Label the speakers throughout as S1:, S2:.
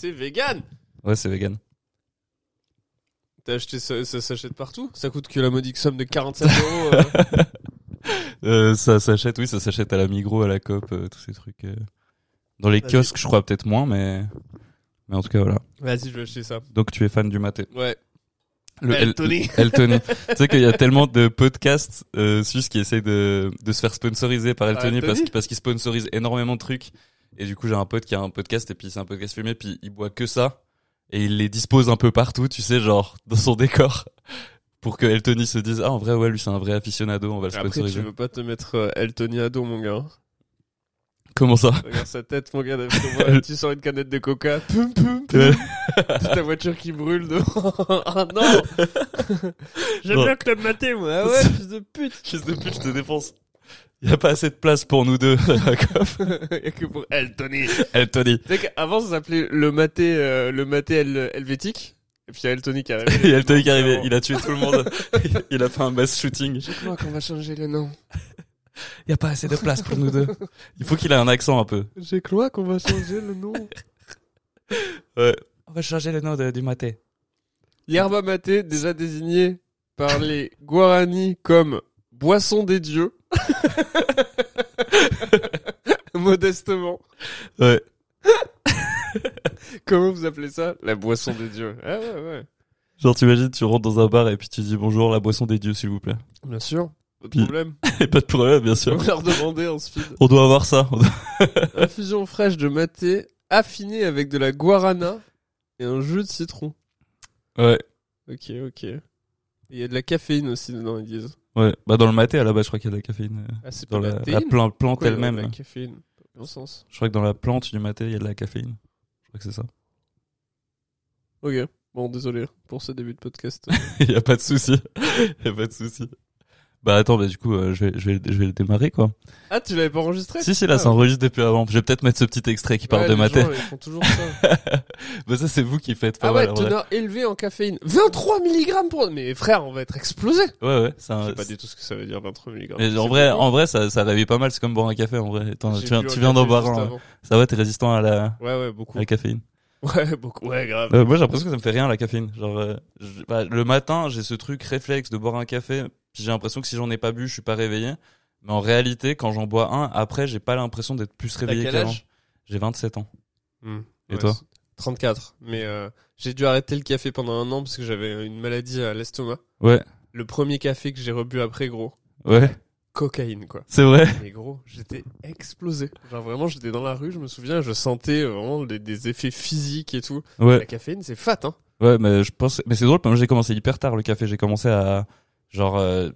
S1: C'est vegan
S2: Ouais, c'est vegan.
S1: T'as acheté ça, ça s'achète partout Ça coûte que la modique somme de 45 euros. euh.
S2: Euh, ça s'achète, oui, ça s'achète à la Migros, à la COP, euh, tous ces trucs. euh. Dans les
S1: Vas-y.
S2: kiosques, je crois peut-être moins, mais mais en tout cas voilà.
S1: Vas-y, je vais acheter ça.
S2: Donc tu es fan du maté.
S1: Ouais.
S2: Le
S1: El
S2: El-
S1: Tony.
S2: El Tony. tu sais qu'il y a tellement de podcasts euh, suisses qui essayent de, de se faire sponsoriser par El
S1: Par El
S2: Tony parce,
S1: Tony
S2: parce qu'ils sponsorisent énormément de trucs. Et du coup, j'ai un pote qui a un podcast et puis c'est un podcast fumé, puis il boit que ça et il les dispose un peu partout, tu sais, genre dans son décor pour que El Tony se dise ah en vrai ouais lui c'est un vrai aficionado, on va le
S1: Après, tu
S2: sponsoriser.
S1: veux pas te mettre euh, El Tony à dos, mon gars. hein.
S2: Comment ça
S1: Regarde sa tête, mon gars. d'après moi, tu sors une canette de coca. Poum, poum, poum. C'est ta voiture qui brûle devant. ah non J'aime
S2: Non.
S1: bien Club Maté, moi. Ah ouais, fils de pute.
S2: Fils de pute, je te défonce. Y a pas assez de place pour nous deux.
S1: Y'a que pour El Tony.
S2: El Tony.
S1: Tu sais qu'avant, ça s'appelait le maté, euh, le maté hel- helvétique. Et puis il y a El Tony qui arrive.
S2: Et El Tony qui est arrivé, il a tué tout le monde. Il a fait un mass shooting.
S1: Je crois qu'on va changer le nom.
S2: Y a pas assez de place pour nous deux. Il faut qu'il ait un accent un peu.
S1: J'ai cru qu'on va changer le nom.
S2: Ouais. On va changer le nom du maté.
S1: Yerba maté, déjà désigné par les Guarani comme boisson des dieux. Modestement.
S2: Ouais.
S1: Comment vous appelez ça La boisson des dieux. Ah ouais, ouais.
S2: Genre t'imagines, tu rentres dans un bar et puis tu dis bonjour, la boisson des dieux s'il vous plaît.
S1: Bien sûr. Pas de
S2: Puis-
S1: problème.
S2: Et pas de problème, bien
S1: On
S2: sûr.
S1: va leur demander en speed.
S2: On doit avoir ça. On doit-
S1: Infusion fraîche de maté affinée avec de la guarana et un jus de citron.
S2: Ouais.
S1: Ok, ok. Et Il y a de la caféine aussi dedans, ils disent.
S2: Ouais. Bah dans le maté à la base, je crois qu'il y a de la caféine. euh,
S1: Ah, c'est
S2: Dans
S1: pas
S2: la,
S1: la
S2: la
S1: théine
S2: plan- plante
S1: Pourquoi il y aurait de
S2: elle-même.
S1: La caféine, bon sens.
S2: Je crois que dans la plante du maté, il y a de la caféine. Je crois que c'est ça.
S1: Ok, bon, désolé pour ce début de podcast.
S2: Il y a pas de souci. Il y a pas de souci. Bah attends, bah du coup, euh, je, vais, je, vais, je vais le démarrer quoi.
S1: ah, tu l'avais pas enregistré
S2: Si si là,
S1: Ah,
S2: ça
S1: ouais.
S2: enregistre depuis avant. Je vais peut-être mettre ce petit extrait qui
S1: Ouais,
S2: parle de
S1: les
S2: ma tête.
S1: gens, ils font toujours ça.
S2: bah ça c'est vous qui faites pas
S1: ah
S2: mal.
S1: ouais,
S2: en vrai.
S1: teneur élevée en caféine. 23 mg pour... Mais frère, on va être explosé
S2: Ouais ouais. Ah, c'est un-
S1: Je sais pas du tout ce que ça veut dire 23 mg.
S2: Mais en vrai, en vrai, ça, ça réveille pas mal. C'est comme boire un café en vrai. Attends, tu viens, tu viens d'en boire un. ouais. Ça va, t'es résistant à la,
S1: Ouais, ouais, beaucoup.
S2: à la caféine.
S1: Ouais, beaucoup. Ouais, grave.
S2: Euh, moi j'ai l'impression que ça me fait rien la caféine. Genre euh, je- bah, le matin, j'ai ce truc réflexe de boire un café. Puis j'ai l'impression que si j'en ai pas bu, je suis pas réveillé. Mais en réalité, quand j'en bois un, après, j'ai pas l'impression d'être plus
S1: T'as
S2: réveillé
S1: quel
S2: qu'avant.
S1: âge
S2: J'ai 27 ans.
S1: Hmm.
S2: Et toi
S1: c'est- 34. Mais euh, j'ai dû arrêter le café pendant un an parce que j'avais une maladie à l'estomac.
S2: Ouais,
S1: Le premier café que j'ai rebu après, gros,
S2: ouais,
S1: cocaïne, quoi.
S2: c'est vrai.
S1: Mais gros, j'étais explosé. Genre vraiment, j'étais dans la rue, je me souviens, je sentais euh, vraiment des, des effets physiques et tout. La
S2: Ouais,
S1: caféine, c'est fat, hein.
S2: ouais, mais je pense, mais c'est drôle, parce que moi j'ai commencé hyper tard le café. J'ai commencé à, genre, euh,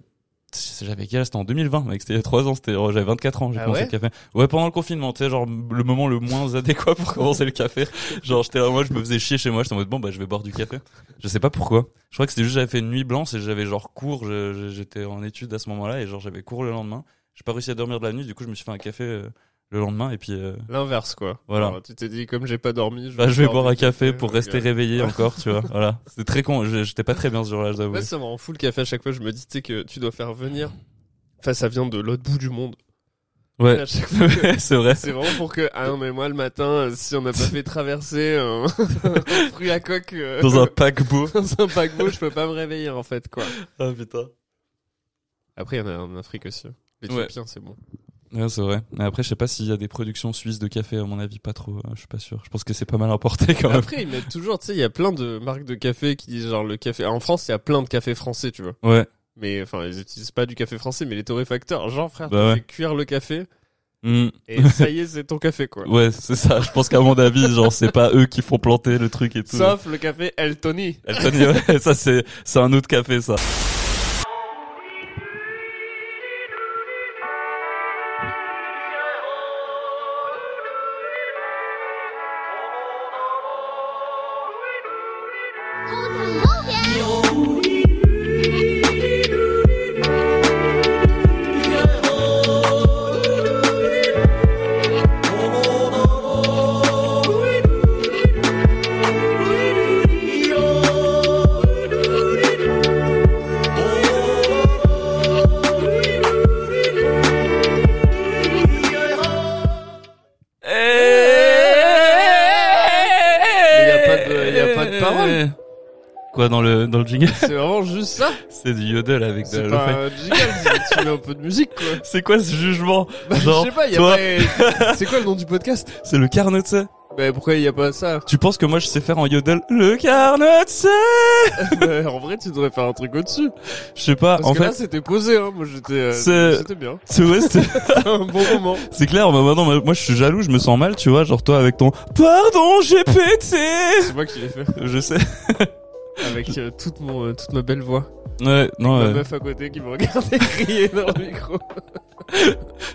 S2: j'avais quel âge C'était en 2020, mec. C'était il y a 3 ans, c'était, oh, j'avais 24 ans, j'ai
S1: Ah
S2: commencé
S1: ouais
S2: le café. Ouais, pendant le confinement, tu sais, genre, le moment le moins adéquat pour commencer le café. Genre, j'étais là, moi, je me faisais chier chez moi, j'étais en mode, bon, bah, je vais boire du café. Je sais pas pourquoi. Je crois que c'était juste, j'avais fait une nuit blanche et j'avais genre cours, je- je- j'étais en études à ce moment-là et genre, j'avais cours le lendemain. J'ai pas réussi à dormir de la nuit, du coup, je me suis fait un café euh, le lendemain et puis, euh,
S1: L'inverse, quoi.
S2: Voilà.
S1: Alors, tu t'es dit, comme j'ai pas dormi, je
S2: Bah, je vais boire
S1: du
S2: un café pour
S1: ok.
S2: rester réveillé
S1: euh, Ouais.
S2: encore, tu vois. Voilà. C'était très con. je- J'étais pas très bien ce jour-là, je dois
S1: Ouais,
S2: avouer.
S1: ça me rend fou le café à chaque fois. Je me dis, tu sais, que tu dois faire venir. Enfin, ça vient de l'autre bout du monde.
S2: Ouais.
S1: À chaque fois que-
S2: Ouais, c'est vrai.
S1: C'est vraiment pour que, ah non, mais moi, le matin, euh, si on n'a pas fait traverser euh, un fruit à coque euh,
S2: Dans un paquebot.
S1: dans un paquebot, je peux pas me réveiller, en fait, quoi.
S2: Ah, putain.
S1: Après, il y en a en Afrique aussi. hein. Les
S2: Ouais.
S1: Éthiopiens, c'est bon.
S2: Ouais, c'est vrai. Mais après, je sais pas s'il y a des productions suisses de café, à mon avis, pas trop. hein, Je suis pas sûr. Je pense que c'est pas mal importé quand même.
S1: Après, ils mettent toujours, tu sais, il y a plein de marques de café qui disent genre le café. En France, il y a plein de cafés français, tu vois.
S2: Ouais.
S1: Mais enfin, ils utilisent pas du café français, mais les torréfacteurs. Genre, frère,
S2: Bah
S1: tu
S2: ouais.
S1: fais cuire le café
S2: Hmm.
S1: et ça y est, c'est ton café, quoi.
S2: Ouais, c'est ça. Je pense qu'à mon avis, genre, c'est pas eux qui font planter le truc et tout.
S1: Sauf le café El Tony.
S2: Elton, ouais, ça, c'est, c'est un autre café, ça.
S1: Mais
S2: Euh, Eh
S1: paroles
S2: Quoi, dans le, dans le jingle
S1: C'est vraiment juste ça
S2: C'est du yodel avec de
S1: C'est
S2: la
S1: pas
S2: lo-fi.
S1: un jingle, c'est- tu mets un peu de musique quoi.
S2: C'est quoi ce jugement
S1: Bah,
S2: Genre,
S1: je sais pas, y a
S2: toi-
S1: pas... C'est quoi le nom du podcast
S2: C'est le carnotse.
S1: Bah pourquoi y a pas ça
S2: Tu penses que moi je sais faire en yodel le carnotse
S1: Bah, En vrai, tu devrais faire un truc au-dessus.
S2: Je sais pas,
S1: Parce
S2: en
S1: que là,
S2: fait,
S1: c'était posé, hein. Moi, j'étais... euh,
S2: C'est-
S1: C'était bien.
S2: c'est ouais, c'est-
S1: un bon moment.
S2: c'est clair, bah maintenant moi je suis jaloux, je me sens mal, tu vois, genre toi avec ton Pardon, j'ai pété
S1: C'est moi qui l'ai fait.
S2: Je sais.
S1: Avec euh, toute, mon, euh, toute ma belle voix.
S2: Ouais, non,
S1: Ma
S2: ouais.
S1: meuf à côté qui me regardait crier dans le micro.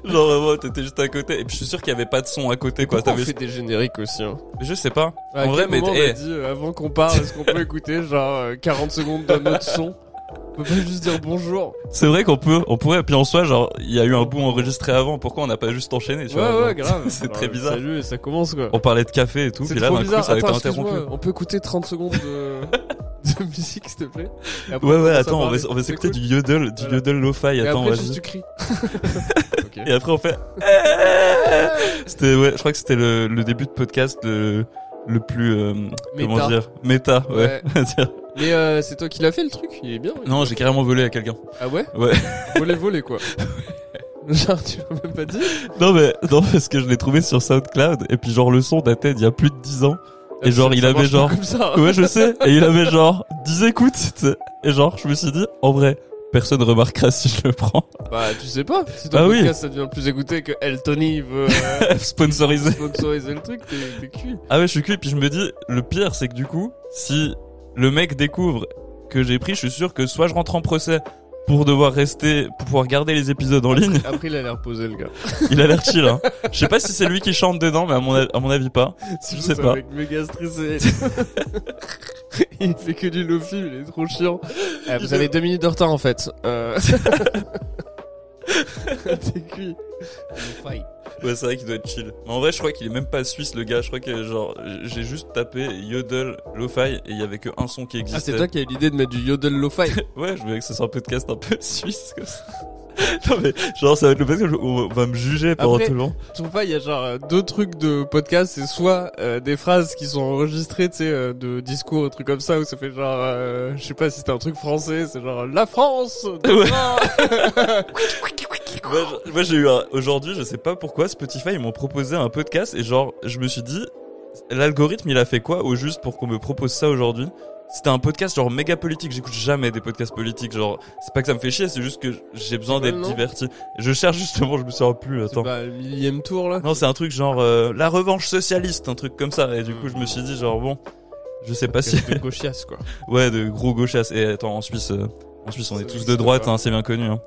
S2: Genre vraiment, t'étais juste à côté. Et puis je suis sûr qu'il y avait pas de son à côté, quoi.
S1: Pourquoi on
S2: T'avais-
S1: fait des génériques aussi, hein.
S2: Je sais pas.
S1: À
S2: en
S1: quel
S2: vrai, mais
S1: moment on
S2: eh,
S1: a dit, euh, avant qu'on parle, est-ce qu'on peut écouter genre euh, 40 secondes d'un autre son On peut pas juste dire bonjour.
S2: c'est vrai qu'on peut, on pourrait. Puis en soi, genre, il y a eu un bout enregistré avant. Pourquoi on n'a pas juste enchaîné, tu
S1: ouais,
S2: vois
S1: ouais,
S2: genre,
S1: grave.
S2: C'est
S1: Alors,
S2: très
S1: euh,
S2: bizarre.
S1: Salut, et ça commence quoi.
S2: On parlait de café et tout,
S1: C'est
S2: puis là,
S1: trop
S2: d'un coup,
S1: bizarre.
S2: ça a été
S1: Attends,
S2: interrompu.
S1: excuse-moi, on peut écouter 30 secondes de, de musique, s'il te plaît Et après,
S2: Ouais,
S1: on
S2: ouais,
S1: commence à
S2: attends, on va,
S1: parler.
S2: on va s'écouter
S1: C'est
S2: du yodel, du
S1: Voilà.
S2: yodel lo-fi.
S1: cool. Et
S2: Attends,
S1: après,
S2: vas-y.
S1: juste tu cries. Ok.
S2: Et après, on fait. c'était, ouais, je crois que c'était le, le début de podcast le, le plus. euh, Comment
S1: Méta.
S2: dire Méta, ouais.
S1: Ouais.
S2: Dire,
S1: Mais euh, c'est toi qui l'as fait le truc Il est bien. il-
S2: non, j'ai carrément volé à quelqu'un.
S1: Ah ouais
S2: Ouais.
S1: Voler, voler quoi. Genre, tu m'as même pas dit
S2: Non, mais, non, parce que je l'ai trouvé sur SoundCloud. Et puis, genre, le son datait d'il y a plus de 10 ans. Et genre,
S1: Ça
S2: il avait
S1: marche pas
S2: genre-
S1: Comme ça. hein.
S2: Ouais, je sais. Et il avait genre 10 écoutes. tu sais. Et genre, je me suis dit, en vrai, personne remarquera si je le prends.
S1: Bah, tu sais pas. Si ton
S2: Bah oui.
S1: podcast ça devient plus écouté que Eltony veut euh,
S2: Sponsorisé.
S1: sponsoriser le truc, t'es t'es cuit.
S2: Ah ouais, je suis cuit. Puis je me dis, le pire, c'est que du coup, si le mec découvre que j'ai pris, je suis sûr que soit je rentre en procès pour devoir rester, pour pouvoir garder les épisodes en ligne.
S1: Après, il a l'air posé, le gars.
S2: Il a l'air chill, hein. Je sais pas si c'est lui qui chante dedans, mais à mon, a- à mon avis pas.
S1: Si
S2: sais pas.
S1: Avec méga stressé. il fait que du lofi, il est trop chiant. Eh, vous avez deux minutes de retard en fait. Euh... T'es cuit.
S2: Ouais, c'est vrai qu'il doit être chill. Mais en vrai, je crois qu'il est même pas suisse, le gars. Je crois que genre, j'ai juste tapé yodel, lo-fi, et il y avait que un son qui
S1: Ah,
S2: existait.
S1: c'est toi qui as eu l'idée de mettre du yodel lo-fi.
S2: Ouais, je voulais que ce soit un podcast un peu suisse comme ça. Non mais genre ça va être le podcast où on va me juger pendant
S1: Après-
S2: tout le long.
S1: Je trouve pas, il y a genre euh, deux trucs de podcast, c'est soit euh, des phrases qui sont enregistrées, tu sais, euh, de discours, un truc comme ça, où ça fait genre, euh, je sais pas si c'était un truc français, c'est genre la France. demain
S2: Moi, je- moi, j'ai eu un... aujourd'hui, je sais pas pourquoi Spotify ils m'ont proposé un podcast et genre je me suis dit l'algorithme il a fait quoi au juste pour qu'on me propose ça aujourd'hui. C'était un podcast genre méga politique, j'écoute jamais des podcasts politiques, genre c'est pas que ça me fait chier, c'est juste que j'ai besoin
S1: C'est
S2: d'être
S1: mal, non
S2: diverti. Je cherche justement, je me souviens plus,
S1: C'est
S2: attends.
S1: pas le millième tour là.
S2: Non, c'est un truc genre euh, la revanche socialiste, un truc comme ça et du coup je me suis dit genre bon, je sais pas si
S1: C'est de gauchiasse quoi.
S2: Ouais, de gros gauchasses. Et attends, en Suisse, euh, en Suisse, on
S1: Ça
S2: est tous
S1: existe
S2: de droite,
S1: pas.
S2: hein, c'est bien connu. Hein.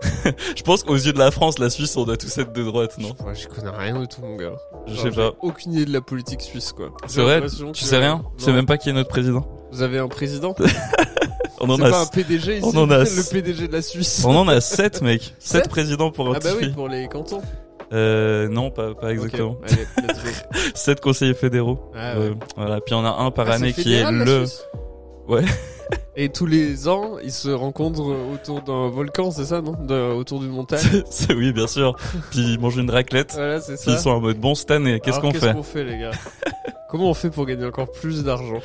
S2: je pense qu'aux yeux de la France, la Suisse, on doit tous être de droite, non
S1: Je, ouais, je connais rien de tout mon gars.
S2: Je
S1: Genre,
S2: sais
S1: j'ai
S2: pas.
S1: Aucune idée de la politique suisse quoi. J'ai
S2: C'est vrai,
S1: l'impression
S2: Tu
S1: que-
S2: sais rien Tu sais
S1: Non.
S2: même pas qui est notre président
S1: Vous avez un président
S2: On en
S1: C'est pas un
S2: a,
S1: PDG ici.
S2: On en a-
S1: Le PDG de la Suisse.
S2: on en a sept, mec. Sept
S1: Sept
S2: présidents pour
S1: Ah
S2: un
S1: bah
S2: petit
S1: oui,
S2: pays.
S1: pour les cantons.
S2: Euh, non, pas, pas exactement.
S1: Ok, Allez, let's go.
S2: Sept conseillers fédéraux.
S1: Ah ouais.
S2: Euh, voilà. Puis on a un par
S1: Ah,
S2: année
S1: c'est
S2: qui est
S1: fédéral, la
S2: le.
S1: Suisse
S2: Ouais.
S1: Et tous les ans, ils se rencontrent autour d'un volcan, c'est ça, non De- Autour d'une montagne.
S2: C'est- c'est- oui, bien sûr. Puis ils mangent une raclette.
S1: voilà, c'est Ah, ça.
S2: Puis ils sont en mode bon cette année, qu'est-ce
S1: Alors,
S2: qu'on fait
S1: Qu'est-ce qu'on fait, les gars Comment on fait pour gagner encore plus d'argent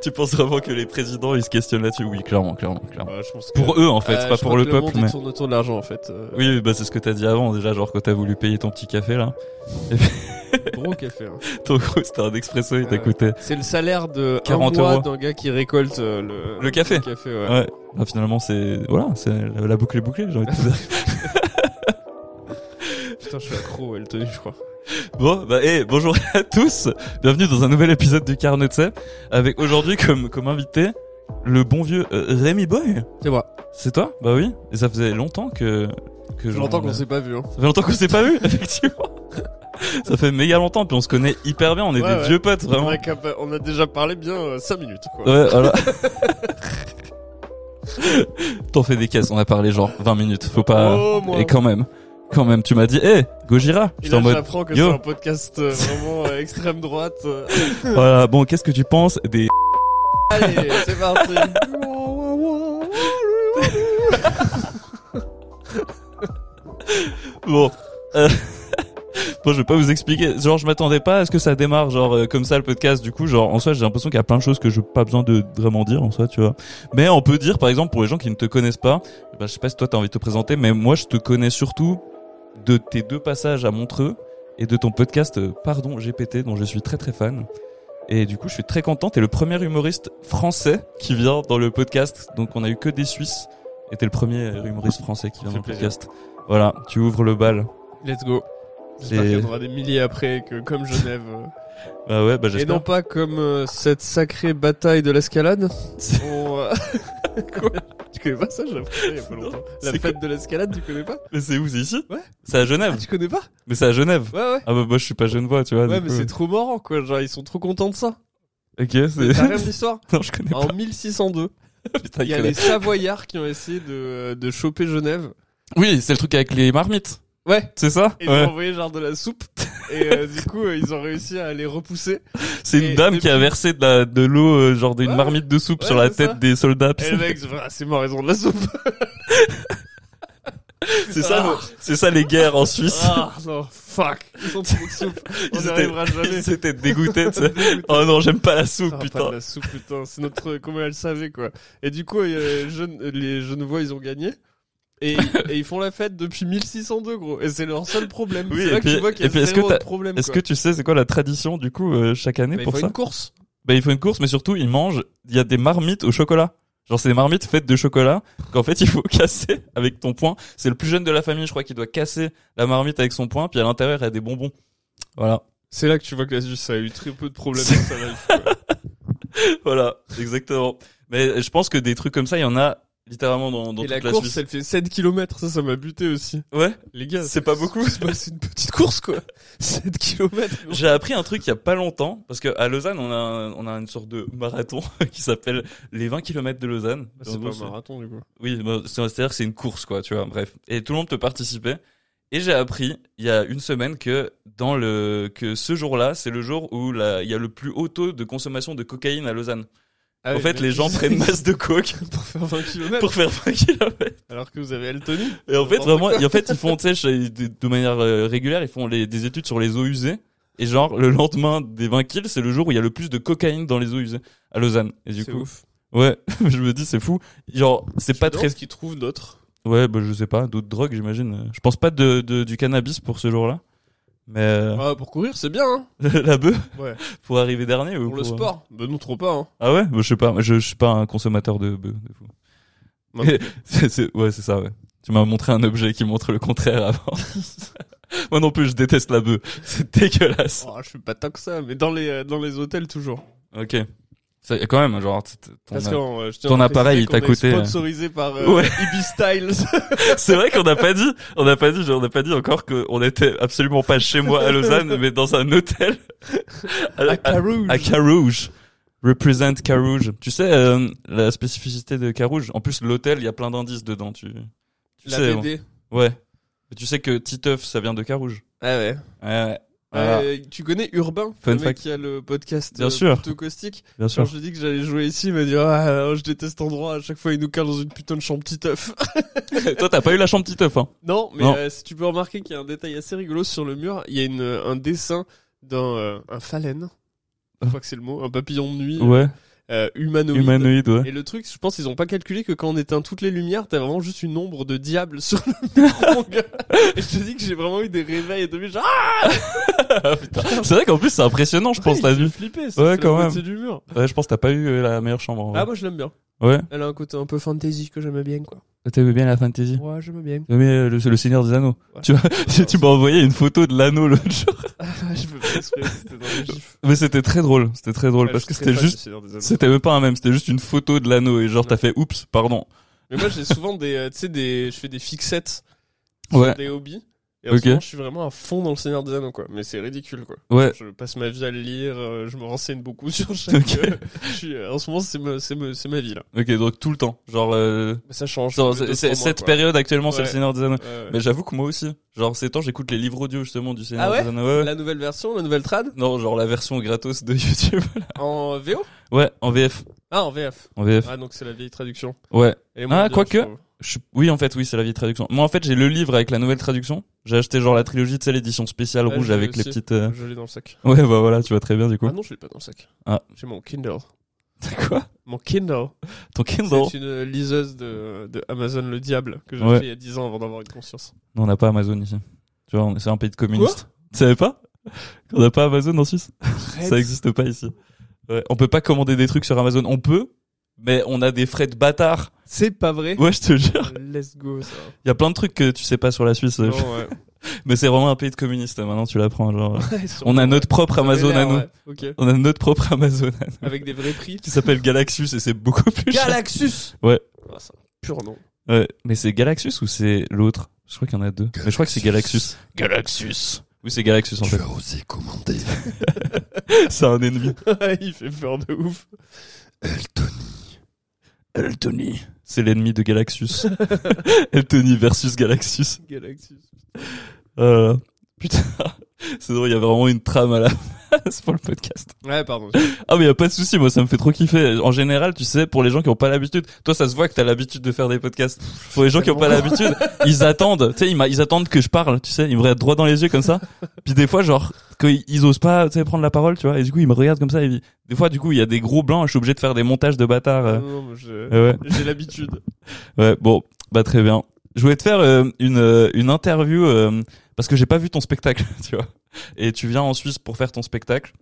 S2: Tu penses vraiment que les présidents ils se questionnent là-dessus Oui, clairement, clairement, clairement.
S1: Ouais, Ah, je pense que-
S2: Pour eux en fait,
S1: Euh,
S2: pas
S1: je
S2: pour
S1: crois
S2: le
S1: que
S2: peuple,
S1: monde, il
S2: mais.
S1: tourne autour de l'argent en fait. Euh,
S2: Oui, bah c'est ce que t'as dit avant déjà, genre quand t'as voulu payer ton petit café là.
S1: Gros café. hein.
S2: Ton gros, c'était un expresso, il t'a
S1: Ouais.
S2: coûté.
S1: C'est le salaire de
S2: 40
S1: un mois
S2: euros.
S1: d'un gars qui récolte euh, le...
S2: Le café.
S1: ouais.
S2: Ouais. Bah, finalement, c'est voilà, c'est la, la boucle est bouclée, j'ai envie de te dire.
S1: Putain, je suis accro à Eltony, je crois.
S2: Bon, bah hey, bonjour à tous. Bienvenue dans un nouvel épisode du Carnet de Sait, avec aujourd'hui comme comme invité le bon vieux euh, Rémi Boy.
S1: C'est moi.
S2: C'est toi Bah oui. Et ça faisait longtemps que que
S1: Je
S2: j'en-
S1: l'entends qu'on s'est pas vu. Hein.
S2: Ça fait longtemps qu'on s'est pas vu, effectivement. ça fait méga longtemps, puis on se connaît hyper bien, on est
S1: Ouais,
S2: des
S1: ouais.
S2: vieux potes vraiment.
S1: On, a capa- on a déjà parlé bien 5 minutes quoi.
S2: Ouais, voilà. T'en fais des caisses, on a parlé genre 20 minutes, faut pas...
S1: Oh, moi.
S2: Et quand même, quand même, tu m'as dit, hé, Gojira
S1: Et
S2: J'étais
S1: là,
S2: en mode,
S1: j'apprends que c'est
S2: yo.
S1: un podcast euh, vraiment euh, extrême droite. euh.
S2: voilà, bon, qu'est-ce que tu penses des...
S1: Allez, c'est parti.
S2: Bon. euh, Franchement, je vais pas vous expliquer. Genre, je m'attendais pas à ce que ça démarre, genre, euh, comme ça, le podcast. Du coup, genre, en soi, j'ai l'impression qu'il y a plein de choses que je pas besoin de vraiment dire, en soi, tu vois. Mais on peut dire, par exemple, pour les gens qui ne te connaissent pas, bah, je sais pas si toi t'as envie de te présenter, mais moi, je te connais surtout de tes deux passages à Montreux et de ton podcast, euh, pardon, GPT, dont je suis très très fan. Et du coup, je suis très content. T'es le premier humoriste français qui vient dans le podcast. Donc, on a eu que des Suisses. Et t'es le premier humoriste français qui vient
S3: fait
S2: dans le
S3: plaisir.
S2: podcast. Voilà, tu ouvres le bal.
S1: Let's go. J'espère
S2: C'est-
S1: qu'il y en aura des milliers après que comme Genève. euh,
S2: Bah ouais, bah
S1: et
S2: j'espère.
S1: non pas comme euh, cette sacrée bataille de l'escalade. On, euh, Quoi Tu connais pas ça J'ai appris ça il y a pas longtemps. La
S2: c'est
S1: fête de l'escalade, tu connais pas
S2: Mais c'est où C'est ici
S1: Ouais.
S2: C'est à
S1: Ah,
S2: Genève.
S1: tu connais pas
S2: Mais c'est à Genève.
S1: Ouais, ouais.
S2: Ah bah moi je suis pas genevois, tu vois.
S1: Ouais,
S2: du
S1: mais
S2: coup.
S1: c'est trop marrant quoi. Genre, ils sont trop contents de ça.
S2: Ok,
S1: C'est la
S2: c'est.
S1: l'histoire.
S2: non, je connais
S1: En 1602,
S2: pas. Putain,
S1: il y a
S2: je connais.
S1: les Savoyards qui ont essayé de, de choper Genève.
S2: Oui, c'est le truc avec les marmites.
S1: Ouais.
S2: C'est ça
S1: Et ils
S2: Ouais.
S1: ont envoyé genre de la soupe. Et euh, du coup, euh, ils ont réussi à les repousser.
S2: C'est une
S1: et
S2: dame qui a
S1: depuis-
S2: versé de la de l'eau euh, genre d'une
S1: Ouais.
S2: marmite de soupe
S1: Ouais,
S2: sur la
S1: c'est
S2: tête
S1: ça.
S2: des soldats.
S1: Et le mec, ils ont fait, ah, c'est mort, ils ont de la soupe.
S2: C'est ça, le- c'est ça les guerres en Suisse.
S1: Ah non, fuck. Ils sont trop de soupe. On
S2: Ils
S1: n'y
S2: étaient-
S1: arrivera jamais.
S2: Ils étaient dégoûtés. tu sais.
S1: Dégoûté.
S2: Oh non, j'aime pas la soupe,
S1: Ah, pas
S2: putain.
S1: de la soupe, putain. C'est notre. euh, Comment elle savait, quoi. Et du coup, euh, Gen- les Genevois, ils ont gagné. Et, et ils font la fête depuis 1602, gros. Et c'est leur seul problème.
S2: Oui,
S1: c'est
S2: et
S1: là que
S2: puis-
S1: tu vois qu'il y
S2: et puis
S1: a
S2: est-ce que
S1: zéro
S2: t'as-
S1: problème.
S2: Est-ce que
S1: quoi.
S2: tu sais c'est quoi la tradition du coup euh, chaque année
S1: Bah, il
S2: pour
S1: faut
S2: ça
S1: une course.
S2: bah, ils font une course, mais surtout, ils mangent, il y a des marmites au chocolat. Genre, c'est des marmites faites de chocolat qu'en fait, il faut casser avec ton poing. C'est le plus jeune de la famille, je crois, qui doit casser la marmite avec son poing, puis à l'intérieur, il y a des bonbons. Voilà.
S1: C'est là que tu vois que la Suisse, ça a eu très peu de problèmes
S2: C'est-
S1: dans sa life, quoi.
S2: voilà, exactement. Mais je pense que des trucs comme ça, il y en a littéralement dans, dans
S1: Et
S2: toute
S1: la
S2: la,
S1: course,
S2: Suisse.
S1: elle fait 7 km. Ça, ça m'a buté aussi.
S2: Ouais,
S1: Les gars,
S2: c'est pas beaucoup.
S1: C'est pas- c'est une petite course, quoi. 7 km.
S2: J'ai appris un truc il y a pas longtemps, parce que à Lausanne, on a, un- on a une sorte de marathon qui s'appelle les 20 km de Lausanne. En
S1: C'est pas
S2: gros,
S1: un marathon, du coup.
S2: Oui, bah, c'est- c'est-à-dire que c'est une course, quoi, tu vois, bref. Et tout le monde peut participer. Et j'ai appris, il y a une semaine, que dans le, que ce jour-là, c'est le jour où la- il y a le plus haut taux de consommation de cocaïne à Lausanne.
S1: Ah
S2: en fait, les gens prennent masse de coke
S1: pour faire 20 km.
S2: pour faire 20 km.
S1: Alors que vous avez Eltony.
S2: Et en fait,
S1: N'importe
S2: vraiment, et en fait, ils font, tu sais, chez- de de manière euh, régulière, ils font les- des études sur les eaux usées. Et genre, le lendemain des 20 kills, c'est le jour où il y a le plus de cocaïne dans les eaux usées à Lausanne. Et du
S1: C'est
S2: coup,
S1: ouf.
S2: ouais, je me dis, c'est fou. Genre, c'est pas très
S1: ce Bah qu'ils trouvent d'autres.
S2: Ouais, bah, je sais pas, d'autres drogues, j'imagine. Euh, Je pense pas de, de- du cannabis pour ce jour-là. Mais euh,
S1: Ah, pour courir, c'est bien, hein.
S2: la bœuf
S1: Ouais.
S2: Pour arriver dernier ou
S1: Pour le sport. Ben non, trop pas, hein.
S2: Ah ouais Bah, Je sais pas, je, je suis pas un consommateur de bœuf. De fou.
S1: Non.
S2: C'est- c'est- ouais, c'est ça, ouais. Tu m'as montré un objet qui montre le contraire avant. Moi non plus, je déteste la bœuf. C'est dégueulasse.
S1: Oh, je suis pas tant que ça, mais dans les, euh, dans les hôtels, toujours.
S2: Ok. Ça, quand même, hein, genre, t- t- ton-
S1: Parce que euh, je tiens
S2: ton
S1: à préciser
S2: appareil, il
S1: qu'on
S2: t'a
S1: est
S2: coûté, euh,
S1: sponsorisé par euh,
S2: Ouais.
S1: Ibis Styles.
S2: C'est vrai qu'on n'a pas dit, on n'a pas dit, genre, on n'a pas dit encore qu'on était absolument pas chez moi à Lausanne, mais dans un hôtel à,
S1: à
S2: à-
S1: Carouge.
S2: à Ah, Carouge. Represent Carouge. Tu sais euh, la spécificité de Carouge. En plus, l'hôtel, il y a plein d'indices dedans. Tu, tu
S1: La
S2: sais,
S1: BD.
S2: ouais. Mais tu sais que Titeuf, ça vient de Carouge.
S1: Ah ouais.
S2: Ouais, ouais. Voilà.
S1: Euh, tu connais Urbain,
S2: Fun
S1: le mec
S2: fact.
S1: qui a le podcast
S2: Bien
S1: euh,
S2: sûr.
S1: plutôt caustique.
S2: bien
S1: Quand
S2: sûr.
S1: je lui ai dit que j'allais jouer ici, il m'a dit ah, je déteste cet endroit. À chaque fois, il nous cale dans une putain de chambre petit œuf.
S2: Toi, t'as pas eu la chambre Titeuf, hein
S1: Non, mais
S2: Non.
S1: euh, si tu peux remarquer qu'il y a un détail assez rigolo sur le mur, il y a une, euh, un dessin d'un euh, un phalène, je crois que c'est le mot, un papillon de nuit
S2: Ah. Ouais.
S1: euh, humanoïde.
S2: Humanoïde, ouais.
S1: Et le truc, je pense qu'ils ont pas calculé que quand on éteint toutes les lumières, t'as vraiment juste une ombre de diable sur le mur. mon gars. et je te dis que j'ai vraiment eu des réveils et de genre ah,
S2: C'est vrai qu'en plus, c'est impressionnant, je pense,
S1: il
S2: la
S1: fait
S2: vue.
S1: flipper,
S2: Ouais,
S1: c'est
S2: quand
S1: la
S2: même.
S1: beauté du mur.
S2: Ouais, je pense que t'as pas eu euh, la meilleure chambre. en vrai.
S1: Ah moi je l'aime bien.
S2: ouais.
S1: Elle a un côté un peu fantasy que j'aime bien quoi.
S2: T'aimais bien la fantasy
S1: Ouais, j'aime bien.
S2: Mais euh, le, le Seigneur des Anneaux.
S1: Ouais.
S2: Tu, vois, tu- tu m'as envoyé une photo de l'anneau l'autre jour.
S1: Ah, je peux pas exprès, c'était dans les gifs.
S2: Mais c'était très drôle. C'était très drôle
S1: Ouais,
S2: parce
S1: je
S2: que
S1: suis très fan
S2: c'était
S1: du
S2: juste,
S1: Seigneur des Anneaux.
S2: c'était même pas un même. C'était juste une photo de l'anneau et genre t'as fait oups, pardon.
S1: Mais moi j'ai souvent des euh, tu sais des je fais des fixettes sur
S2: Ouais,
S1: des hobbies. Et en
S2: Ok.
S1: ce moment, je suis vraiment à fond dans le Seigneur des Anneaux, quoi. Mais c'est ridicule, quoi.
S2: ouais.
S1: Je passe ma vie à le lire, euh, je me renseigne beaucoup sur chaque.
S2: Ok.
S1: euh, je suis, euh, en ce moment, c'est ma, c'est ma- c'est ma vie, là.
S2: Ok, donc tout le temps. Genre, euh,
S1: Mais ça change.
S2: genre,
S1: tous les
S2: c'est-
S1: deux,
S2: c'est-
S1: trois mois,
S2: cette
S1: quoi.
S2: période actuellement, c'est le
S1: Ouais.
S2: Seigneur des Anneaux.
S1: Ouais, ouais.
S2: Mais j'avoue que moi aussi. Genre, ces temps, j'écoute les livres audio justement du Seigneur
S1: Ah ouais
S2: des Anneaux. Ouais, ouais.
S1: La nouvelle version, la nouvelle trad,
S2: Non, genre la version gratos de YouTube.
S1: en VO
S2: ouais, en VF.
S1: Ah, en VF.
S2: En VF.
S1: Ah, donc c'est la vieille traduction.
S2: Ouais.
S1: Elle est
S2: Ah,
S1: moins bien,
S2: quoique.
S1: je trouve.
S2: Je- Oui, en fait, oui, c'est la vieille traduction. Moi, en fait, j'ai le livre avec la nouvelle traduction. J'ai acheté genre la trilogie, tu sais, l'édition spéciale
S1: Ouais,
S2: rouge
S1: je l'ai
S2: avec les
S1: Ah, aussi.
S2: petites. euh,
S1: Je l'ai dans le sac.
S2: Ouais, bah voilà, tu vois très bien du coup.
S1: Ah non, je l'ai pas dans le sac.
S2: Ah.
S1: J'ai mon Kindle.
S2: T'as quoi
S1: Mon Kindle.
S2: Ton Kindle
S1: Ah. C'est une liseuse de, de Amazon le diable que j'ai
S2: Ouais.
S1: acheté il y a 10 ans avant d'avoir une conscience.
S2: Non, on n'a pas Amazon ici. Tu vois, on- c'est un pays de communistes. Tu savais pas Qu'on n'a pas Amazon en Suisse Ça n'existe pas ici. Ouais, on peut pas commander des trucs sur Amazon. On peut, mais on a des frais de bâtard.
S1: C'est pas vrai.
S2: Ouais, je te jure.
S1: Let's go ça.
S2: Il y a plein de trucs que tu sais pas sur la Suisse. euh,
S1: Non, ouais.
S2: Mais c'est vraiment un pays de communistes. Maintenant, tu l'apprends. Genre,
S1: Ouais, ils sont-
S2: on a notre propre
S1: ça avait
S2: Amazon
S1: l'air,
S2: à nous.
S1: ouais. Ok.
S2: On a notre propre Amazon à nous,
S1: Avec des vrais prix.
S2: qui s'appelle Galaxus et c'est beaucoup plus cher.
S1: Galaxus.
S2: Ouais.
S1: Ah, c'est un pur nom.
S2: Ouais, mais c'est Galaxus ou c'est l'autre Je crois qu'il y en a deux. Mais je crois que c'est Galaxus. Galaxus. Oui, c'est Galaxus en fait.
S3: osé commander
S2: C'est un ennemi.
S1: il fait peur de ouf.
S2: Eltony. C'est l'ennemi de Galaxus. Eltony versus Galaxus.
S1: Galaxus.
S2: Euh, putain, c'est drôle, il y a vraiment une trame à la base pour le podcast.
S1: Ouais, pardon.
S2: Ah mais y a pas de souci, moi ça me fait trop kiffer. En général, tu sais, pour les gens qui ont pas l'habitude, toi ça se voit que t'as l'habitude de faire des podcasts. Pour les gens qui ont pas l'habitude, ils attendent, tu sais, ils, m'a- ils attendent que je parle, tu sais, ils me regardent droit dans les yeux comme ça. Puis des fois, genre, quand ils- ils osent pas, tu sais, prendre la parole, tu vois, et du coup ils me regardent comme ça. Et... Des fois, du coup, il y a des gros blancs, et je suis obligé de faire des montages de bâtards. euh.
S1: Non, non, mais je-
S2: Euh, ouais.
S1: J'ai l'habitude.
S2: Ouais, bon, bah très bien. Je voulais te faire euh, une, euh, une interview euh, parce que j'ai pas vu ton spectacle, tu vois. Et tu viens en Suisse pour faire ton spectacle.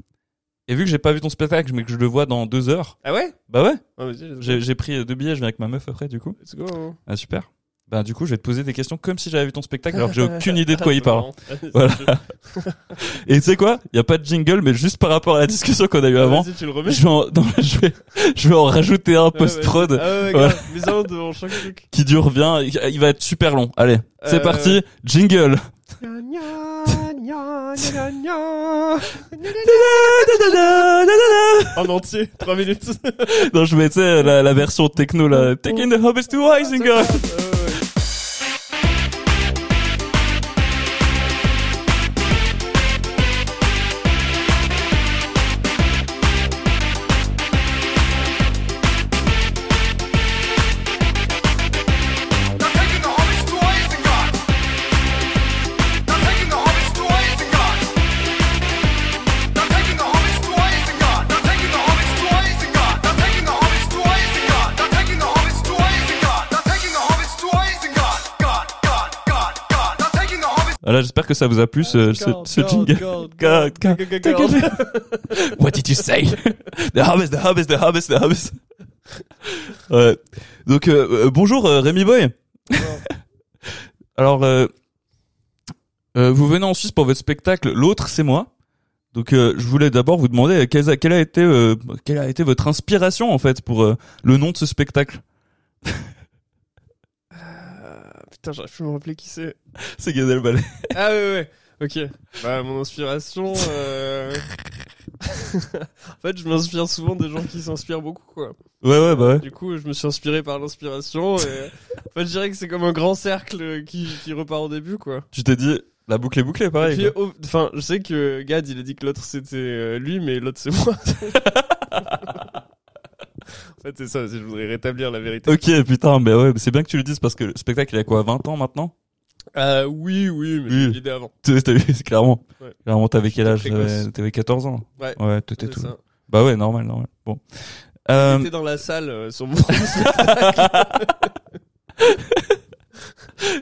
S2: Et vu que j'ai pas vu ton spectacle, mais que je le vois dans deux heures,
S1: Ah ouais
S2: bah ouais,
S1: Ah, vas-y, let's
S2: j'ai j'ai pris euh, deux billets, je viens avec ma meuf après, du coup.
S1: go. Let's go.
S2: Ah super. Bah du coup, je vais te poser des questions comme si j'avais vu ton spectacle alors que j'ai aucune idée de
S1: Ah,
S2: quoi il parle. Voilà. Et tu sais quoi Il y a pas de jingle, mais juste par rapport à la discussion qu'on a eue avant,
S1: Vas-y, tu le remets.
S2: je vais en, non, je vais, je vais en rajouter un
S1: Ah ouais,
S2: post-prod.
S1: vas-y. Ah ouais, grave. Mais ça, devant chaque truc.
S2: qui dure bien, il va être super long. Allez, c'est
S1: Euh,
S2: parti, jingle.
S1: En entier, 3 minutes. Ah
S2: non, je mettais euh, la, la version techno là. Taking the hobbits to Heisinger.
S4: Now taking the hobbits to Isengard. Now taking the hobbits to Isengard. Now taking the hobbits to Isengard. Now taking the hobbits to Isengard. Now taking the hobbits to Isengard. Now taking the hobbits to Isengard. Now taking the hobbits to Isengard. God, God, God, God. Now taking the hobbits.
S2: Voilà, Ah, j'espère que ça vous a plu ce, ce, ce jingle. God, God. What did you say? The hobbits, the hobbits, the hobbits, the hobbits. Ouais. Donc euh, euh, bonjour euh, Rémi Boy. Alors euh, euh, vous venez en Suisse pour votre spectacle. L'autre c'est moi. Donc euh, je voulais d'abord vous demander euh, quelles a- quelle a, été euh, quelle a été votre inspiration en fait pour euh, le nom de ce spectacle.
S1: Putain, j'aurais pu me rappeler qui c'est.
S2: C'est Gad Elmaleh.
S1: Ah ouais, ouais, ok. Bah, mon inspiration... euh, en fait, je m'inspire souvent des gens qui s'inspirent beaucoup, quoi.
S2: Ouais ouais bah ouais.
S1: Du coup, je me suis inspiré par l'inspiration. Et... en fait, je dirais que c'est comme un grand cercle qui, qui repart au début, quoi.
S2: Tu t'es dit la boucle est bouclée
S1: Et
S2: pareil.
S1: puis,
S2: quoi.
S1: au- enfin, je sais que Gad, il a dit que l'autre c'était euh, lui, mais l'autre c'est moi. en fait, c'est ça, c'est- je voudrais rétablir la vérité.
S2: Ok putain mais ouais mais c'est bien que tu le dises parce que le spectacle il a quoi 20 ans maintenant
S1: Euh, oui, oui, mais
S2: Oui.
S1: j'ai l'idée avant.
S2: T'as- t'as vu, clairement.
S1: Ouais.
S2: Clairement, t'avais quel âge
S1: J'étais précoce.
S2: J'avais- T'avais 14 ans.
S1: Ouais.
S2: Ouais, t'étais
S1: C'est
S2: tout.
S1: ça.
S2: Bah ouais, normal, normal. Bon. Euh,
S1: J'étais dans la salle euh, sur mon.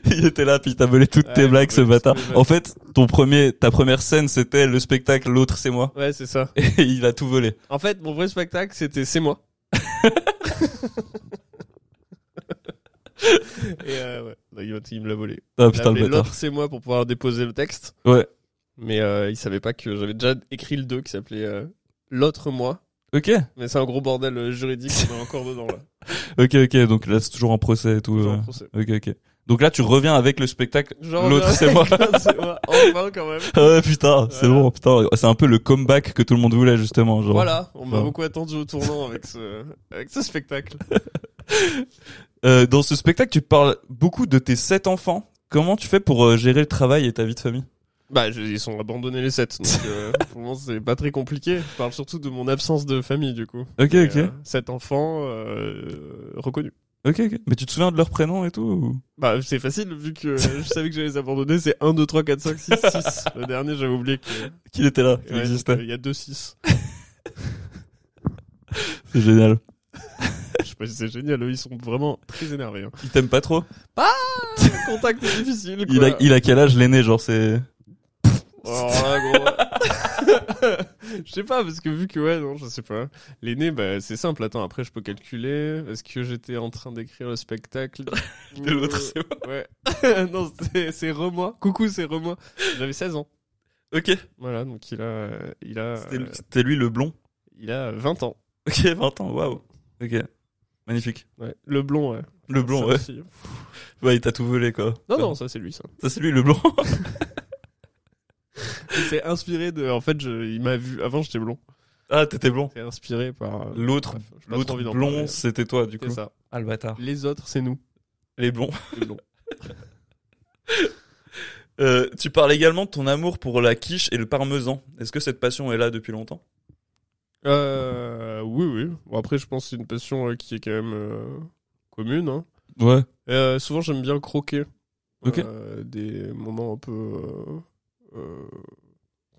S2: il était là, puis il t'a volé toutes
S1: Ouais,
S2: tes
S1: il
S2: blagues,
S1: m'a
S2: ce
S1: volé toutes
S2: bâtard.
S1: mes blagues.
S2: En fait, ton premier, ta première scène, c'était le spectacle, l'autre, c'est moi.
S1: ouais, c'est ça.
S2: Et il a tout volé.
S1: En fait, mon vrai spectacle c'était c'est moi. et euh, ouais, Donc, il m'a- il me l'a volé.
S2: Ah,
S1: Il a
S2: putain, le
S1: appelé
S2: bâtard.
S1: l'autre c'est moi pour pouvoir déposer le texte.
S2: Ouais.
S1: Mais euh, il savait pas que j'avais déjà écrit le 2 qui s'appelait euh, L'autre moi.
S2: Ok.
S1: Mais c'est un gros bordel euh, juridique qu'on est encore dedans là.
S2: Ok, ok. Donc là, c'est toujours en procès et tout.
S1: Genre,
S2: euh.
S1: pour ça.
S2: Ok, ok. Donc là, tu reviens avec le spectacle,
S1: Genre,
S2: l'autre,
S1: euh,
S2: c'est moi.
S1: c'est moi. Enfin quand même.
S2: Ah ouais, putain, c'est
S1: Voilà.
S2: bon, putain. C'est un peu le comeback que tout le monde voulait, justement. Genre.
S1: Voilà, on m'a
S2: Bon.
S1: beaucoup attendu au tournant avec ce, avec ce spectacle.
S2: Euh, dans ce spectacle, tu parles beaucoup de tes sept enfants. Comment tu fais pour euh, gérer le travail et ta vie de famille
S1: Bah je- ils sont abandonnés les 7, donc euh, pour le moment c'est pas très compliqué. Je parle surtout de mon absence de famille du coup.
S2: Ok,
S1: Mais,
S2: ok.
S1: euh, sept enfants euh, reconnus.
S2: Ok, ok. Mais tu te souviens de leur prénom et tout ou-
S1: Bah, c'est facile, vu que euh, je savais que j'allais les abandonner, c'est 1, 2, 3, 4, 5, 6, 6. Le dernier, j'avais oublié qu'il
S2: Qu'il était là, qu'il
S1: ouais,
S2: existait.
S1: Il y a 2, 6.
S2: C'est génial.
S1: Je sais pas si c'est génial, eux, ils sont vraiment très énervés. hein.
S2: Il t'aime pas trop
S1: Le contact est difficile, quoi.
S2: il a, il a quel âge l'aîné Genre, c'est.
S1: Alors là, gros. je sais pas, parce que vu que, ouais, non, je sais pas. L'aîné, bah, c'est simple. Attends, après, je peux calculer. Est-ce que j'étais en train d'écrire le spectacle Euh,
S2: De l'autre, c'est
S1: Ouais. non, c'est- c'est Remois. Coucou, c'est Remois. J'avais 16 ans.
S2: Ok.
S1: Voilà, donc il a, euh, il a,
S2: C'était
S1: euh,
S2: lui- C'était lui le blond.
S1: il a 20 ans.
S2: Ok, 20 ans, waouh. Ok. Magnifique.
S1: Ouais. Le blond, ouais.
S2: Le blond,
S1: Ça
S2: ouais.
S1: aussi.
S2: Ouais, il t'a tout volé, quoi.
S1: Non, non, ça c'est lui, ça.
S2: Ça, c'est lui le blond.
S1: Il s'est inspiré de. En fait, je- il m'a vu. Avant, j'étais blond.
S2: ah, t'étais blond.
S1: C'est inspiré par. euh,
S2: L'autre,
S1: bref, j'ai pas trop
S2: l'autre
S1: envie d'en
S2: blond,
S1: parler.
S2: c'était toi, du coup.
S1: C'est ça.
S2: Ah, le bâtard.
S1: Les autres, c'est nous.
S2: Les blonds.
S1: Les blonds.
S2: Euh, tu parles également de ton amour pour la quiche et le parmesan. Est-ce que cette passion est là depuis longtemps
S1: Euh, oui, oui. Bon, après, je pense que c'est une passion euh, qui est quand même euh, commune. hein.
S2: Ouais.
S1: Euh, souvent, j'aime bien croquer.
S2: Ok.
S1: Euh, des moments un peu. euh, euh,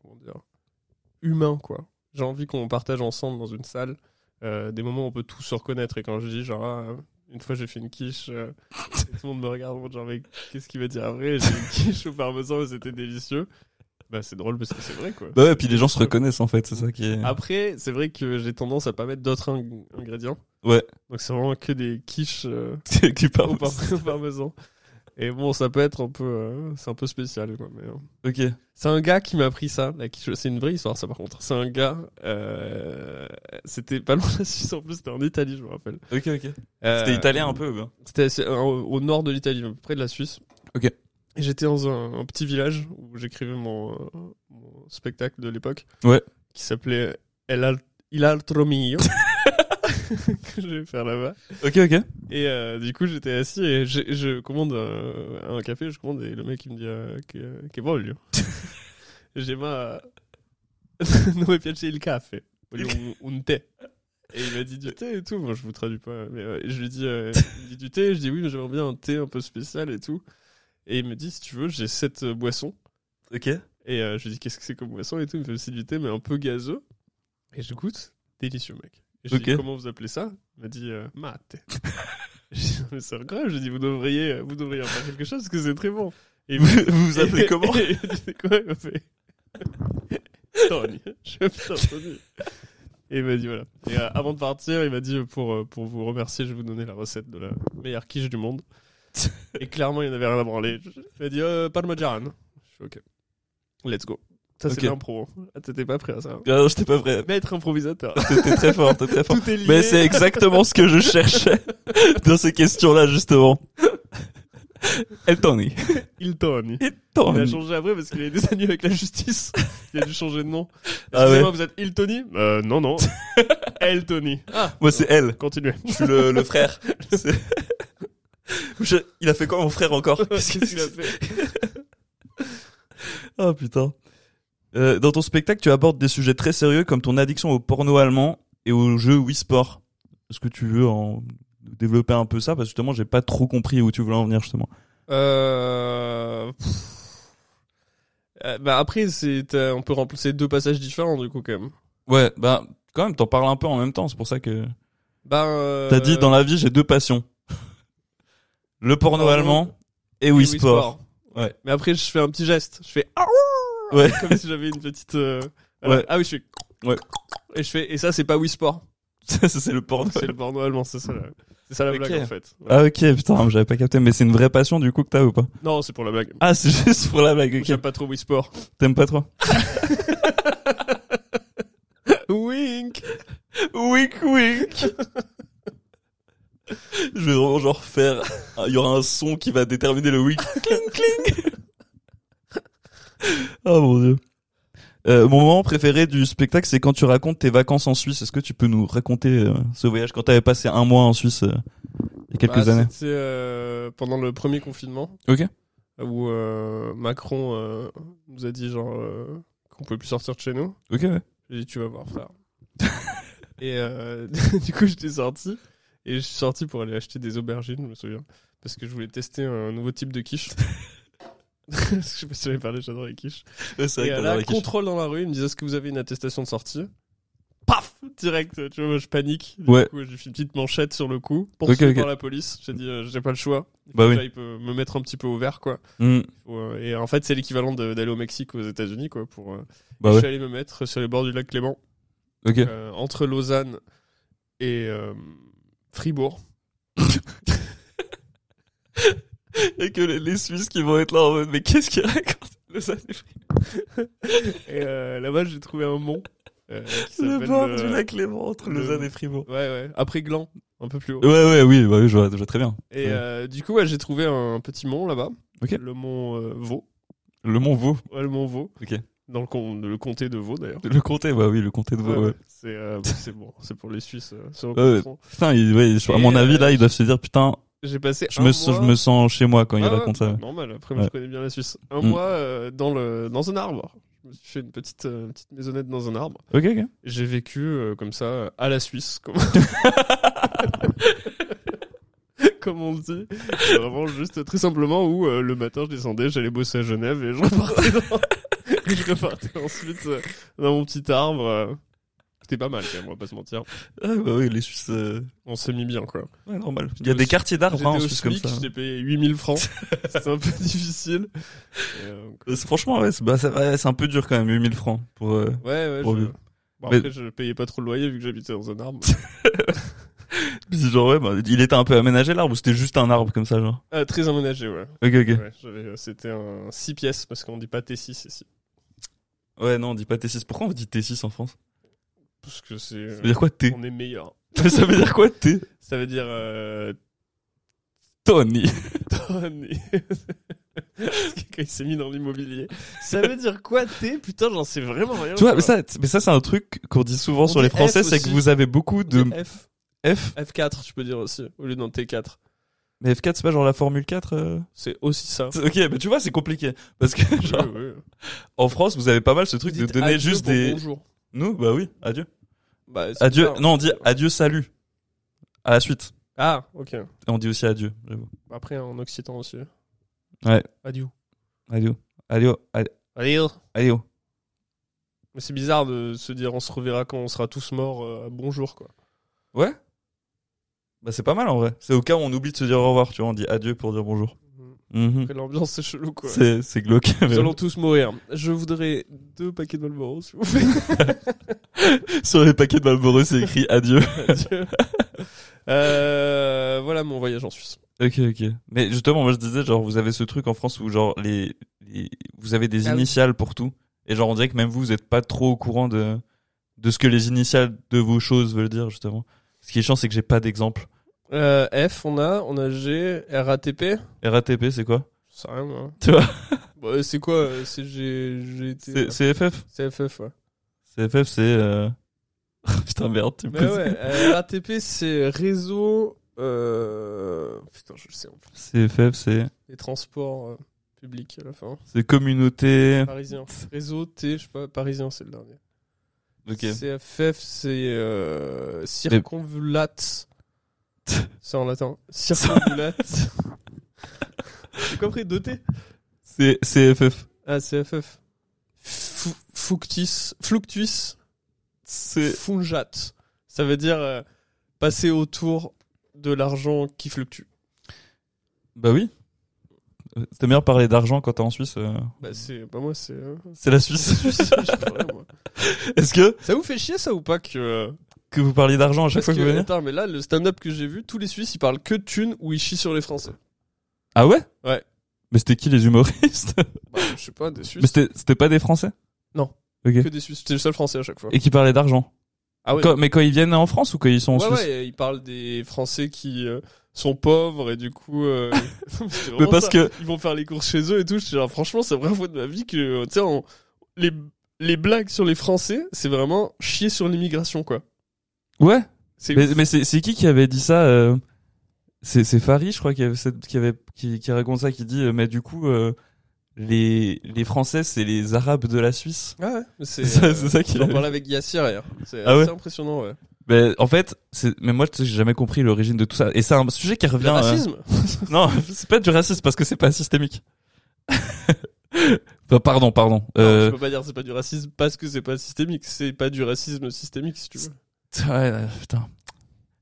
S1: comment dire Humains, quoi. J'ai envie qu'on partage ensemble dans une salle euh, des moments où on peut tous se reconnaître. Et quand je dis, genre, ah, une fois j'ai fait une quiche, euh, et tout le monde me regarde, en mode, genre, mais qu'est-ce qu'il va dire après J'ai une quiche au parmesan et c'était délicieux. Bah, c'est drôle parce que c'est vrai, quoi.
S2: Bah ouais, et puis les gens se reconnaissent en fait, c'est ça qui est.
S1: Ah. Après, c'est vrai que j'ai tendance à pas mettre d'autres ing- ingrédients.
S2: Ouais.
S1: Donc c'est vraiment que des quiches euh,
S2: C'est avec du
S1: au
S2: parmesan.
S1: par- au parmesan. Et bon, ça peut être un peu, euh, c'est un peu spécial. Quoi, mais, euh.
S2: Ok.
S1: C'est un gars qui m'a appris ça. La quiche, c'est une vraie histoire, ça par contre. C'est un gars. euh, C'était pas loin de la Suisse en plus. C'était en Italie, je me rappelle.
S2: Ok, ok.
S1: Euh,
S2: C'était italien un peu, quoi.
S1: C'était assez- euh, au nord de l'Italie, près de la Suisse.
S2: Ok.
S1: Et j'étais dans un, un petit village où j'écrivais mon, euh, mon spectacle de l'époque.
S2: Ouais.
S1: Qui s'appelait El Al- Il Altro Mio. que je vais faire là-bas.
S2: Ok, ok.
S1: Et euh, du coup, j'étais assis et j'ai- je commande euh, un café. Je commande et le mec il me dit euh, que, que voglio. J'ai ma. non, mais piace il café. Un, un thé. Et il m'a dit du thé et tout. Moi, je vous traduis pas. Mais euh, je lui dis, euh, il me dit du thé. Je dis oui, mais j'aimerais bien un thé un peu spécial et tout. Et il me dit, si tu veux, j'ai cette euh, boisson.
S2: Ok.
S1: Et euh, je lui dis, qu'est-ce que c'est comme boisson et tout. Il me fait aussi du thé, mais un peu gazeux. Et je goûte, délicieux, mec. Et je lui
S2: Ok.
S1: dis, comment vous appelez ça Il m'a dit, euh, mate. je dis, mais c'est incroyable. Je lui dis, vous devriez, euh, vous devriez en faire quelque chose parce que c'est très bon. Et
S2: Vous vous vous appelez
S1: Et-
S2: comment
S1: et Il me dit, quoi Il m'a fait, Tony. Je me putain, Tony. Et il m'a dit, voilà. Et euh, avant de partir, il m'a dit, pour, euh, pour vous remercier, je vais vous donner la recette de la meilleure quiche du monde. Et clairement, il n'avait rien à branler. Il m'a dit, euh, parmigiano. Je fais, ok. Let's go. Ça,
S2: Ok.
S1: c'est l'impro. hein. Ah, T'étais pas prêt à ça. hein.
S2: Ah, non, j'étais pas vrai.
S1: Maître improvisateur.
S2: T'es très fort, t'es très fort.
S1: Tout est lié.
S2: Mais c'est exactement ce que je cherchais dans ces questions-là, justement. El Tony.
S1: Il tourne.
S2: El
S1: Il a
S2: Tony.
S1: changé après parce qu'il est des années avec la justice. Il a dû changer de nom.
S2: Ah
S1: Excusez-moi,
S2: ouais.
S1: vous êtes Il Tony Euh, non, non. El Tony. Ah,
S2: Moi, c'est elle.
S1: continuez.
S2: Je suis le, le frère. C'est- Je- Il a fait quoi, mon frère, encore
S1: Qu'est-ce qu'il a fait
S2: Ah putain. Euh, dans ton spectacle, tu abordes des sujets très sérieux comme ton addiction au porno allemand et au jeu Wii Sport. Est-ce que tu veux en développer un peu ça Parce que justement, j'ai pas trop compris où tu voulais en venir justement.
S1: Euh. pff. Euh, Bah après, c'est, euh, on peut remplacer deux passages différents du coup quand même.
S2: Ouais, bah quand même, t'en parles un peu en même temps. C'est pour ça que
S1: Bah, euh,
S2: t'as dit dans la vie, j'ai deux passions le porno
S1: Porno
S2: allemand et
S1: oui,
S2: Wii Sport. Ouais.
S1: Mais après, je fais un petit geste. Je fais Ah ouh
S2: Ouais.
S1: comme si j'avais une petite. euh, voilà.
S2: Ouais.
S1: Ah oui, je fais.
S2: Ouais.
S1: Et je fais. Et ça, c'est pas Wii Sport.
S2: Ça, c'est le porno.
S1: C'est le porno allemand, c'est ça. la- C'est ça la
S2: Ok.
S1: blague en fait. Ouais.
S2: Ah ok, putain, j'avais pas capté. Mais c'est une vraie passion du coup que t'as ou pas
S1: Non, c'est pour la blague.
S2: Ah, c'est juste pour la blague.
S1: J'aime
S2: Ok,
S1: pas trop Wii Sport.
S2: t'aimes pas trop
S1: Wink.
S2: Wink wink. Je vais vraiment genre faire. Il y aura un son qui va déterminer le wink. Cling cling. oh mon dieu. Euh, mon moment préféré du spectacle, c'est quand tu racontes tes vacances en Suisse. Est-ce que tu peux nous raconter euh, ce voyage quand t'avais passé un mois en Suisse euh, il y a quelques
S1: Bah,
S2: années
S1: C'était euh, pendant le premier confinement.
S2: Ok.
S1: Où euh, Macron euh, nous a dit genre euh, qu'on pouvait plus sortir de chez nous.
S2: Ok. Ouais.
S1: J'ai dit tu vas voir frère. et euh, du coup j'étais sorti Et je suis sorti pour aller acheter des aubergines, je me souviens. Parce que je voulais tester un nouveau type de quiche. je sais pas si j'avais parlé, j'adore les quiches.
S2: C'est
S1: Et
S2: vrai que
S1: là,
S2: t'adores les quiches.
S1: contrôle dans la rue, il me disait est-ce que vous avez une attestation de sortie Paf Direct, tu vois, moi, je panique. Du
S2: Ouais.
S1: coup, j'ai fait une petite manchette sur le cou,
S2: Ok,
S1: poursuivi
S2: ok.
S1: par la police. J'ai dit, euh, j'ai pas le choix. Il faut
S2: Bah
S1: que
S2: oui.
S1: j'aille, euh, me mettre un petit peu au vert, quoi.
S2: Mm.
S1: Faut, euh, Et en fait, c'est l'équivalent de- d'aller au Mexique aux États-Unis, quoi. Pour, euh,
S2: Bah
S1: je
S2: ouais.
S1: suis allé me mettre sur les bords du lac Clément,
S2: Ok.
S1: euh, entre Lausanne et euh, Fribourg.
S2: Et que les, les Suisses qui vont être là en mode, mais qu'est-ce qu'ils racontent Le Zan-
S1: Et euh, là-bas, j'ai trouvé un mont. euh, qui s'appelle,
S2: Le bord
S1: euh,
S2: du lac Léman entre
S1: le-
S2: Lausanne et Fribourg.
S1: Ouais, ouais. Après Gland, un peu plus haut.
S2: Ouais, ouais, oui, bah oui, je vois, je vois très bien.
S1: Et
S2: Ouais.
S1: euh, du coup, ouais, j'ai trouvé un petit mont là-bas.
S2: Ok.
S1: Le mont euh, Vaux.
S2: Le Mont Vaux.
S1: Ouais, le mont Vaux.
S2: Ok.
S1: Dans le, com- le comté de Vaud, d'ailleurs.
S2: Le comté, bah oui, le comté de Vaud. ouais.
S1: C'est euh, c'est bon, c'est pour les Suisses. euh, c'est
S2: Ouais, ouais.
S1: reconnaissant.
S2: Putain, ils- ouais, sur- à
S1: Et,
S2: mon avis,
S1: euh,
S2: là, ils doivent se dire, putain,
S1: J'ai passé
S2: je
S1: un
S2: me, sens,
S1: mois-
S2: je me sens chez moi quand ils
S1: Ah ouais,
S2: racontent ça.
S1: bah, Normal, après moi
S2: Ouais.
S1: je connais bien la Suisse. Un
S2: Mm.
S1: mois euh, dans, le, dans un arbre. Je me suis fait une petite, euh, petite maisonnette dans un arbre.
S2: Ok, ok.
S1: J'ai vécu euh, comme ça à la Suisse, comme, comme on dit. C'est Vraiment juste très simplement où euh, le matin je descendais, j'allais bosser à Genève et je repartais, dans- je repartais ensuite euh, dans mon petit arbre. euh. C'était pas mal quand même, on va pas se mentir.
S2: Ah, bah oui, les Suisses. euh,
S1: On s'est mis bien quoi.
S2: Ouais, normal. Il y a des quartiers d'arbres
S1: J'étais
S2: hein, en
S1: au
S2: Suisse comme
S1: SMIC,
S2: ça.
S1: j'ai payé 8000 francs. C'était un peu difficile. Et, euh,
S2: Euh, c'est- Franchement, ouais, c'est bah, ça- ouais, c'est un peu dur quand même, 8000 francs. Pour, euh,
S1: Ouais, ouais.
S2: Pour
S1: je-
S2: vivre.
S1: Bon,
S2: Mais-
S1: après, je payais pas trop le loyer vu que j'habitais dans un arbre.
S2: C'est genre, ouais, bah, il était un peu aménagé l'arbre ou c'était juste un arbre comme ça, genre
S1: Euh, très aménagé, ouais.
S2: Ok, ok.
S1: Ouais, j'avais, euh, C'était un 6 pièces parce qu'on dit pas T6 ici.
S2: Ouais, non, on dit pas T6. Pourquoi on dit T6 en France
S1: Parce que c'est.
S2: Ça
S1: euh,
S2: veut dire quoi T
S1: on est meilleur.
S2: Ça veut dire quoi T
S1: Ça veut dire. Euh,
S2: Tony.
S1: tonné. Parce que quand il s'est mis dans l'immobilier. Ça veut dire quoi T Putain, j'en sais vraiment rien.
S2: Tu vois, mais
S1: quoi.
S2: ça, mais ça c'est un truc qu'on dit souvent
S1: On
S2: sur les
S1: dit F
S2: Français, c'est que
S1: aussi.
S2: vous avez beaucoup de
S1: On dit F.
S2: F.
S1: F4, tu peux dire aussi, au lieu d'un T4.
S2: Mais F4, c'est pas genre la Formule 4 euh
S1: C'est aussi ça.
S2: C'est- Ok, mais tu vois, c'est compliqué. Parce que genre,
S1: Ouais, ouais.
S2: en France, vous avez pas mal ce truc
S1: Vous
S2: de
S1: dites
S2: donner
S1: adieu
S2: juste
S1: pour
S2: des...
S1: Bonjour.
S2: Nous, bah oui, adieu.
S1: Bah, c'est
S2: Adieu,
S1: bizarre.
S2: non, on dit adieu, salut. À la suite.
S1: Ah, ok.
S2: Et on dit aussi adieu, j'avoue.
S1: Après, en occitan aussi.
S2: Ouais.
S1: Adieu.
S2: Adieu, adieu, ad-
S1: Adieu.
S2: adieu.
S1: Mais c'est bizarre de se dire on se reverra quand on sera tous morts. euh, bonjour quoi.
S2: Ouais Bah c'est pas mal en vrai. C'est au cas où on oublie de se dire au revoir, tu vois, on dit adieu pour dire bonjour. Mhm.
S1: Après l'ambiance c'est chelou quoi.
S2: C'est c'est glauque.
S1: Nous allons tous mourir. Je voudrais deux paquets de Malboro s'il vous plaît.
S2: Sur les paquets de Marlboro, c'est écrit adieu.
S1: Adieu. Euh, voilà mon voyage en Suisse.
S2: Ok, ok. Mais justement, moi je disais, genre, vous avez ce truc en France où, genre, les, les- vous avez des
S1: Ah oui.
S2: initiales pour tout. Et genre, on dirait que même vous, vous n'êtes pas trop au courant de, de ce que les initiales de vos choses veulent dire, justement. Ce qui est chiant, c'est que j'ai pas d'exemple.
S1: Euh, F on a, on a G, RATP.
S2: RATP, c'est quoi
S1: C'est rien moi.
S2: Tu vois
S1: Bah, c'est quoi euh, C'est G, GT.
S2: C'est c'est FF
S1: C'est FF ouais.
S2: CFF, c'est. Euh... Putain, merde, tu me
S1: Mais
S2: poses-
S1: ouais, euh, RATP c'est réseau. Euh... Putain je le sais en plus.
S2: CFF, c'est.
S1: Les transports euh, publics à la fin.
S2: C'est communauté.
S1: Parisien. Réseau T, je sais pas, parisien, c'est le dernier.
S2: Ok.
S1: CFF, c'est euh, circonvolate. c'est en latin. Circonvolate. J'ai compris, doté.
S2: C'est CFF.
S1: Ah, CFF. Fou- Fouctis. Fluctus.
S2: C'est.
S1: Fungat. Ça veut dire euh, passer autour de l'argent qui fluctue.
S2: Bah oui. Euh, T'aimes bien parler d'argent quand t'es en Suisse euh,
S1: Bah, c'est pas moi, c'est. euh,
S2: C'est la Suisse.
S1: je sais pas, moi.
S2: Est-ce que,
S1: ça vous fait chier ça ou pas que. euh,
S2: que vous parliez d'argent à chaque
S1: Parce
S2: fois que vous
S1: que,
S2: venez
S1: attends, mais là, le stand-up que j'ai vu, tous les Suisses, ils parlent que de thunes ou ils chient sur les Français.
S2: Ah ouais
S1: Ouais.
S2: Mais c'était qui les humoristes
S1: Bah, je sais pas, des
S2: Mais
S1: Suisses.
S2: c'était c'était pas des Français
S1: Que des Suisses. C'était le seul Français à chaque fois.
S2: Et qui parlaient d'argent
S1: Ah ouais.
S2: Quand- Mais quand ils viennent en France ou quand ils sont en
S1: ouais,
S2: Suisse
S1: ouais, ils parlent des Français qui euh, sont pauvres et du coup. euh, c'est vraiment
S2: Mais parce
S1: ça.
S2: que
S1: Ils vont faire les courses chez eux et tout. Je suis genre, franchement, c'est la première fois de ma vie que, euh, tu sais, on- les, les blagues sur les Français, c'est vraiment chier sur l'immigration, quoi.
S2: ouais,
S1: C'est
S2: mais, mais c'est c'est qui qui avait dit ça euh, C'est c'est Farid, je crois, qui avait, cette- qui, avait qui, qui raconte ça, qui dit euh, mais du coup euh, les les Français c'est les Arabes de la Suisse.
S1: Ah ouais, mais c'est.
S2: C'est ça,
S1: euh,
S2: c'est ça qu'il
S1: J'en
S2: a-
S1: parlais avec Yassir hier. C'est
S2: Ah ouais
S1: assez impressionnant, ouais.
S2: Mais en fait, c'est- mais moi, tu sais, j'ai jamais compris l'origine de tout ça. Et c'est un sujet qui revient.
S1: Le
S2: euh,
S1: racisme
S2: Non, c'est pas du racisme parce que c'est pas systémique. Enfin, pardon, pardon.
S1: Non,
S2: Euh,
S1: Tu peux pas dire c'est pas du racisme parce que c'est pas systémique. C'est pas du racisme systémique, si tu veux.
S2: ouais, euh, putain.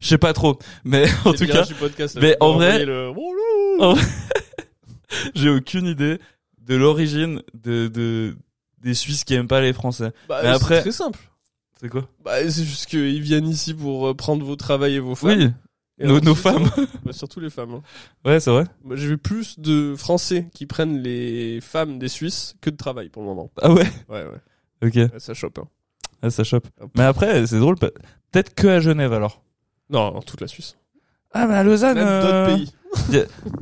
S2: Je sais pas trop, mais en
S1: Les
S2: tout cas,
S1: virages du podcast,
S2: mais
S1: euh,
S2: en
S1: vous
S2: vrai-
S1: envoyez le-
S2: En j'ai aucune idée de l'origine de, de des Suisses qui aiment pas les Français.
S1: Bah,
S2: Mais
S1: c'est
S2: après-
S1: très simple.
S2: C'est quoi
S1: Bah, c'est juste qu'ils viennent ici pour euh, prendre vos travail et vos femmes.
S2: Oui,
S1: Et
S2: nos,
S1: alors,
S2: nos
S1: surtout-
S2: femmes.
S1: bah, surtout les femmes. hein.
S2: Ouais, c'est vrai.
S1: Moi, J'ai vu plus de Français qui prennent les femmes des Suisses que de travail pour le moment.
S2: Ah ouais.
S1: Ouais, ouais,
S2: Ok,
S1: Ouais, ça chope. hein.
S2: Ah, ça chope.
S1: Hop.
S2: Mais après, c'est drôle. pa- Peut-être que à Genève alors.
S1: Non, non, toute la Suisse.
S2: Ah, mais à Lausanne.
S1: Même
S2: euh,
S1: d'autres pays.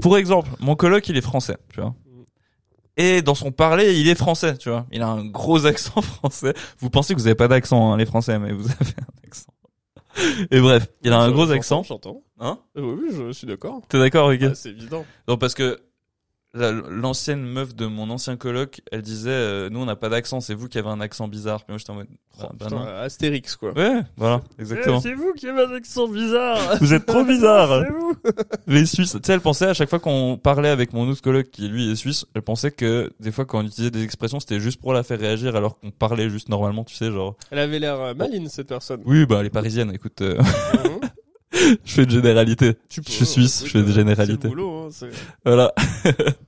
S2: Pour exemple, mon coloc, il est français, tu vois. Et dans son parler, il est français, tu vois. Il a un gros accent français. Vous pensez que vous avez pas d'accent, hein, les Français, mais vous avez un accent. Et bref, il a un
S1: Je-
S2: gros
S1: j'entends,
S2: accent.
S1: J'entends.
S2: Hein
S1: Euh, Oui, oui, je suis d'accord.
S2: T'es d'accord, avec
S1: Ah, c'est évident.
S2: Non, parce que la- l'ancienne meuf de mon ancien coloc, elle disait, euh, nous on n'a pas d'accent, c'est vous qui avez un accent bizarre. Puis moi j'étais en mode, Ah, bah
S1: Putain,
S2: non.
S1: euh, Astérix, quoi.
S2: Ouais, voilà,
S1: Eh,
S2: exactement.
S1: c'est vous qui avez un accent bizarre.
S2: Vous êtes trop bizarre.
S1: c'est vous.
S2: Les Suisses, tu sais, elle pensait à chaque fois qu'on parlait avec mon autre colloque qui lui est suisse, elle pensait que des fois quand on utilisait des expressions, c'était juste pour la faire réagir alors qu'on parlait juste normalement, tu sais, genre
S1: Elle avait l'air euh, maline, cette personne.
S2: oui, bah elle est parisienne, écoute, euh,
S1: Mhm.
S2: je fais de généralité.
S1: Tu peux,
S2: Je suis suisse,
S1: oui,
S2: je fais des
S1: c'est le
S2: généralités.
S1: boulot, hein, c'est-
S2: Voilà.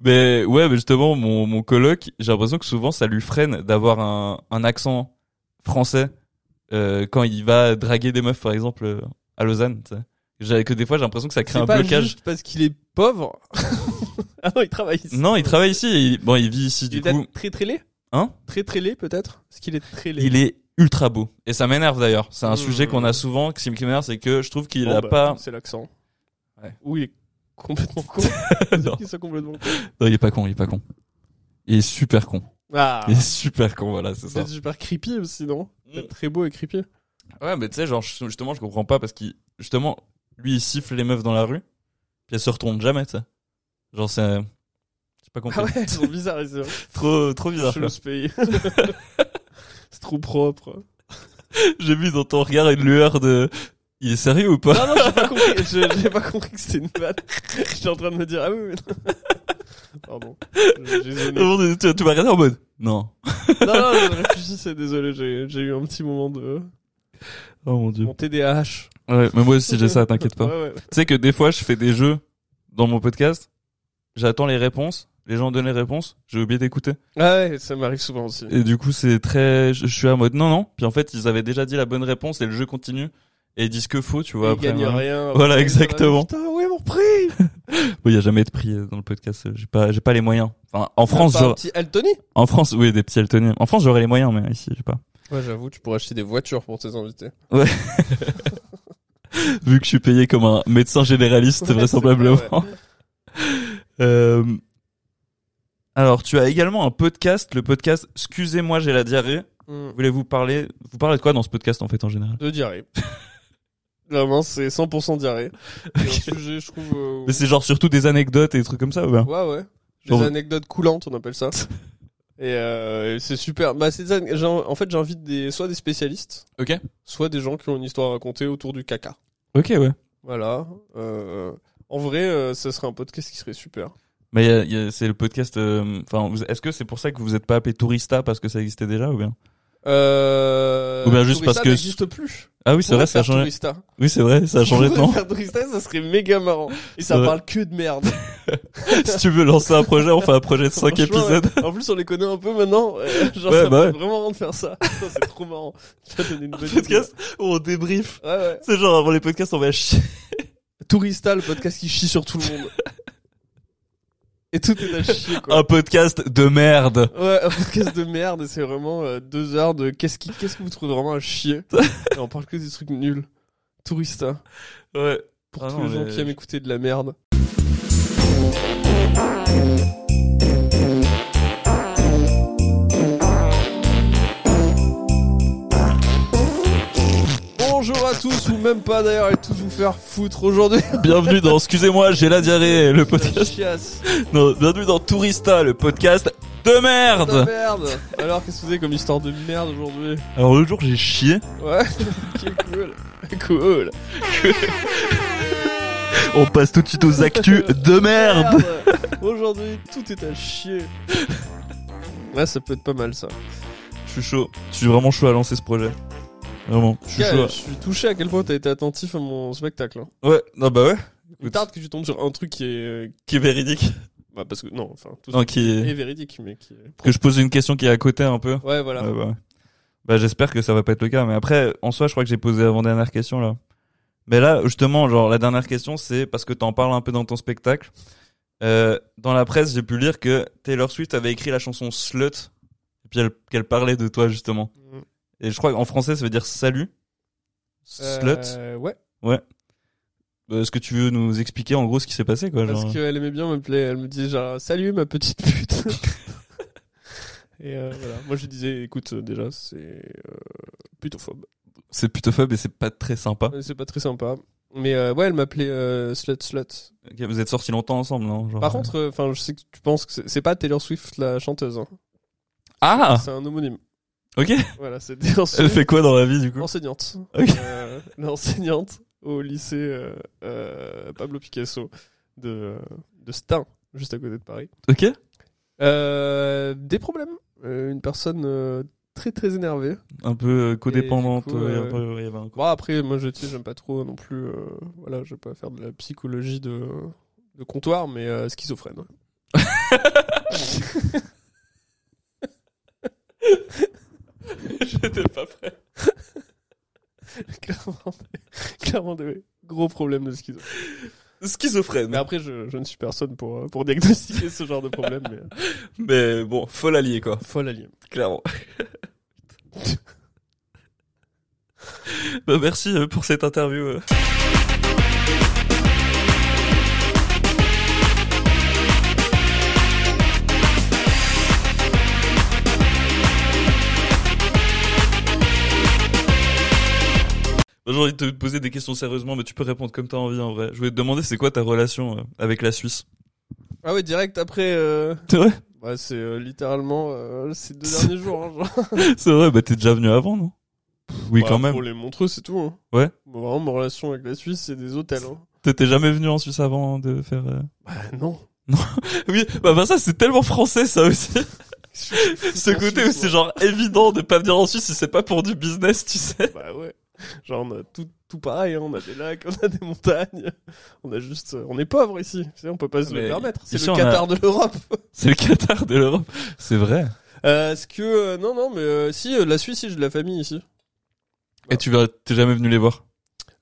S2: mais ouais, mais justement mon mon colloque, j'ai l'impression que souvent ça lui freine d'avoir un un accent français euh, quand il va draguer des meufs par exemple euh, à Lausanne, tu sais. J'ai- que des fois j'ai l'impression que ça crée
S1: C'est
S2: un
S1: pas
S2: blocage.
S1: juste parce qu'il est pauvre. ah non, il travaille ici.
S2: Non, il travaille ici, et il- bon, il vit
S1: Il
S2: ici
S1: est
S2: du
S1: peut-être
S2: coup.
S1: très très laid
S2: Hein
S1: Très très laid peut-être Parce qu'il est très laid.
S2: Il est ultra beau. Et ça m'énerve d'ailleurs. C'est un
S1: Mmh.
S2: sujet qu'on a souvent, qui qui m'énerve, c'est que je trouve qu'il
S1: Bon,
S2: a
S1: bah,
S2: pas...
S1: C'est l'accent.
S2: Ouais.
S1: Ou il est complètement con.
S2: non.
S1: Il est complètement con.
S2: Non, Euh, il est pas con, il est pas con. Il est super con.
S1: Ah
S2: Il est super con, voilà, c'est ça.
S1: C'est super creepy aussi, non
S2: Mm.
S1: Très beau et creepy.
S2: Ouais, mais tu sais, genre, je- justement, je comprends pas parce qu'il, justement, lui, il siffle les meufs dans la rue, puis elles se retournent jamais, tu sais. Genre, c'est... J'ai pas compris.
S1: Ah ouais, ils sont bizarres, ils
S2: trop, trop bizarre,
S1: sont
S2: quoi.
S1: ce pays. c'est trop propre.
S2: J'ai vu dans ton regard une lueur de... Il est sérieux ou pas
S1: Non, non, j'ai pas compris. Je- J'ai pas compris que c'était une vanne. J'étais en train de me dire, ah oui, mais non. Pardon. J'ai zoné. Non,
S2: Tu tu m'as regardé en mode...
S1: non,
S2: Non.
S1: je réfléchissais, désolé, j'ai j'ai eu un petit moment de...
S2: Oh mon dieu.
S1: Mon TDAH.
S2: Ouais, mais moi aussi j'ai ça, t'inquiète pas.
S1: Ouais, ouais.
S2: Tu sais que des fois, je fais des jeux dans mon podcast. J'attends les réponses. Les gens donnent les réponses. J'ai oublié d'écouter.
S1: Ah ouais, ça m'arrive souvent aussi.
S2: Et du coup, c'est très. Je je suis à mode non, non. Puis en fait, ils avaient déjà dit la bonne réponse et le jeu continue. Et ils disent que faux, tu vois.
S1: Ils
S2: après,
S1: gagnent
S2: voilà.
S1: rien.
S2: Voilà,
S1: Après,
S2: exactement.
S1: Putain, ouais, mon prix
S2: Oui, il y a jamais de prix euh, dans le podcast. euh, J'ai pas, j'ai pas les moyens. Enfin, en France,
S1: Pas un
S2: j'aurais-
S1: petit Altony
S2: en France, oui, des petits Altoniens. En France, j'aurais les moyens, mais ici, j'ai pas.
S1: Ouais, j'avoue, tu pourrais acheter des voitures pour tes invités.
S2: Vu que je suis payé comme un médecin généraliste,
S1: Ouais,
S2: vraisemblablement.
S1: c'est vrai,
S2: Euh, Alors, tu as également un podcast, le podcast Excusez-moi, j'ai la diarrhée.
S1: Hmm.
S2: Voulez-vous parler Vous parlez de quoi dans ce podcast en fait en général
S1: De diarrhée. Vraiment, c'est 100% diarrhée. C'est un sujet, je trouve... euh,
S2: Mais c'est genre surtout des anecdotes et des trucs comme ça ou bien
S1: Ouais, ouais. Des
S2: Genre-
S1: anecdotes coulantes, on appelle ça. Et euh, c'est super. Bah, c'est des an- j'en- en fait, j'invite des, soit des spécialistes,
S2: Ok.
S1: soit des gens qui ont une histoire à raconter autour du caca.
S2: Ok, ouais.
S1: Voilà. Euh, en vrai, euh, ça serait un podcast qui serait super.
S2: Mais y a- y a- c'est le podcast. euh, Enfin, vous- est-ce que c'est pour ça que vous êtes pas appelé Tourista parce que ça existait déjà ou bien
S1: Euh,
S2: Ou bien juste
S1: Tourista
S2: parce que-
S1: n'existe plus.
S2: Ah oui, c'est
S1: On
S2: vrai,
S1: va
S2: ça a
S1: faire
S2: changé.
S1: Tourista.
S2: Oui, c'est vrai, ça a changé de
S1: On va
S2: nom.
S1: faire Tourista, ça serait méga marrant. Et ça
S2: Ouais.
S1: parle que de merde.
S2: si tu veux lancer un projet, on fait un projet de 5
S1: Franchement,
S2: épisodes.
S1: ouais. En plus, on les connaît un peu maintenant. euh, Genre,
S2: Ouais,
S1: ça
S2: bah
S1: peut
S2: ouais.
S1: vraiment rendre faire ça. Putain, C'est trop marrant. Ça donne une bonne idée.
S2: podcast où on débrief.
S1: Ouais, ouais.
S2: C'est genre avant les podcasts, on va chier.
S1: Tourista, le podcast qui chie sur tout le monde. Et tout est à chier, quoi.
S2: Un podcast de merde.
S1: Ouais, un podcast de merde. Et c'est vraiment euh, deux heures de qu'est-ce qui, qu'est-ce que vous trouvez vraiment à chier. Et on parle que des trucs nuls. Tourista.
S2: Ouais.
S1: Pour
S2: Ah
S1: tous
S2: non,
S1: les gens
S2: mais-
S1: qui aiment écouter de la merde. Bonjour à tous, ou même pas d'ailleurs, et tous vous faire foutre aujourd'hui.
S2: Bienvenue dans Excusez-moi, j'ai la diarrhée, le podcast.
S1: Chiasse.
S2: Non, bienvenue dans Tourista, le podcast de Ah, merde
S1: merde Alors, qu'est-ce que vous avez comme histoire de merde aujourd'hui
S2: Alors l'autre jour j'ai chié.
S1: Ouais, ok, cool. Cool.
S2: On passe tout de suite aux actus de merde.
S1: Aujourd'hui, tout est à chier. Ouais, ça peut être pas mal ça.
S2: Je suis chaud. Je suis vraiment chaud à lancer ce projet. Vraiment, je suis
S1: Gars,
S2: chaud.
S1: je suis touché à quel point t'as été attentif à mon spectacle. Hein.
S2: à- Ouais, non bah ouais.
S1: Il me tarde que tu tombes sur un truc qui est. euh,
S2: Qui est véridique.
S1: Bah, parce que. Non, enfin, tout
S2: Non,
S1: ça
S2: qui est-
S1: est véridique, mais qui est.
S2: Que je pose une question qui est à côté un peu.
S1: Ouais, voilà.
S2: Ouais, bah ouais. Bah, j'espère que ça va pas être le cas. Mais après, en soi, je crois que j'ai posé avant dernière question là. Mais là, justement, genre la dernière question, c'est parce que t'en parles un peu dans ton spectacle. Euh, dans la presse, j'ai pu lire que Taylor Swift avait écrit la chanson Slut, et puis elle- qu'elle parlait de toi justement.
S1: Mm.
S2: Et je crois qu'en français, ça veut dire salut. Slut.
S1: Euh, ouais.
S2: Euh, Est-ce que tu veux nous expliquer en gros ce qui s'est passé quoi genre...
S1: Parce qu'elle aimait bien m'appeler, elle me disait genre salut ma petite pute. Et euh, voilà, moi je lui disais écoute euh, déjà c'est euh, putophobe,
S2: C'est plutôt faible et c'est pas très sympa.
S1: Ah, c'est pas très sympa. Mais euh, ouais, elle m'appelait euh, slut slut.
S2: Ok, vous êtes sortis longtemps ensemble, non genre... euh.
S1: Par contre, euh, enfin je sais que tu penses que c'est- c'est pas Taylor Swift la chanteuse, hein.
S2: ah,
S1: c'est un homonyme.
S2: ok.
S1: Voilà, c'est Taylor
S2: Elle
S1: Swift,
S2: fait quoi dans la vie du coup
S1: enseignante,
S2: Ok.
S1: Euh, l'enseignante au lycée euh, euh, Pablo Picasso de de Stein, juste à côté de Paris.
S2: Ok.
S1: Euh, des problèmes. Euh, une personne euh, très très énervée.
S2: un peu euh, codépendante.
S1: Et du coup,
S2: euh,
S1: euh,
S2: un peu, il y avait un coup.
S1: Bon après, moi je tu sais, j'aime pas trop non plus. euh, voilà, je vais pas faire de la psychologie de, de comptoir, mais euh, schizophrène.
S2: J'étais pas prêt.
S1: clairement, des- clairement des gros problèmes de schizophrène. Mais
S2: Schizophrène.
S1: après, je, je ne suis personne pour euh, pour diagnostiquer ce genre de problème, mais euh,
S2: Mais bon, folle alliée quoi,
S1: folle alliée.
S2: clairement. bah merci euh, pour cette interview. euh. J'ai envie de te poser des questions sérieusement, mais tu peux répondre comme t'as envie en vrai. Je voulais te demander c'est quoi ta relation euh, avec la Suisse.
S1: Ah ouais, direct après. euh,
S2: C'est vrai
S1: ouais, c'est euh, littéralement euh, ces deux derniers jours. hein, genre.
S2: C'est vrai, bah t'es déjà venu avant, non Oui,
S1: Bah,
S2: quand même.
S1: Pour les montreux, c'est tout. hein.
S2: Ouais.
S1: Bon, vraiment, ma relation avec la Suisse, c'est des hôtels. hein.
S2: T'étais jamais venu en Suisse avant de faire. euh,
S1: Bah non.
S2: Oui, bah, bah ça c'est tellement français ça aussi. Ce côté où c'est genre évident de pas venir en Suisse si c'est pas pour du business, tu sais.
S1: Bah ouais. Genre, on a tout, tout pareil, hein. on a des lacs, on a des montagnes. On a juste. euh, On est pauvre ici, tu sais, on peut pas se
S2: Mais
S1: le permettre. C'est
S2: ici,
S1: le
S2: on a-
S1: Qatar de l'Europe.
S2: C'est le Qatar de l'Europe. C'est vrai.
S1: Euh, Est-ce que. euh, non, non, mais euh, si, euh, la Suisse, si, j'ai de la famille ici.
S2: Et tu verras, t'es jamais venu les voir.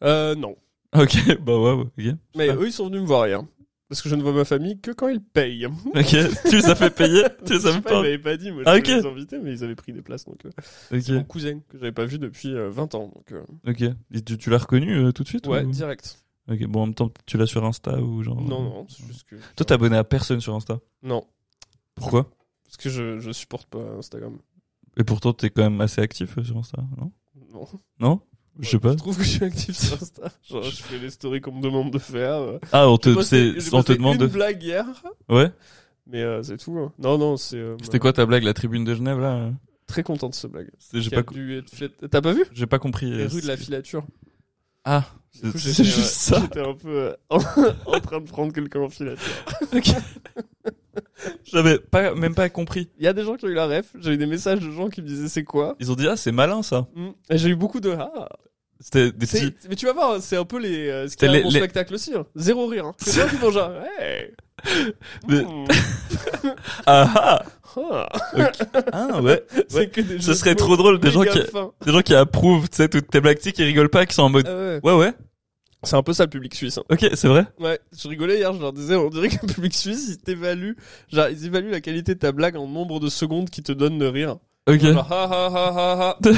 S1: Euh, non.
S2: Ok, bah ouais, ouais,
S1: Mais
S2: Ah.
S1: eux, ils sont venus me voir hier. Parce que je ne vois ma famille que quand ils payent.
S2: ok. Ok, tu les as fait payer, tu les
S1: Je
S2: as
S1: sais pas,
S2: fait
S1: ils
S2: payer.
S1: m'avaient pas dit, moi je
S2: Ah,
S1: voulais
S2: ok.
S1: les inviter, mais ils avaient pris des places. Donc, euh, mon
S2: Ok,
S1: cousin que j'avais pas vu depuis euh, 20 ans. Donc, euh,
S2: ok. Et tu, tu l'as reconnu euh, tout de suite
S1: ouais,
S2: ou-
S1: direct.
S2: Ok, bon en même temps tu l'as sur Insta ou genre. euh,
S1: Non, non, c'est juste que. euh,
S2: Toi t'es abonné à personne sur Insta.
S1: Non,
S2: Pourquoi
S1: parce que je, je supporte pas Instagram.
S2: Et pourtant t'es quand même assez actif euh, sur Insta, non
S1: Non.
S2: Non Je sais
S1: Ouais,
S2: pas.
S1: Je trouve que je suis actif sur Insta. Genre, je fais les stories qu'on me demande de faire.
S2: Ah, on te,
S1: J'ai posté-
S2: c'est-
S1: j'ai
S2: on te
S1: posté
S2: demande.
S1: une
S2: de-
S1: blague hier,
S2: Ouais.
S1: mais euh, c'est tout. hein. Non, non, c'est. euh,
S2: C'était quoi ta blague, la tribune de Genève là hein
S1: Très content de ce blague.
S2: C'est- J'ai
S1: Qui
S2: pas,
S1: a dû être faite- T'as pas vu
S2: co- j'ai pas compris.
S1: Les
S2: euh,
S1: rues de la
S2: c'est-
S1: filature.
S2: Ah,
S1: Du coup,
S2: c'est
S1: j'ai
S2: c'est
S1: fait,
S2: juste
S1: ouais,
S2: ça.
S1: J'étais un peu euh, en train de prendre quelqu'un en filature.
S2: J'avais pas, même pas compris.
S1: Il y a des gens qui ont eu la ref. J'ai eu des messages de gens qui me disaient c'est quoi.
S2: Ils ont dit ah c'est malin ça.
S1: Hmm. Et J'ai eu beaucoup de ah.
S2: C'était des
S1: C'est-
S2: petits.
S1: Mais tu vas voir, c'est un peu les euh, ce
S2: C'était
S1: qu'il y a
S2: les-
S1: dans mon
S2: les-
S1: spectacle aussi. hein. Zéro rire. hein. C'est toi qui font genre. Hey.
S2: Mais-
S1: Hmm.
S2: Ah
S1: Ah.
S2: ah, ah ouais.
S1: C'est que des
S2: Ce
S1: jeux
S2: serait
S1: de mots
S2: trop drôle des gens
S1: méga
S2: qui,
S1: fins.
S2: des gens qui approuvent, tu sais, toutes tes blagues, tu sais, qui rigolent pas, qui sont en mode.
S1: Ah ouais.
S2: Ouais ouais.
S1: C'est un peu ça le public suisse. hein.
S2: Ok, c'est vrai.
S1: Ouais, je rigolais hier, je leur disais, on dirait que le public suisse, ils t'évaluent, genre, ils évaluent la qualité de ta blague en nombre de secondes qui te donne le rire.
S2: Ok.
S1: Genre, ha ha ha ha ha.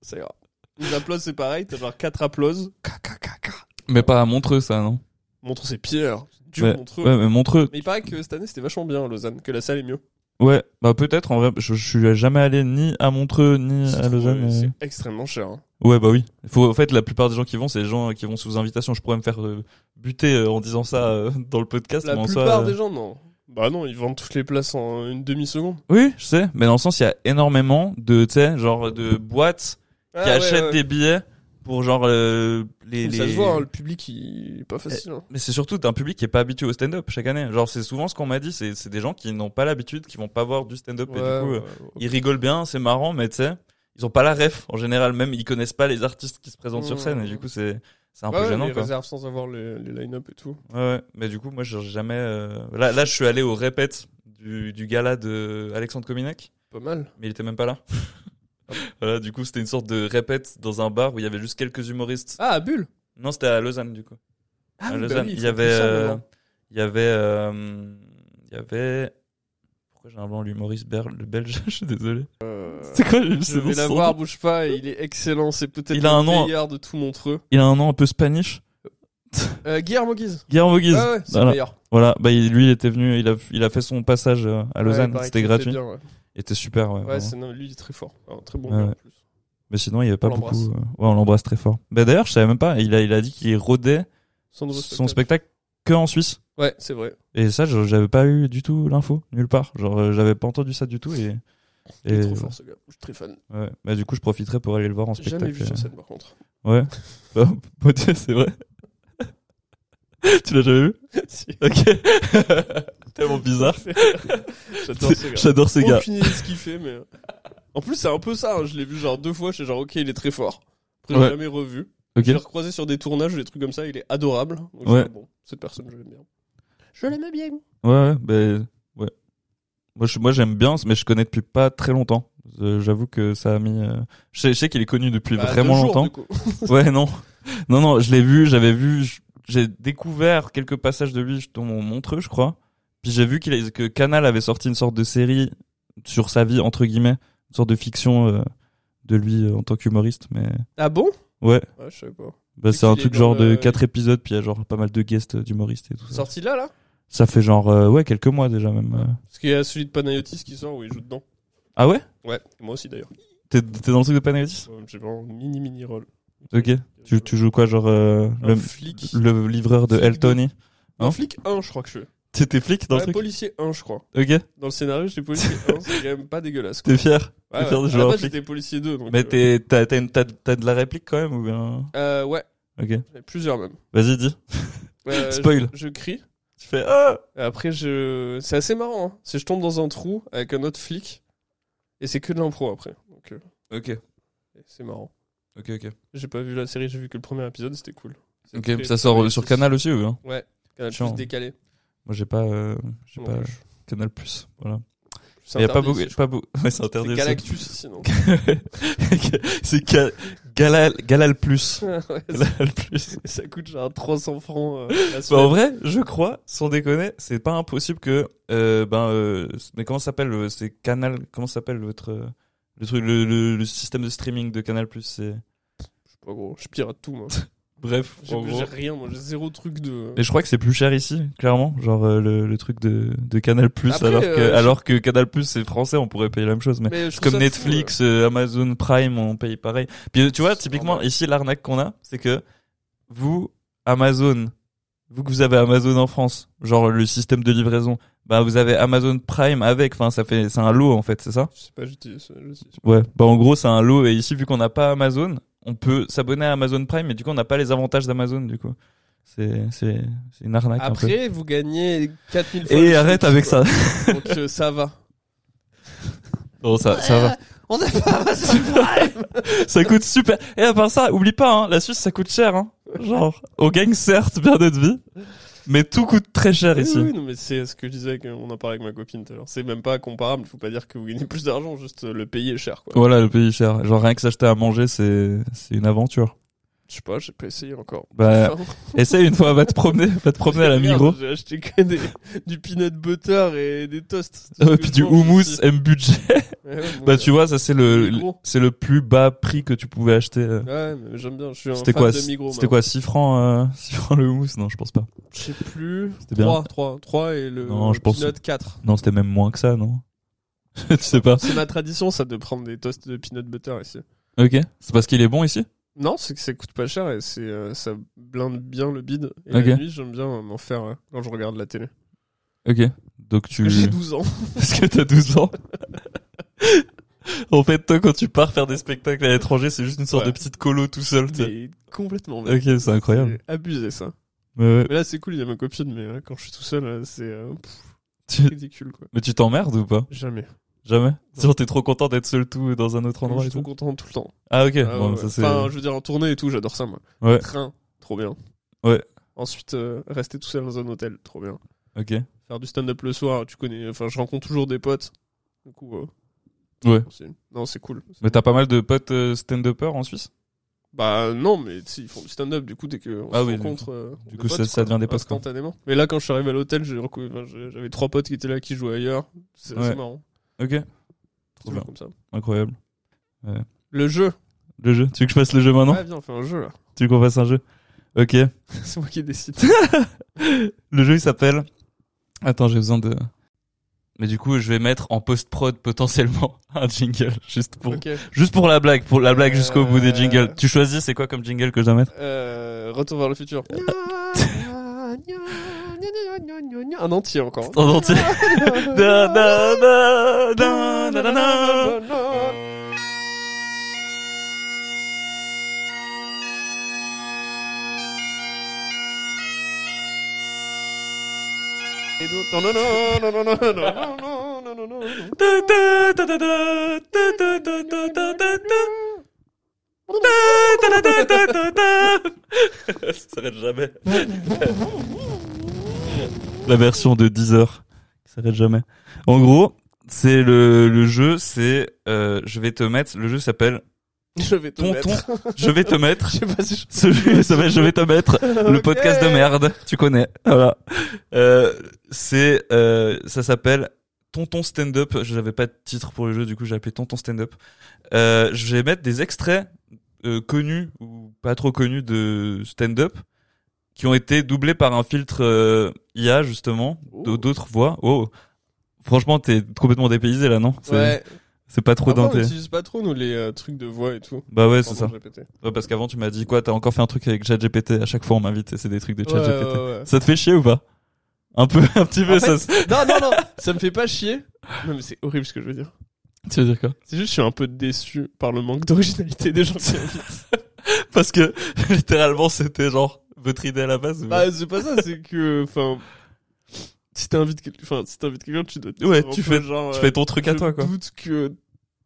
S1: c'est grave. Les applauses, c'est pareil, t'as genre 4 applauses. Ka, ka, ka, ka.
S2: Mais pas à Montreux ça non.
S1: Montre c'est pire. Dieu
S2: Ouais.
S1: montre.
S2: Ouais Euh, mais Montreux.
S1: Mais il paraît que cette année, c'était vachement bien à Lausanne, que la salle est mieux.
S2: Ouais. Bah peut-être en vrai. Je, je suis jamais allé ni à Montreux ni
S1: C'est
S2: à
S1: trop-
S2: Lausanne.
S1: euh,
S2: euh.
S1: C'est extrêmement cher. hein.
S2: Ouais, bah oui. Faut, en fait, la plupart des gens qui vont, c'est des gens qui vont sous invitation. Je pourrais me faire euh, buter euh, en disant ça euh, dans le podcast.
S1: La
S2: mais en
S1: plupart
S2: soi, euh,
S1: des gens, non. Bah non, ils vendent toutes les places en une demi-seconde.
S2: Oui, je sais, mais dans le sens, il y a énormément de, tu sais, genre de boîtes
S1: Ah
S2: qui achètent des billets pour genre euh, les.
S1: Ça
S2: les-
S1: se voit, hein, le public, il est
S2: Eh,
S1: pas facile. hein.
S2: Mais c'est surtout d'un public qui est pas habitué au stand-up chaque année. Genre, c'est souvent ce qu'on m'a dit, c'est c'est des gens qui n'ont pas l'habitude, qui vont pas voir du stand-up et du coup,
S1: Ouais,
S2: euh,
S1: ouais, ouais.
S2: ils rigolent bien, c'est marrant, mais tu sais, ils ont pas la ref en général, même ils connaissent pas les artistes qui se présentent sur scène et du coup, c'est c'est un
S1: Mmh. Ouais,
S2: peu
S1: ouais,
S2: gênant
S1: les
S2: quoi.
S1: réserves sans avoir les, les line-up et tout.
S2: Ouais, ouais. mais du coup, moi, j'ai jamais. euh, Là, là, je suis allé au répète du, du gala de Alexandre Kominek,
S1: Pas mal.
S2: mais il était même pas là. voilà, du coup, c'était une sorte de répète dans un bar où il y avait juste quelques humoristes.
S1: Ah, à Bulle
S2: Non, c'était à Lausanne, du coup.
S1: Ah
S2: à
S1: oui, bah
S2: Lausanne.
S1: oui,
S2: il y
S1: faut
S2: avait.
S1: plus hein. ça,
S2: euh,
S1: maintenant.
S2: Il y avait. euh, Il y avait. Pourquoi j'ai un blanc, lui Maurice Berle, le belge Je suis désolé.
S1: Euh,
S2: C'est quoi le-
S1: Je
S2: c'est
S1: vais
S2: son nom
S1: l'avoir, bouge pas, il est excellent, c'est peut-être
S2: Il a un
S1: le
S2: nom. hein.
S1: meilleur de tout Montreux.
S2: Il a un nom un peu spanish.
S1: Euh, Guillermo Guise.
S2: Guillermo Guise.
S1: Ah ouais, c'est
S2: Voilà.
S1: le meilleur.
S2: Voilà, bah, il- lui, il était venu, il a, il a fait son passage euh, à Lausanne, c'était gratuit.
S1: bien, ouais,
S2: Il était super, ouais.
S1: Ouais,
S2: vraiment.
S1: c'est- non, lui, il est très fort. Un très bon
S2: Ouais,
S1: gars,
S2: Ah ouais.
S1: en plus.
S2: Mais sinon, il n'y avait pas
S1: l'embrasse.
S2: beaucoup. euh, Ouais, on l'embrasse très fort. Bah, d'ailleurs, je savais même pas. Il a, il a dit qu'il rodait
S1: Son nouveau
S2: son spectacle que en Suisse.
S1: Ouais, c'est vrai.
S2: Et ça, je- j'avais pas eu du tout l'info, nulle part. Genre, euh, j'avais pas entendu ça du tout. Et,
S1: Il est
S2: et-
S1: trop fort, ce gars. Je suis très fan.
S2: ouais. Bah, du coup, je profiterai pour aller le voir en
S1: J'ai
S2: spectacle. euh.
S1: jamais vu sur scène, par contre.
S2: Ouais. Bah, mon Dieu, c'est vrai. tu l'as jamais vu
S1: Si.
S2: Ok. Tellement bizarre.
S1: J'adore ce gars.
S2: J'adore ce gars.
S1: Aucune idée de ce qu'il fait, mais. euh. En plus, c'est un peu ça. hein, Je l'ai vu genre deux fois. Je suis genre, ok, il est très fort. Après, je
S2: Ouais.
S1: l'ai jamais revu.
S2: Ok.
S1: Je l'ai recroisé sur des tournages, des trucs comme ça. Il est adorable. Donc, je suis
S2: Ouais.
S1: genre, bon, cette personne, je l'aime bien. Je l'aimais bien.
S2: Ouais, ouais, ben, ouais. Moi, je, moi, j'aime bien, mais je connais depuis pas très longtemps. Euh, J'avoue que ça a mis. euh, Je sais, je sais qu'il est connu depuis
S1: Bah,
S2: vraiment
S1: deux jours,
S2: longtemps.
S1: du coup.
S2: Ouais, non, non, non. Je l'ai vu, j'avais vu, je- j'ai découvert quelques passages de lui dans mon montreux, je crois. Puis j'ai vu qu'il a- que Canal avait sorti une sorte de série sur sa vie entre guillemets, une sorte de fiction euh, de lui euh, en tant qu'humoriste. Mais
S1: Ah bon
S2: ouais,
S1: Ouais, je savais pas.
S2: bah,
S1: Et
S2: c'est un
S1: qu'il est
S2: truc genre
S1: dans le-
S2: de quatre épisodes, puis il y a genre pas mal de guests euh, d'humoristes et tout ça.
S1: Sorti là, là
S2: Ça fait genre euh, ouais quelques mois déjà même. euh.
S1: Parce qu'il y a celui de Panayotis qui sort où il joue dedans.
S2: Ah ouais?
S1: Ouais, et moi aussi d'ailleurs.
S2: T'es t'es dans le truc de Panayotis
S1: Euh, J'ai vraiment un mini mini rôle.
S2: Ok. Tu, tu joues quoi, genre euh,
S1: Un
S2: le,
S1: flic.
S2: le livreur de
S1: Flic
S2: El
S1: de-
S2: Tony
S1: Un
S2: Hein
S1: flic 1, je crois que je suis.
S2: T'es t'es flic dans
S1: Ouais,
S2: le truc
S1: policier 1, je crois.
S2: Ok,
S1: Dans le scénario, j'étais policier 1, c'est quand même pas dégueulasse. quoi.
S2: t'es fier
S1: Ouais,
S2: fier de
S1: ouais.
S2: jouer
S1: À la
S2: un
S1: base,
S2: flic.
S1: j'étais policier 2. Donc,
S2: Mais
S1: euh,
S2: t'es- t'as t'as une- t'as- t'as de la réplique quand même ou bien
S1: euh, ouais,
S2: Ok,
S1: j'en ai plusieurs même.
S2: vas-y dis.
S1: Euh,
S2: Spoil.
S1: Je, je crie.
S2: Tu fais ah
S1: et Après, je. C'est assez marrant. Hein. C'est je tombe dans un trou avec un autre flic. Et c'est que de l'impro après. Donc, euh,
S2: Ok,
S1: et c'est marrant.
S2: ok, ok.
S1: J'ai pas vu la série, j'ai vu que le premier épisode, c'était cool. C'est
S2: Ok,
S1: très-
S2: ça sort euh, sur
S1: très-
S2: Canal aussi ou bien
S1: Ouais, Canal
S2: Chiant.
S1: Plus décalé.
S2: Moi j'ai pas, euh, j'ai
S1: Non
S2: pas
S1: plus.
S2: Canal Plus. Voilà.
S1: C'est
S2: Il y a pas
S1: interdit,
S2: beaucoup,
S1: c'est-
S2: pas beaucoup. Ouais, c'est interdit.
S1: C'est
S2: aussi.
S1: Galactus sinon.
S2: C'est Ga- Galal Galal Plus.
S1: Ouais,
S2: Galal Plus.
S1: ça- ça coûte genre 300 francs euh, la
S2: Bah, en
S1: semaine.
S2: vrai, je crois, sans déconner, c'est pas impossible que euh, ben euh, mais comment ça s'appelle euh, c'est Canal comment ça s'appelle votre euh, le truc le, le, le système de streaming de Canal Plus c'est
S1: Je sais pas, Bah, gros, je pirate tout moi.
S2: bref
S1: J'ai
S2: en gros.
S1: j'ai rien, moi j'ai zéro truc de.
S2: Mais je crois que c'est plus cher ici, clairement, genre euh, le, le truc de, de Canal Plus
S1: Après,
S2: alors que
S1: euh, je-
S2: alors que Canal Plus c'est français, on pourrait payer la même chose mais
S1: Mais je trouve
S2: comme
S1: ça fou,
S2: Netflix, euh, Amazon Prime, on paye pareil. Puis euh, tu vois,
S1: C'est
S2: typiquement
S1: normal.
S2: ici l'arnaque qu'on a, c'est que vous Amazon, vous que vous avez Amazon en France, genre le système de livraison, bah vous avez Amazon Prime avec, enfin ça fait c'est un lot en fait, c'est ça
S1: euh, je sais pas, j'utilise. ça, je sais pas.
S2: Ouais. Bah en gros, c'est un lot et ici vu qu'on n'a pas Amazon, on peut s'abonner à Amazon Prime mais du coup on n'a pas les avantages d'Amazon du coup. C'est c'est c'est une arnaque un peu.
S1: Après, vous gagnez 4000 fois.
S2: Et
S1: le
S2: arrête
S1: SMIC,
S2: avec
S1: quoi.
S2: ça.
S1: Donc euh, ça va.
S2: Non, ça ça va.
S1: On n'a pas Amazon Prime
S2: Ça coûte super. Et à part ça, oublie pas, hein, la Suisse, ça coûte cher. Hein. Genre, on gagne certes bien notre vie, mais tout coûte très cher
S1: Oui,
S2: ici.
S1: oui, non, mais c'est ce que je disais, qu'on en parlait avec ma copine tout à l'heure. C'est même pas comparable, faut pas dire que vous gagnez plus d'argent, juste euh, le payer est cher quoi.
S2: Voilà, le pays est cher. Genre, rien que s'acheter à manger, c'est c'est une aventure.
S1: Je sais pas, j'ai pas essayé encore.
S2: Bah,
S1: Enfin,
S2: essaye une fois, va te promener, va te promener à la
S1: merde,
S2: Migros.
S1: J'ai acheté que des, du peanut butter et des toasts. C'est tout ce
S2: Euh,
S1: que
S2: puis
S1: je
S2: du
S1: mange
S2: houmous
S1: ici.
S2: M budget.
S1: Ouais, ouais, bon,
S2: Bah, tu vois, ça, c'est le,
S1: Migros.
S2: c'est le plus bas prix que tu pouvais acheter. euh.
S1: Ouais, mais j'aime bien, je suis un
S2: C'était
S1: fan
S2: quoi?
S1: de Migros.
S2: C'était
S1: moi.
S2: quoi? 6 francs, euh, 6 francs le houmous? Non, je pense pas.
S1: Je sais plus.
S2: C'était bien.
S1: 3, 3, 3 et le
S2: Non, je pense-
S1: peanut 4.
S2: Non, c'était même moins que ça, non? tu sais pas.
S1: C'est ma tradition, ça, de prendre des toasts de peanut butter ici.
S2: Ok. C'est parce qu'il est bon ici?
S1: Non, c'est que ça coûte pas cher et c'est euh, ça blinde bien le bide. Et
S2: Ok.
S1: la nuit, j'aime bien euh, m'en faire euh, quand je regarde la télé.
S2: Ok. Donc tu.
S1: J'ai 12 ans.
S2: Parce que t'as 12 ans. en fait, toi, quand tu pars faire des spectacles à l'étranger, c'est juste une sorte
S1: Ouais.
S2: de petite colo tout seul. tu sais.
S1: Mais complètement. mec.
S2: Ok, c'est incroyable.
S1: C'est Abusé ça.
S2: Ouais, ouais.
S1: Mais là, c'est cool, il y a ma copine, mais euh, quand je suis tout seul, euh, c'est euh, pff,
S2: Tu-
S1: ridicule quoi.
S2: Mais tu t'emmerdes ou pas
S1: Jamais.
S2: Jamais Genre t'es trop content d'être seul tout dans un autre
S1: je
S2: endroit
S1: suis
S2: et
S1: trop
S2: tout
S1: content tout le temps.
S2: Ah ok,
S1: Ah,
S2: bon,
S1: ouais.
S2: ça c'est...
S1: Enfin, je veux dire, en tournée et tout, j'adore ça, moi.
S2: Ouais.
S1: Train, trop bien.
S2: Ouais.
S1: Ensuite, euh, rester tout seul dans un hôtel, trop bien.
S2: Ok.
S1: Faire du stand-up le soir, tu connais. Enfin, je rencontre toujours des potes. Du coup, euh,
S2: Ouais.
S1: c'est- non, c'est cool. C'est-
S2: Mais t'as pas mal de potes euh, stand-uppers en Suisse
S1: Bah non, mais si, ils font du stand-up, du coup, dès qu'on
S2: Ah
S1: se
S2: oui, du
S1: rencontre. euh,
S2: Du
S1: de
S2: coup, ça-
S1: potes,
S2: ça
S1: quoi,
S2: devient des potes, quoi.
S1: Instantanément. Mais là, quand je suis arrivé à l'hôtel, j'ai recou- enfin, j'ai- j'avais trois potes qui étaient là, qui jouaient ailleurs. C'est
S2: Ouais.
S1: c'est marrant.
S2: Ok,
S1: Toujours
S2: bien.
S1: comme ça.
S2: incroyable.
S1: Le jeu.
S2: Le jeu, tu veux que je fasse le jeu maintenant
S1: Ah, viens, on fait un jeu là.
S2: Tu veux qu'on fasse un jeu Ok.
S1: c'est moi qui décide.
S2: Le jeu il s'appelle... Attends, j'ai besoin de... Mais du coup, je vais mettre en post-prod potentiellement un jingle, juste pour...
S1: Ok.
S2: Juste pour la blague, pour la blague jusqu'au bout des
S1: Euh.
S2: jingles. Tu choisis c'est quoi comme jingle que je dois mettre
S1: Euh, retour vers le futur. Un entier encore.
S2: En entier. Da, da, da, da, da, da, da.
S1: Putain,
S2: Da, da, da, da, da, da, da, da, da, da, da, da, da, da, da, da, da. Ça s'arrête jamais. La version de 10 heures qui s'arrête jamais. En gros, c'est le, le jeu, c'est euh, je vais te mettre, le jeu s'appelle
S1: Je vais te
S2: Tonton,
S1: mettre.
S2: je vais te mettre
S1: Je sais pas si je-
S2: Ce jeu s'appelle Je vais te mettre le
S1: Ok.
S2: podcast de merde, tu connais. Voilà. Euh, c'est euh, ça s'appelle Tonton Stand Up. Je n'avais pas de titre pour le jeu, du coup j'ai appelé Tonton Stand Up. Euh, je vais mettre des extraits euh, connus ou pas trop connus de stand up qui ont été doublés par un filtre euh, IA justement d-
S1: Oh.
S2: d'autres voix. Oh, franchement t'es complètement dépaysé là, non C'est
S1: Ouais.
S2: c'est pas trop
S1: Avant, on
S2: denté.
S1: n'utilise pas trop, nous, les euh, trucs de voix et tout.
S2: Bah ouais, c'est
S1: Pardon,
S2: ça.
S1: je répétais.
S2: Ouais, parce qu'avant tu m'as dit quoi T'as encore fait un truc avec ChatGPT. À chaque fois on m'invite et c'est des trucs de
S1: Ouais,
S2: ChatGPT.
S1: ouais, ouais.
S2: Ça te fait chier ou pas Un peu, un petit peu.
S1: En
S2: ça
S1: fait,
S2: se-
S1: Non, non, non, ça me fait pas chier. Non, mais c'est horrible ce que je veux dire.
S2: Tu veux dire quoi
S1: C'est juste, je suis un peu déçu par le manque d'originalité des gens qui invitent.
S2: Parce que littéralement c'était genre votre idée à la base. ou pas
S1: Bah, c'est pas ça, c'est que, enfin, si t'invites quel- enfin, si t'invites quelqu'un, tu dois.
S2: Ouais,
S1: un
S2: tu
S1: peu genre,
S2: tu
S1: euh,
S2: fais ton truc à toi quoi.
S1: Je doute que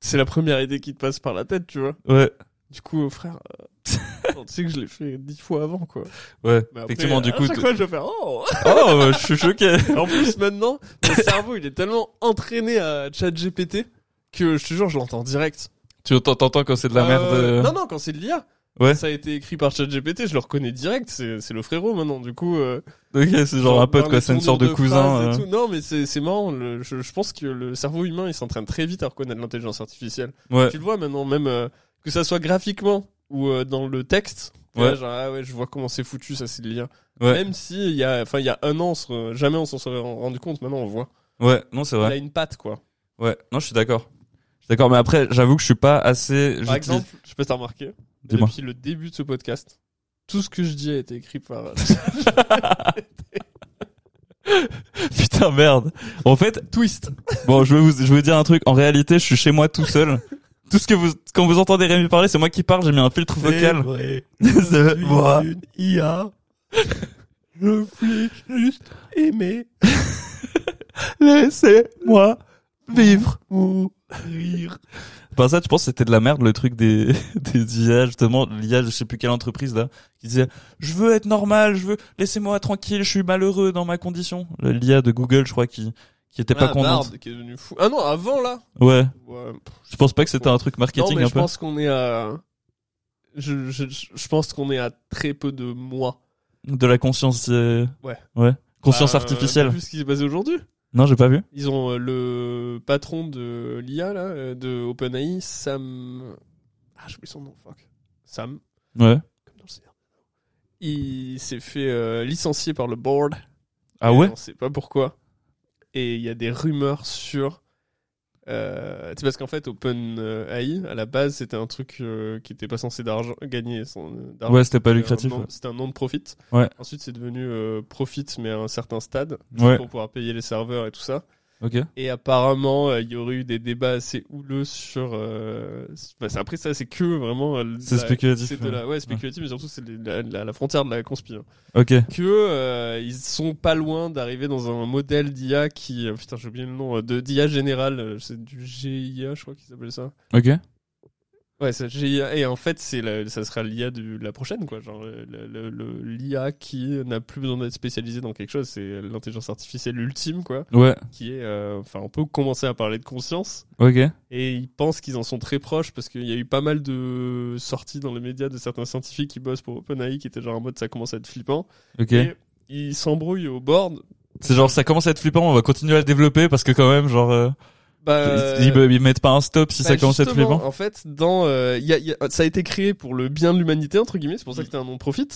S1: c'est la première idée qui te passe par la tête, tu vois.
S2: Ouais,
S1: Du coup, euh, frère, euh, tu sais que je l'ai fait dix fois avant, quoi.
S2: ouais.
S1: Mais après,
S2: Effectivement, du
S1: à
S2: coup.
S1: chaque
S2: t-
S1: fois, je vais faire oh.
S2: Oh, bah, je suis choqué.
S1: en plus, maintenant, mon cerveau, il est tellement entraîné à ChatGPT que je te jure, je l'entends direct.
S2: tu entends- t'entends quand c'est de la
S1: Euh,
S2: merde. euh,
S1: Non, non, quand c'est de l'IA.
S2: Ouais.
S1: Ça a été écrit par ChatGPT, je le reconnais direct, c'est c'est le frérot maintenant, du coup. euh,
S2: Ok, c'est genre un pote
S1: dans
S2: quoi.
S1: les
S2: C'est une
S1: tournures
S2: sorte de cousin.
S1: phrases et
S2: euh,
S1: tout. Non, mais c'est c'est marrant, le- je, je pense que le cerveau humain, il s'entraîne très vite à reconnaître l'intelligence artificielle.
S2: Ouais.
S1: Tu le vois maintenant, même euh, que ça soit graphiquement ou euh, dans le texte. tu vois,
S2: Ouais.
S1: genre, ah ouais, je vois comment c'est foutu, ça c'est le lien.
S2: Ouais.
S1: Même si il y a, enfin il y a un an, on se- jamais on s'en serait rendu compte. Maintenant on voit.
S2: Ouais. Non, c'est
S1: Il
S2: vrai.
S1: a une patte quoi.
S2: Ouais. Non, je suis d'accord. Je suis d'accord, mais après, j'avoue que je suis pas assez.
S1: Par
S2: j'utilise-
S1: exemple, je peux t'as remarqué
S2: Dis-moi.
S1: depuis le début de ce podcast, tout ce que je dis a été écrit par. euh,
S2: Putain, merde. En fait,
S1: Twist.
S2: Bon, je veux vous, je veux dire un truc. En réalité, je suis chez moi tout seul. Tout ce que vous, quand vous entendez Rémi parler, c'est moi qui parle. J'ai mis un filtre vocal. C'est moi.
S1: une IA. Je voulais juste aimer
S2: Laissez-moi vivre.
S1: ou rire.
S2: Par ça, tu penses que c'était de la merde le truc des, des IA justement, l'IA, je sais plus quelle entreprise là, qui disait je veux être normal, je veux laissez-moi tranquille, je suis malheureux dans ma condition. L'IA de Google, je crois, qui qui était pas
S1: Ah,
S2: contente.
S1: Bard, qui est devenu fou. Ah non, avant là.
S2: Ouais,
S1: Ouais.
S2: je pense pas que c'était un truc marketing
S1: non, mais
S2: un
S1: je
S2: peu.
S1: pense qu'on est à. Je, je, je je pense qu'on est à très peu de mois.
S2: De la conscience. euh,
S1: Ouais.
S2: Ouais. Conscience
S1: Bah,
S2: artificielle.
S1: t'as vu ce qui s'est passé aujourd'hui.
S2: Non, j'ai pas vu.
S1: Ils ont euh, le patron de l'IA, là, euh, de OpenAI, Sam. Ah, j'ai oublié son nom, fuck. Sam,
S2: Ouais.
S1: comme dans le CR. Il s'est fait euh, licencier par le board.
S2: Ah
S1: Et
S2: ouais.
S1: On sait pas pourquoi. Et il y a des rumeurs sur Euh, c'est parce qu'en fait, OpenAI, à la base, c'était un truc euh, qui n'était pas censé d'argent, gagner son euh, d'argent.
S2: Ouais, c'était
S1: C'était
S2: pas
S1: un
S2: lucratif,
S1: non-
S2: ouais.
S1: C'était un nom de profit.
S2: Ouais.
S1: Ensuite, c'est devenu euh, profit, mais à un certain stade,
S2: Ouais.
S1: pour pouvoir payer les serveurs et tout ça.
S2: Ok.
S1: Et apparemment, euh, il y aurait eu des débats assez houleux sur. euh, c'est- enfin, c'est- après, ça, c'est que vraiment. euh,
S2: C'est
S1: la-
S2: spéculatif,
S1: C'est de
S2: ouais.
S1: la, ouais, spéculatif, mais surtout, c'est de la, de la- la frontière de la conspire
S2: Ok.
S1: que euh, ils sont pas loin d'arriver dans un modèle d'IA qui euh, putain j'ai oublié le nom euh, de d'IA général euh, c'est du GIA je crois qu'ils appellent ça
S2: Ok.
S1: ouais c'est GIA et en fait c'est la- ça sera l'IA de la prochaine quoi genre euh, le- le- le- l'IA qui n'a plus besoin d'être spécialisée dans quelque chose c'est l'intelligence artificielle ultime quoi
S2: Ouais.
S1: qui est euh, enfin on peut commencer à parler de conscience
S2: Ok.
S1: et ils pensent qu'ils en sont très proches parce qu'il y a eu pas mal de sorties dans les médias de certains scientifiques qui bossent pour OpenAI qui étaient genre en mode ça commence à être flippant
S2: Ok.
S1: et ils s'embrouillent au board
S2: C'est genre, ça commence à être flippant, on va continuer à le développer parce que quand même, genre, euh,
S1: Bah,
S2: ils, ils mettent pas un stop si
S1: bah,
S2: ça commence à être
S1: justement,
S2: flippant.
S1: En fait, dans, euh, y a- y a- ça a été créé pour le bien de l'humanité, entre guillemets, c'est pour ça
S2: Mm.
S1: que c'était un non-profit.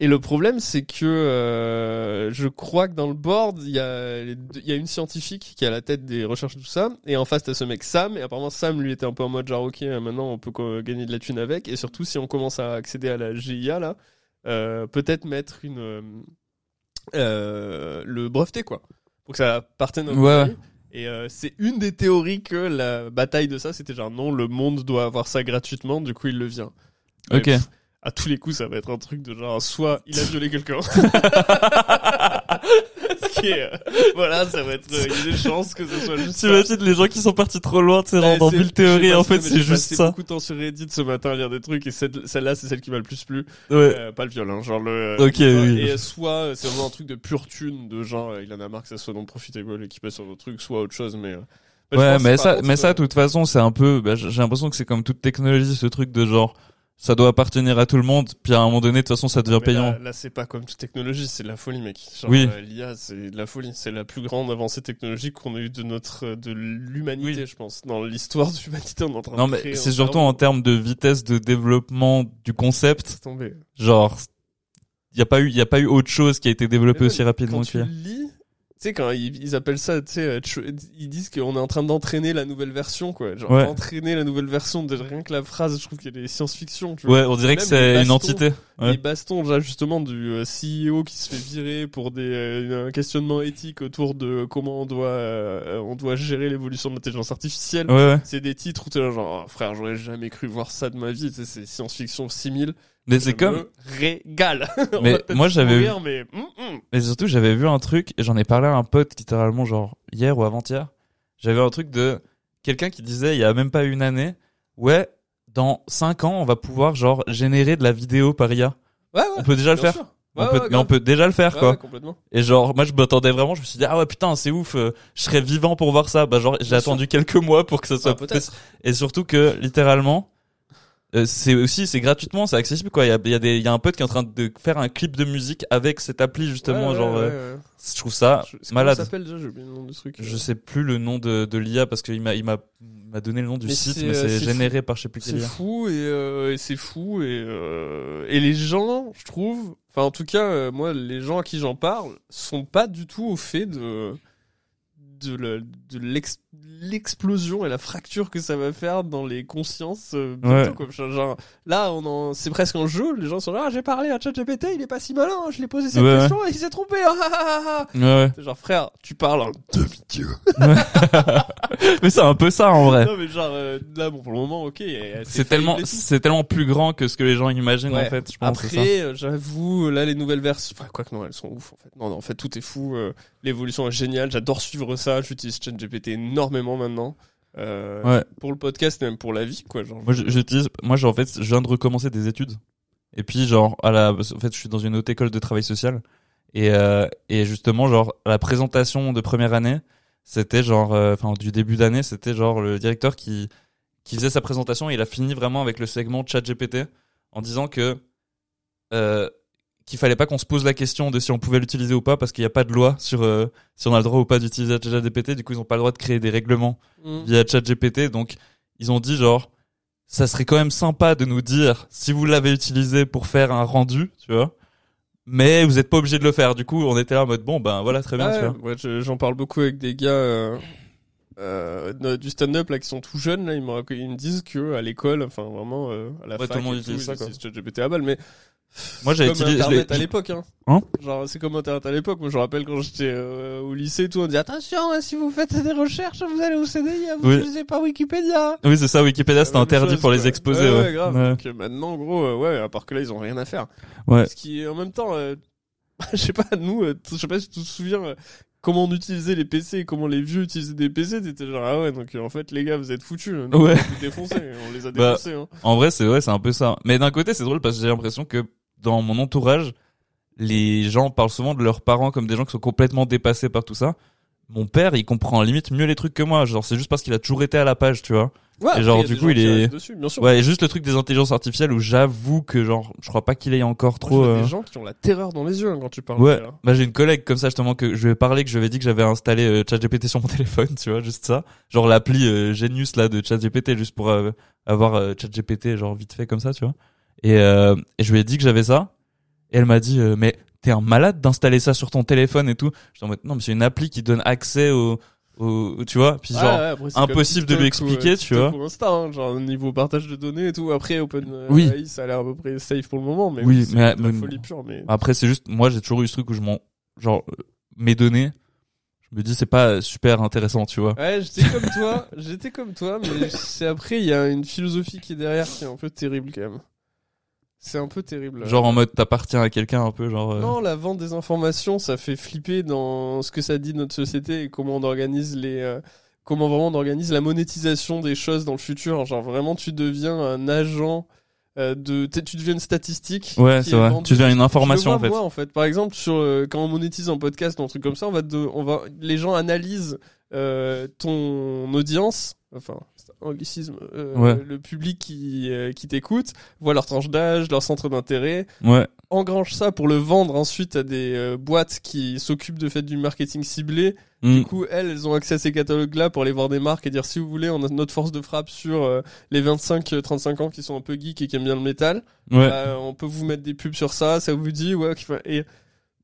S1: Et le problème, c'est que euh, je crois que dans le board, il y, a les deux- il y a une scientifique qui est à la tête des recherches et tout ça, et en face, t'as ce mec Sam, et apparemment Sam, lui, était un peu en mode genre, ok, euh, maintenant, on peut quoi, gagner de la thune avec, et surtout, si on commence à accéder à la GIA, là, euh, peut-être mettre une... euh, euh, le breveter, quoi. Pour que ça appartienne au
S2: Ouais, ouais.
S1: et euh, c'est une des théories que la bataille de ça, c'était genre non, le monde doit avoir ça gratuitement, du coup il le vient. Et
S2: Ok.
S1: pff, à tous les coups, ça va être un truc de genre soit il a violé quelqu'un. Ce qui est, euh, voilà, ça va être euh, il y a des chances que ce soit juste. ça.
S2: T'imagines les gens qui sont partis trop loin, tu sais, genre
S1: Ouais,
S2: dans
S1: c'est-
S2: Bull
S1: je sais
S2: Theory,
S1: pas
S2: en
S1: si
S2: fait,
S1: t'as, mais
S2: c'est
S1: j'ai
S2: juste
S1: passé
S2: ça.
S1: beaucoup de temps sur Reddit ce matin à lire des trucs et cette- celle-là, c'est celle qui m'a le plus plu.
S2: Ouais.
S1: Euh, pas le viol, hein, genre le.
S2: Ok, oui.
S1: Et soit euh, c'est vraiment un truc de pure thune, de genre euh, il en a marre que ça soit non profitable et qu'il passe sur d'autres trucs, soit autre chose, mais. euh, bah, je
S2: Ouais,
S1: pense,
S2: mais
S1: par
S2: ça,
S1: contre,
S2: mais ça,
S1: euh,
S2: de toute façon, c'est un peu, bah, j'ai j'ai l'impression que c'est comme toute technologie, ce truc de genre, ça doit appartenir à tout le monde, puis à un moment donné, de toute façon, ça devient
S1: Mais euh, là-
S2: payant.
S1: Là, c'est pas comme toute technologie, c'est de la folie, mec. Genre,
S2: Oui.
S1: euh, L'IA, c'est de la folie. C'est la plus grande avancée technologique qu'on a eue de notre, euh, de l'humanité, je pense. Dans l'histoire de l'humanité, on est en train
S2: Non,
S1: de
S2: mais
S1: créer
S2: c'est
S1: un
S2: surtout
S1: cerveau.
S2: en termes de vitesse de développement du concept,
S1: Laisse tomber.
S2: genre, il y a pas eu, il y a pas eu autre chose qui a été développée
S1: Mais
S2: aussi
S1: même
S2: rapidement
S1: Quand
S2: que
S1: tu lis, tu sais, quand ils, ils appellent ça, tu sais, euh, tr- ils disent qu'on est en train d'entraîner la nouvelle version, quoi. Genre,
S2: Ouais.
S1: entraîner la nouvelle version, déjà rien que la phrase, je trouve qu'il y a des science-fiction, tu vois.
S2: Ouais, on dirait que
S1: Même
S2: c'est
S1: les
S2: une
S1: bastons.
S2: entité. Ouais.
S1: Les bastons, là, justement, du euh, CEO qui se fait virer pour des, euh, un questionnement éthique autour de comment on doit, euh, on doit gérer l'évolution de l'intelligence artificielle.
S2: Ouais, ouais.
S1: C'est des titres où t'es là, genre, Oh, frère, j'aurais jamais cru voir ça de ma vie. Tu sais, C'est science-fiction 6000.
S2: Mais
S1: Je
S2: c'est comme,
S1: me Régale. Euh, On
S2: Mais
S1: va peut-être
S2: moi, j'avais
S1: mourir, mais, hum, hum.
S2: Mais surtout, j'avais vu un truc, et j'en ai parlé à un pote littéralement, genre hier ou avant-hier. J'avais un truc de quelqu'un qui disait il y a même pas une année, ouais, dans 5 ans, on va pouvoir genre générer de la vidéo par IA.
S1: Ouais, ouais.
S2: On peut déjà le
S1: bien
S2: faire.
S1: sûr.
S2: On
S1: Ouais,
S2: peut-
S1: ouais,
S2: mais on
S1: grave.
S2: peut déjà le faire
S1: Ouais,
S2: quoi.
S1: ouais, complètement.
S2: Et genre moi je m'attendais vraiment, je me suis dit ah ouais putain c'est ouf, euh, je serais vivant pour voir ça. Bah genre j'ai
S1: Bien
S2: attendu quelques mois pour que ça soit
S1: Ah, peut-être.
S2: et surtout que littéralement, euh, c'est aussi c'est gratuitement, c'est accessible quoi. Il y a, il y a des il y a un pote qui est en train de faire un clip de musique avec cette appli justement
S1: Ouais,
S2: genre.
S1: ouais,
S2: euh,
S1: ouais.
S2: Je trouve ça
S1: Je- c'est Comment ça
S2: malade.
S1: s'appelle déjà J'ai oublié le nom du truc.
S2: Je sais plus le nom de, de l'IA parce qu'il m'a il m'a il m'a donné le nom du
S1: Mais
S2: site,
S1: c'est,
S2: mais
S1: euh,
S2: c'est
S1: c'est
S2: généré par je sais plus
S1: C'est
S2: quelle IA.
S1: fou et, euh, et c'est fou et euh, et les gens, je trouve, enfin en tout cas euh, moi les gens à qui j'en parle sont pas du tout au fait de de le- de l'ex- l'explosion et la fracture que ça va faire dans les consciences euh, bientôt,
S2: Ouais.
S1: quoi. Genre, genre, là on en c'est presque un jeu les gens sont là ah, j'ai parlé à ChatGPT il est pas si malin hein, je l'ai posé cette
S2: Ouais, ouais.
S1: question et il s'est trompé ah, ah, ah, ah.
S2: Ouais, ouais.
S1: C'est genre frère tu parles un demi-dieu
S2: Mais c'est un peu ça en vrai.
S1: non mais genre euh, là bon pour le moment ok euh,
S2: C'est tellement
S1: faillible et tout.
S2: c'est tellement plus grand que ce que les gens imaginent
S1: Ouais.
S2: en fait, je pense. c'est ça.
S1: Après, euh, j'avoue, là, les nouvelles versions, enfin, quoi que non, elles sont ouf, en fait. Non, non, en fait, tout est fou. euh, L'évolution est géniale. J'adore suivre ça. J'utilise ChatGPT énormément maintenant. Euh,
S2: Ouais.
S1: Pour le podcast et même pour la vie, quoi. Genre,
S2: Moi, je- j'utilise. Moi, genre, en fait, je viens de recommencer des études. Et puis, genre, à la, en fait, je suis dans une haute école de travail social. Et, euh, et justement, genre, à la présentation de première année, c'était genre, euh, enfin, du début d'année, c'était genre le directeur qui, qui faisait sa présentation et il a fini vraiment avec le segment chat GPT en disant que, euh, qu'il fallait pas qu'on se pose la question de si on pouvait l'utiliser ou pas parce qu'il n'y a pas de loi sur euh, si on a le droit ou pas d'utiliser ChatGPT. Du coup, ils n'ont pas le droit de créer des règlements
S1: Mm.
S2: via ChatGPT. Donc, ils ont dit genre, ça serait quand même sympa de nous dire si vous l'avez utilisé pour faire un rendu, tu vois. Mais vous n'êtes pas obligé de le faire. Du coup, on était là en mode bon, ben voilà, très bien,
S1: Ouais,
S2: tu vois.
S1: ouais, je- j'en parle beaucoup avec des gars euh, euh, de- du stand-up là qui sont tout jeunes là ils me, rac- ils me disent que à l'école enfin vraiment euh, à la
S2: Ouais,
S1: fac
S2: tout le monde
S1: et
S2: utilise ça,
S1: ils
S2: quoi.
S1: utilisent ChatGPT à balle mais
S2: Moi, j'avais
S1: comme
S2: utilisé- je
S1: internet
S2: l'ai-
S1: à l'époque hein.
S2: Hein
S1: genre c'est comme internet à l'époque moi je me rappelle quand j'étais euh, au lycée et tout on disait attention hein, si vous faites des recherches vous allez au CDI hein, vous
S2: Oui.
S1: n'utilisez pas Wikipédia
S2: Oui, c'est ça, Wikipédia, c'était
S1: La même
S2: interdit
S1: chose,
S2: pour
S1: quoi.
S2: les
S1: ouais,
S2: exposer. Ouais,
S1: ouais, grave
S2: Ouais.
S1: donc euh, maintenant en gros euh, ouais à part que là ils ont rien à faire
S2: Ouais.
S1: ce qui est en même temps euh, je sais pas nous euh, t- je sais pas si tu te souviens euh, comment on utilisait les PC et comment les vieux utilisaient des PC t'étais genre ah ouais donc euh, en fait les gars vous êtes foutus hein. Nous,
S2: Ouais.
S1: on a tout défoncé on les a
S2: Bah,
S1: défoncés hein.
S2: En vrai, c'est ouais, c'est un peu ça. Mais d'un côté, c'est drôle parce que j'ai l'impression que dans mon entourage, les gens parlent souvent de leurs parents comme des gens qui sont complètement dépassés par tout ça. Mon père, il comprend limite mieux les trucs que moi. Genre, c'est juste parce qu'il a toujours été à la page, tu vois.
S1: Ouais,
S2: et genre,
S1: après, y a
S2: du
S1: des
S2: coup,
S1: gens
S2: il
S1: qui
S2: est-
S1: restent dessus, bien sûr
S2: Ouais, et juste le truc des intelligences artificielles où j'avoue que genre, je crois pas qu'il ait encore
S1: Moi, je
S2: trop.
S1: vois
S2: euh,
S1: des gens qui ont la terreur dans les yeux hein, quand tu parles
S2: Ouais,
S1: d'elle, hein.
S2: bah j'ai une collègue comme ça justement que je vais parler que je vais dit que j'avais installé euh, ChatGPT sur mon téléphone, tu vois, juste ça. Genre l'appli euh, Genius là de ChatGPT juste pour euh, avoir euh, ChatGPT genre vite fait comme ça, tu vois. Et, euh, et je lui ai dit que j'avais ça et elle m'a dit euh, mais t'es un malade d'installer ça sur ton téléphone et tout. J'étais en mode non mais c'est une appli qui donne accès au, au tu vois, puis
S1: Ouais,
S2: genre
S1: Ah ouais, après, c'est
S2: impossible
S1: comme
S2: de lui
S1: TikTok ou,
S2: expliquer,
S1: euh,
S2: tu
S1: TikTok
S2: vois.
S1: ou Insta, hein, genre niveau partage de données et tout. Après, Open euh,
S2: Oui.
S1: AI, ça a l'air à peu près safe pour le moment, mais
S2: Oui,
S1: oui, c'est
S2: mais- euh, Ah.
S1: de la
S2: mais-
S1: folie pure. Mais
S2: Après, c'est juste, moi, j'ai toujours eu ce truc où je m'en, genre, euh, mes données, je me dis, c'est pas euh, super intéressant, tu vois.
S1: Ouais, j'étais comme toi, j'étais comme toi, mais c'est après, il y a une philosophie qui est derrière qui est un peu terrible quand même. C'est un peu terrible.
S2: Genre en mode, t'appartiens à quelqu'un un peu, genre. euh,
S1: Euh, Non, la vente des informations, ça fait flipper dans ce que ça dit de notre société et comment on organise les. euh, comment vraiment on organise la monétisation des choses dans le futur. Genre vraiment, tu deviens un agent euh, de. t'es- Tu deviens une statistique.
S2: Ouais,
S1: qui
S2: c'est
S1: est
S2: vrai.
S1: vendue.
S2: Tu deviens une
S1: Je le
S2: information,
S1: vois,
S2: en fait.
S1: Moi, en fait, par exemple, sur euh, quand on monétise en podcast ou un truc comme ça, on va, de, on va, les gens analysent euh, ton audience, enfin, c'est un anglicisme, euh,
S2: Ouais.
S1: le public qui, euh, qui t'écoute, voit leur tranche d'âge, leur centre d'intérêt,
S2: Ouais.
S1: engrange ça pour le vendre ensuite à des euh, boîtes qui s'occupent de fait du marketing ciblé.
S2: Mm.
S1: Du coup, elles, elles ont accès à ces catalogues-là pour aller voir des marques et dire si vous voulez, on a notre force de frappe sur euh, les 25-35 ans qui sont un peu geeks et qui aiment bien le métal.
S2: Ouais.
S1: Bah, on peut vous mettre des pubs sur ça, ça vous dit, ouais, qu'il faut- et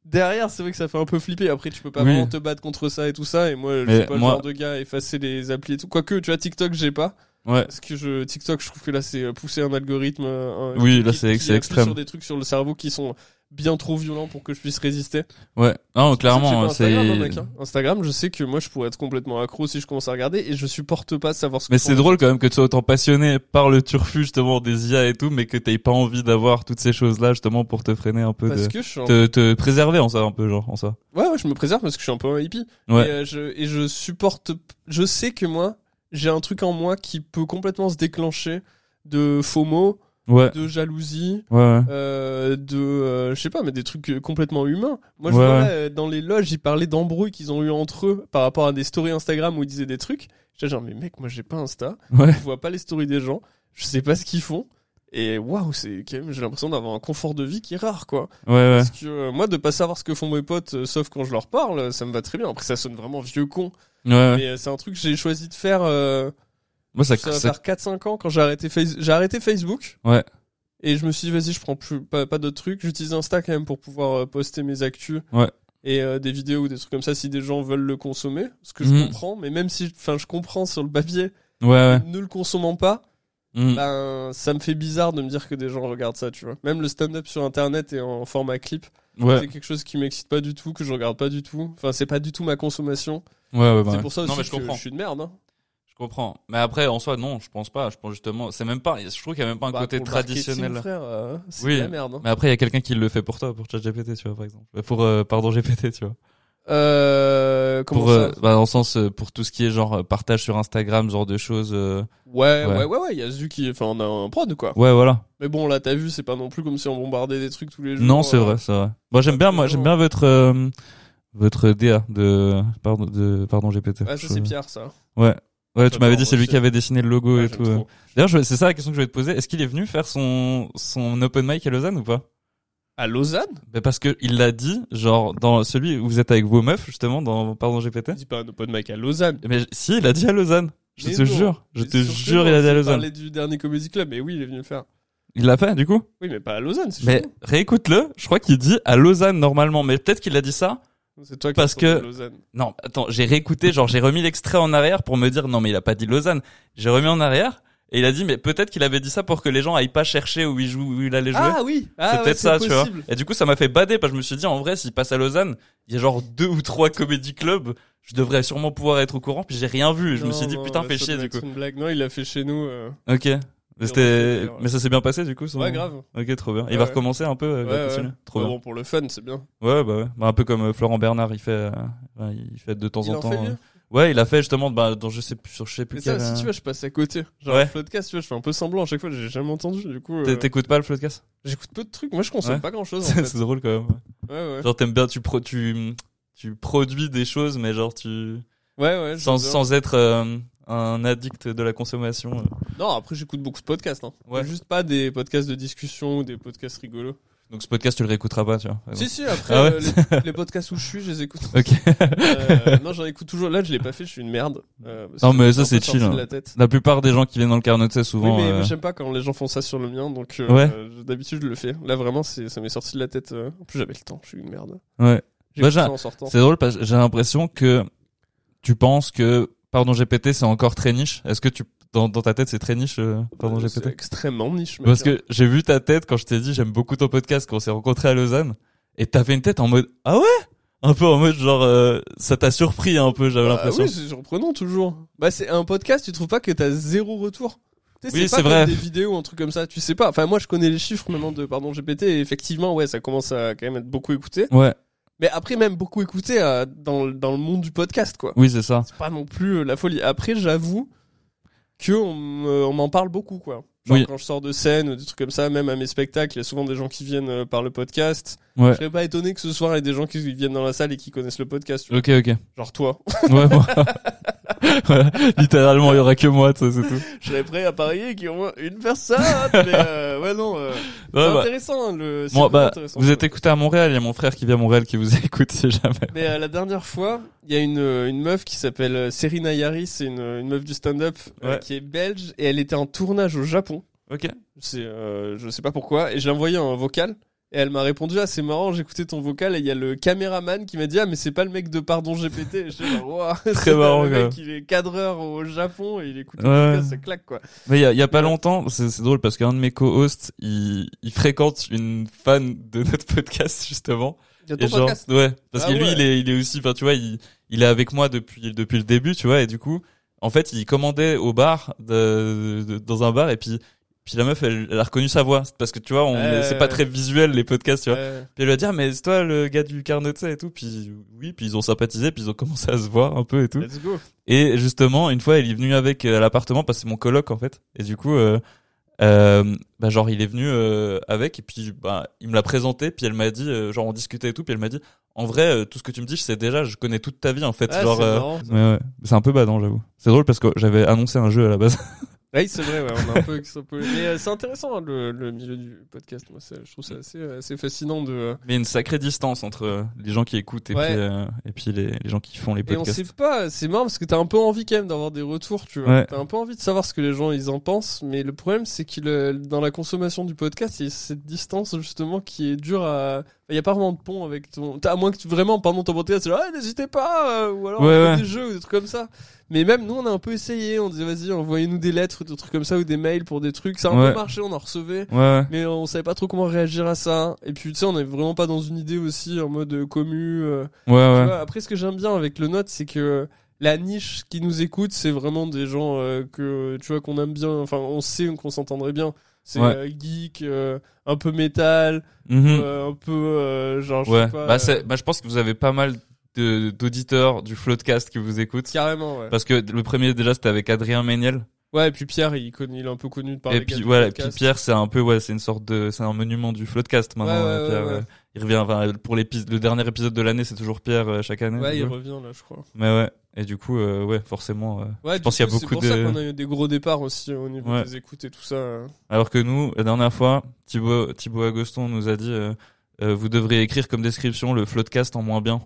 S1: derrière, c'est vrai que ça fait un peu flipper. Après, tu peux pas
S2: Oui.
S1: vraiment te battre contre ça et tout ça. Et moi, je
S2: Mais
S1: suis pas
S2: moi-
S1: le genre de gars à effacer les applis et tout. Quoique, tu vois, TikTok, j'ai pas.
S2: Ouais.
S1: Parce que je, TikTok, je trouve que là, c'est euh, pousser un algorithme. euh, un-
S2: Oui,
S1: qui-
S2: là,
S1: qui-
S2: c'est-
S1: qui
S2: c'est
S1: appuie
S2: extrême.
S1: sur des trucs sur le cerveau qui sont bien trop violents pour que je puisse résister.
S2: Ouais. Non, Oh, clairement,
S1: C'est pour ça que j'ai pas Instagram, hein, mec,
S2: c'est.
S1: hein. Instagram, je sais que moi, je pourrais être complètement accro si je commence à regarder et je supporte pas savoir ce que
S2: Mais
S1: font
S2: c'est
S1: les
S2: drôle quand même que tu sois autant passionné par le turfu, justement, des IA et tout, mais que t'aies pas envie d'avoir toutes ces choses-là, justement, pour te freiner un peu
S1: gens. Parce
S2: de.
S1: que je suis un
S2: Te, te préserver en ça, un peu, genre, en ça.
S1: Ouais, ouais, je me préserve parce que je suis un peu un hippie.
S2: Ouais.
S1: Et, euh, je, et je supporte. Je sais que moi, j'ai un truc en moi qui peut complètement se déclencher de FOMO,
S2: Ouais.
S1: de jalousie,
S2: Ouais, ouais.
S1: euh, de. euh, je sais pas, mais des trucs euh, complètement humains. Moi, je
S2: Ouais,
S1: vois
S2: ouais.
S1: là, euh, dans les loges, ils parlaient d'embrouilles qu'ils ont eu entre eux par rapport à des stories Instagram où ils disaient des trucs. J'étais genre, mais mec, moi, j'ai pas Insta,
S2: Ouais.
S1: je vois pas les stories des gens, je sais pas ce qu'ils font. Et waouh, c'est quand même, j'ai l'impression d'avoir un confort de vie qui est rare, quoi.
S2: Ouais, ouais.
S1: Parce que euh, moi, de pas savoir ce que font mes potes, euh, sauf quand je leur parle, euh, ça me va très bien. Après, ça sonne vraiment vieux con.
S2: Ouais.
S1: Mais euh, c'est un truc que j'ai choisi de faire. euh,
S2: Moi, ça,
S1: ça va
S2: ça-
S1: faire 4-5 ans quand j'ai arrêté, Face- j'ai arrêté Facebook.
S2: Ouais.
S1: Et je me suis dit, vas-y, je prends plus, pas, pas d'autres trucs. J'utilise Insta quand même pour pouvoir euh, poster mes actus.
S2: Ouais.
S1: Et euh, des vidéos ou des trucs comme ça si des gens veulent le consommer. Ce que je
S2: Mhm.
S1: comprends. Mais même si, enfin, je comprends sur le papier,
S2: Ouais, ouais.
S1: ne le consommant pas,
S2: Mm.
S1: ben, ça me fait bizarre de me dire que des gens regardent ça, tu vois. Même le stand-up sur internet et en format clip.
S2: Ouais.
S1: C'est quelque chose qui m'excite pas du tout, que je regarde pas du tout. Enfin, c'est pas du tout ma consommation.
S2: Ouais, ouais, bah
S1: C'est
S2: ouais.
S1: pour ça aussi
S2: non, mais je
S1: que
S2: comprends.
S1: je suis de merde. hein.
S2: Je comprends. Mais après, en soi, non, je pense pas. Je pense justement, c'est même pas, je trouve qu'il y a même pas un
S1: Bah,
S2: côté
S1: pour le marketing,
S2: traditionnel.
S1: frère, euh, c'est
S2: Oui.
S1: de la merde. hein.
S2: Mais après, il y a quelqu'un qui le fait pour toi, pour ChatGPT, tu vois, par exemple. Euh, Pour, euh, pardon, GPT, tu vois.
S1: Euh, comment
S2: pour,
S1: ça
S2: euh, bah, dans le sens, euh, pour tout ce qui est genre euh, partage sur Instagram, ce genre de choses. euh,
S1: ouais,
S2: ouais.
S1: ouais, ouais, ouais, il y a Zu qui. Enfin, on a un prod, quoi.
S2: Ouais, voilà.
S1: Mais bon, là, t'as vu, c'est pas non plus comme si on bombardait des trucs tous les jours.
S2: non, c'est
S1: euh.
S2: vrai, c'est vrai. Moi, j'aime bien, moi, j'aime bien votre, euh, votre DA de, pardon, de, pardon, GPT.
S1: Ah, ça, c'est Pierre, ça.
S2: Ouais. Ouais, tu
S1: J'adore,
S2: m'avais dit,
S1: moi,
S2: c'est lui
S1: c'est-
S2: qui avait dessiné le logo
S1: Ah,
S2: et
S1: j'aime
S2: tout.
S1: trop.
S2: euh. D'ailleurs, je- c'est ça la question que je voulais te poser. Est-ce qu'il est venu faire son, son open mic à Lausanne ou pas?
S1: À Lausanne
S2: Bah parce que il l'a dit, genre dans celui où vous êtes avec vos meufs justement dans pardon GPT.
S1: Dis pas un open mic à Lausanne.
S2: Mais si, il a dit à Lausanne. Je
S1: Mais
S2: te
S1: non.
S2: jure, je
S1: Mais
S2: te
S1: surtout,
S2: jure,
S1: on
S2: il a dit à
S1: s'est
S2: Lausanne.
S1: parlé du dernier Comedy Club, mais oui, il est venu le faire.
S2: Il l'a fait du coup.
S1: Oui, mais pas à Lausanne, c'est
S2: Mais
S1: chaud.
S2: réécoute-le, je crois qu'il dit à Lausanne normalement, mais peut-être qu'il a dit ça
S1: C'est toi qui
S2: Parce
S1: as sorti
S2: que-
S1: Lausanne.
S2: Non, attends, j'ai réécouté, genre j'ai remis l'extrait en arrière pour me dire non mais il a pas dit Lausanne. J'ai remis en arrière et il a dit mais peut-être qu'il avait dit ça pour que les gens aillent pas chercher où il joue, où il allait jouer.
S1: Ah oui, ah,
S2: c'est
S1: ouais,
S2: peut-être ça, tu
S1: possible.
S2: vois. Et du coup, ça m'a fait bader parce que je me suis dit en vrai, s'il passe à Lausanne, il y a genre deux ou trois comédie clubs, je devrais sûrement pouvoir être au courant. Puis j'ai rien vu. Et je me
S1: Non,
S2: suis dit
S1: non,
S2: putain,
S1: bah,
S2: fais
S1: ça
S2: chier
S1: doit
S2: du
S1: être
S2: coup.
S1: une blague. Non, il l'a fait chez nous. euh.
S2: Ok. Mais c'était,
S1: d'ailleurs, ouais.
S2: mais ça s'est bien passé du coup. son-
S1: Ouais, grave.
S2: Ok, trop bien. Il
S1: Ouais,
S2: va
S1: ouais.
S2: recommencer un peu. euh, il va
S1: Ouais, ouais.
S2: continuer. Trop
S1: Bah
S2: bien.
S1: bon, pour le fun, c'est bien.
S2: Ouais, bah ouais. Bah, un peu comme euh, Florent Bernard, il fait, euh, ouais, il fait de temps
S1: Il
S2: en
S1: en
S2: temps.
S1: fait
S2: euh,
S1: mieux.
S2: Ouais, il a fait justement, bah, dans je sais plus, sur je sais plus
S1: Mais ça,
S2: quel,
S1: si tu
S2: euh,
S1: vois, je passe à côté. Genre,
S2: Ouais.
S1: le podcast, tu vois, je fais un peu semblant à chaque fois, j'ai jamais entendu. Du coup, euh,
S2: t'é- T'écoutes pas le podcast
S1: j'écoute peu de trucs. Moi, je consomme
S2: Ouais.
S1: pas grand chose. En
S2: C'est
S1: fait.
S2: c'est drôle quand même.
S1: Ouais, ouais.
S2: Genre t'aimes bien, tu, pro, tu, tu produis des choses, mais genre tu
S1: Ouais, ouais. j'adore.
S2: sans, sans être euh, un addict de la consommation. euh.
S1: Non, après, j'écoute beaucoup de podcasts. Hein.
S2: Ouais.
S1: Juste pas des podcasts de discussion ou des podcasts rigolos.
S2: Donc ce podcast tu le réécouteras pas, tu vois. par
S1: Si,
S2: exemple.
S1: si, après,
S2: Ah ouais
S1: euh, les, les podcasts où je suis, je les écoute.
S2: Ok.
S1: Euh, non, j'en écoute toujours. Là, je l'ai pas fait, je suis une merde. Euh, parce
S2: Non,
S1: que
S2: mais
S1: j'ai
S2: ça,
S1: un peu
S2: c'est
S1: sorti
S2: chill,
S1: de
S2: hein.
S1: la tête.
S2: La plupart des gens qui viennent dans le Carnot, c'est
S1: Oui,
S2: souvent.
S1: mais moi,
S2: euh,
S1: j'aime pas quand les gens font ça sur le mien, donc euh,
S2: Ouais.
S1: euh, d'habitude, je le fais. Là, vraiment, c'est ça m'est sorti de la tête. euh. En plus, j'avais le temps, je suis une merde.
S2: ouais.
S1: J'ai
S2: Bah,
S1: écouté
S2: j'ai-
S1: ça en sortant.
S2: C'est drôle parce que j'ai l'impression que tu penses que Pardon GPT c'est encore très niche. Est-ce que tu dans, dans ta tête c'est très niche euh, Pardon
S1: Euh, C'est
S2: GPT
S1: extrêmement niche. mec,
S2: Parce
S1: hein.
S2: que j'ai vu ta tête quand je t'ai dit j'aime beaucoup ton podcast quand on s'est rencontré à Lausanne et t'as fait une tête en mode ah ouais un peu en mode genre euh, ça t'a surpris un peu j'avais
S1: Bah
S2: l'impression.
S1: oui, c'est surprenant toujours. Bah, c'est un podcast, tu trouves pas que t'as zéro retour Tu sais,
S2: Oui,
S1: pas
S2: c'est
S1: comme
S2: vrai.
S1: Des vidéos, un truc comme ça, tu sais pas. Enfin, moi, je connais les chiffres maintenant de Pardon GPT. Et effectivement, ouais, ça commence à quand même être beaucoup écouté.
S2: Ouais
S1: Mais après, même beaucoup écouté euh, dans, le- dans le monde du podcast, quoi.
S2: oui c'est ça.
S1: C'est pas non plus euh, la folie. Après, j'avoue que on me- on m'en parle beaucoup, quoi. Genre
S2: Oui.
S1: quand je sors de scène ou des trucs comme ça, même à mes spectacles, il y a souvent des gens qui viennent euh, par le podcast.
S2: Ouais.
S1: Je serais pas étonné que ce soir il y ait des gens qui viennent dans la salle et qui connaissent le podcast. tu vois.
S2: Ok ok.
S1: Genre toi.
S2: Ouais moi. Voilà. Littéralement il y aura que moi ça c'est tout. Ouais,
S1: Je serais prêt à parier qu'il y a au moins une personne. mais euh, ouais, non. euh, c'est
S2: bah,
S1: intéressant. hein, Le, c'est
S2: moi,
S1: vraiment
S2: bah,
S1: intéressant.
S2: vous êtes écouté à Montréal il y a mon frère qui vit à Montréal qui vous écoute si jamais.
S1: Mais euh, la dernière fois, il y a une, euh, une meuf qui s'appelle euh, Serena Yaris, c'est une, une meuf du stand-up euh,
S2: Ouais.
S1: qui est belge et elle était en tournage au Japon.
S2: Ok.
S1: C'est, euh, je sais pas pourquoi. Et je l'ai envoyé un vocal. Et elle m'a répondu, ah, c'est marrant, j'écoutais ton vocal. Et il y a le caméraman qui m'a dit, ah, mais c'est pas le mec de Pardon GPT. Et j'étais genre, Ouah, c'est
S2: marrant,
S1: Le
S2: quand
S1: mec,
S2: même.
S1: il est cadreur au Japon et il écoute le
S2: Ouais.
S1: podcast, ça claque, quoi.
S2: Mais il y a, il y a pas
S1: Ouais.
S2: longtemps, c'est c'est drôle parce qu'un de mes co-hosts, il, il fréquente une fan de notre podcast justement.
S1: Il y a ton
S2: Et genre,
S1: podcast.
S2: ouais, parce
S1: Ah
S2: que lui,
S1: ouais.
S2: il est, il est aussi, enfin tu vois, il, il est avec moi depuis depuis le début, tu vois, et du coup, en fait, il commandait au bar, de, de- dans un bar, et puis puis la meuf, elle, elle a reconnu sa voix, C'est parce que tu vois, on
S1: Ouais,
S2: c'est
S1: ouais,
S2: pas
S1: ouais.
S2: très visuel les podcasts, tu vois.
S1: Ouais.
S2: Puis elle lui a dit, ah, mais c'est toi le gars du carnet de ça et tout, puis oui, puis ils ont sympathisé, puis ils ont commencé à se voir un peu et tout.
S1: Let's go.
S2: Et justement, une fois, il est venu avec euh, à l'appartement parce que c'est mon coloc en fait. Et du coup, euh, euh, bah, genre, il est venu euh, avec et puis bah, il me l'a présenté. Puis elle m'a dit, euh, genre, on discutait et tout. Puis elle m'a dit, en vrai, euh, tout ce que tu me dis, je sais déjà. Je connais toute ta vie en fait.
S1: Ah,
S2: genre,
S1: c'est
S2: euh,
S1: marrant.
S2: ouais, ouais. c'est un peu badant, j'avoue. C'est drôle parce que j'avais annoncé un jeu à la base.
S1: Oui, c'est vrai, ouais, on a un peu extrapolé. Mais euh, c'est intéressant hein, le, le milieu du podcast. Moi, ça- je trouve ça assez, euh, assez fascinant de. euh,
S2: Mais une sacrée distance entre euh, les gens qui écoutent et
S1: Ouais.
S2: puis euh, et puis les, les gens qui font les
S1: Et on sait
S2: podcasts.
S1: pas, c'est marrant parce que t'as un peu envie quand même d'avoir des retours, tu vois.
S2: Ouais.
S1: T'as un peu envie de savoir ce que les gens ils en pensent, mais le problème c'est que le- dans la consommation du podcast, il y a cette distance justement qui est dure à. Il y a pas vraiment de pont avec ton. t'as- À moins que tu vraiment, pendant ton podcast, c'est genre, ah, n'hésitez pas, euh, ou alors
S2: Ouais,
S1: on fait
S2: ouais.
S1: des jeux ou des trucs comme ça. Mais même nous, on a un peu essayé, on disait, vas-y, envoyez-nous des lettres, des trucs comme ça, ou des mails pour des trucs. Ça a un
S2: Ouais.
S1: peu marché, on en recevait.
S2: Ouais, ouais.
S1: Mais on savait pas trop comment réagir à ça. Et puis tu sais, on est vraiment pas dans une idée aussi en mode euh, commu. euh,
S2: ouais,
S1: tu
S2: ouais.
S1: vois. Après, ce que j'aime bien avec le note, c'est que euh, la niche qui nous écoute, c'est vraiment des gens euh, que tu vois qu'on aime bien. Enfin, on sait qu'on s'entendrait bien. C'est
S2: Ouais.
S1: euh, geek, euh, un peu métal,
S2: Mhm.
S1: euh, un peu euh, genre je
S2: ouais.
S1: sais pas.
S2: bah,
S1: euh,
S2: c'est- bah, je pense que vous avez pas mal de- d'auditeurs du Floatcast qui vous écoutent.
S1: carrément ouais.
S2: Parce que le premier déjà c'était avec Adrien Méniel
S1: Ouais, et puis Pierre, il, connaît, il est un peu connu par
S2: et
S1: les gars
S2: puis
S1: du
S2: voilà, puis
S1: podcast.
S2: Pierre c'est un peu ouais, c'est une sorte de c'est un monument du floodcast maintenant.
S1: Ouais, ouais,
S2: euh, Pierre,
S1: ouais, ouais.
S2: ouais. Il revient enfin, pour l'épisode le dernier épisode de l'année, c'est toujours Pierre euh, chaque année.
S1: Ouais,
S2: du
S1: il
S2: coup.
S1: revient là, je crois.
S2: Mais ouais, et du coup euh, ouais, forcément euh,
S1: Ouais,
S2: pense qu'il y a beaucoup
S1: C'est pour ça
S2: de-
S1: qu'on a eu des gros départs aussi euh, au niveau
S2: Ouais.
S1: des écoutes et tout ça. euh.
S2: alors que nous la dernière fois, Thibaut Thibaut Agoston nous a dit euh, euh, vous devriez écrire comme description le floodcast en moins bien.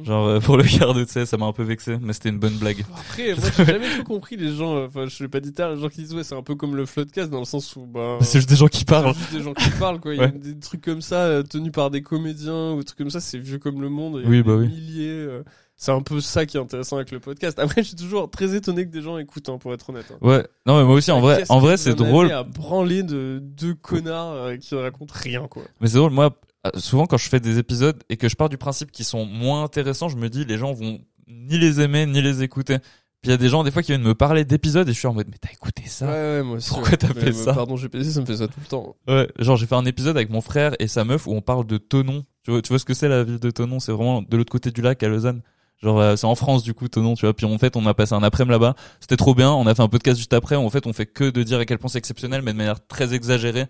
S1: Mm.
S2: Genre euh, pour le quart de tu sais, ça m'a un peu vexé, mais c'était une bonne blague.
S1: Après, moi, j'ai jamais trop compris les gens. euh, Enfin, je l'ai pas dit tard, les gens qui disent ouais, c'est un peu comme le floodcast dans le sens où bah.
S2: C'est juste des gens qui
S1: c'est
S2: parlent.
S1: juste des gens qui parlent quoi. Il y a
S2: Ouais.
S1: des trucs comme ça euh, tenus par des comédiens ou des trucs comme ça. C'est vieux comme le monde. Il y a
S2: Oui,
S1: des
S2: bah oui.
S1: milliers. euh, c'est un peu ça qui est intéressant avec le podcast. Après, je suis toujours très étonné que des gens écoutent, hein, pour être honnête. hein.
S2: Ouais. Non mais moi aussi en vrai,
S1: Qu'est-ce
S2: en
S1: que
S2: vrai
S1: vous
S2: c'est
S1: en avez
S2: drôle.
S1: À branler de deux connards euh, qui racontent rien quoi.
S2: Mais c'est drôle, moi, euh, souvent quand je fais des épisodes et que je pars du principe qu'ils sont moins intéressants, je me dis les gens vont ni les aimer ni les écouter. Puis il y a des gens des fois qui viennent me parler d'épisodes et je suis en mode mais t'as écouté
S1: Ouais,
S2: ça
S1: ouais, moi aussi.
S2: Pourquoi
S1: ouais.
S2: t'as
S1: Mais,
S2: fait
S1: euh,
S2: ça
S1: Pardon, GPC, ça me fait ça tout le temps.
S2: ouais. Genre j'ai fait un épisode avec mon frère et sa meuf où on parle de Tonon. Tu vois, tu vois ce que c'est la ville de Tonon C'est vraiment de l'autre côté du lac à Lausanne. Genre euh, c'est en France du coup Tonon, tu vois. Puis en fait on a passé un après-midi là-bas. C'était trop bien. On a fait un podcast juste après. En fait on fait que de dire à quel point c'est exceptionnel mais de manière très exagérée.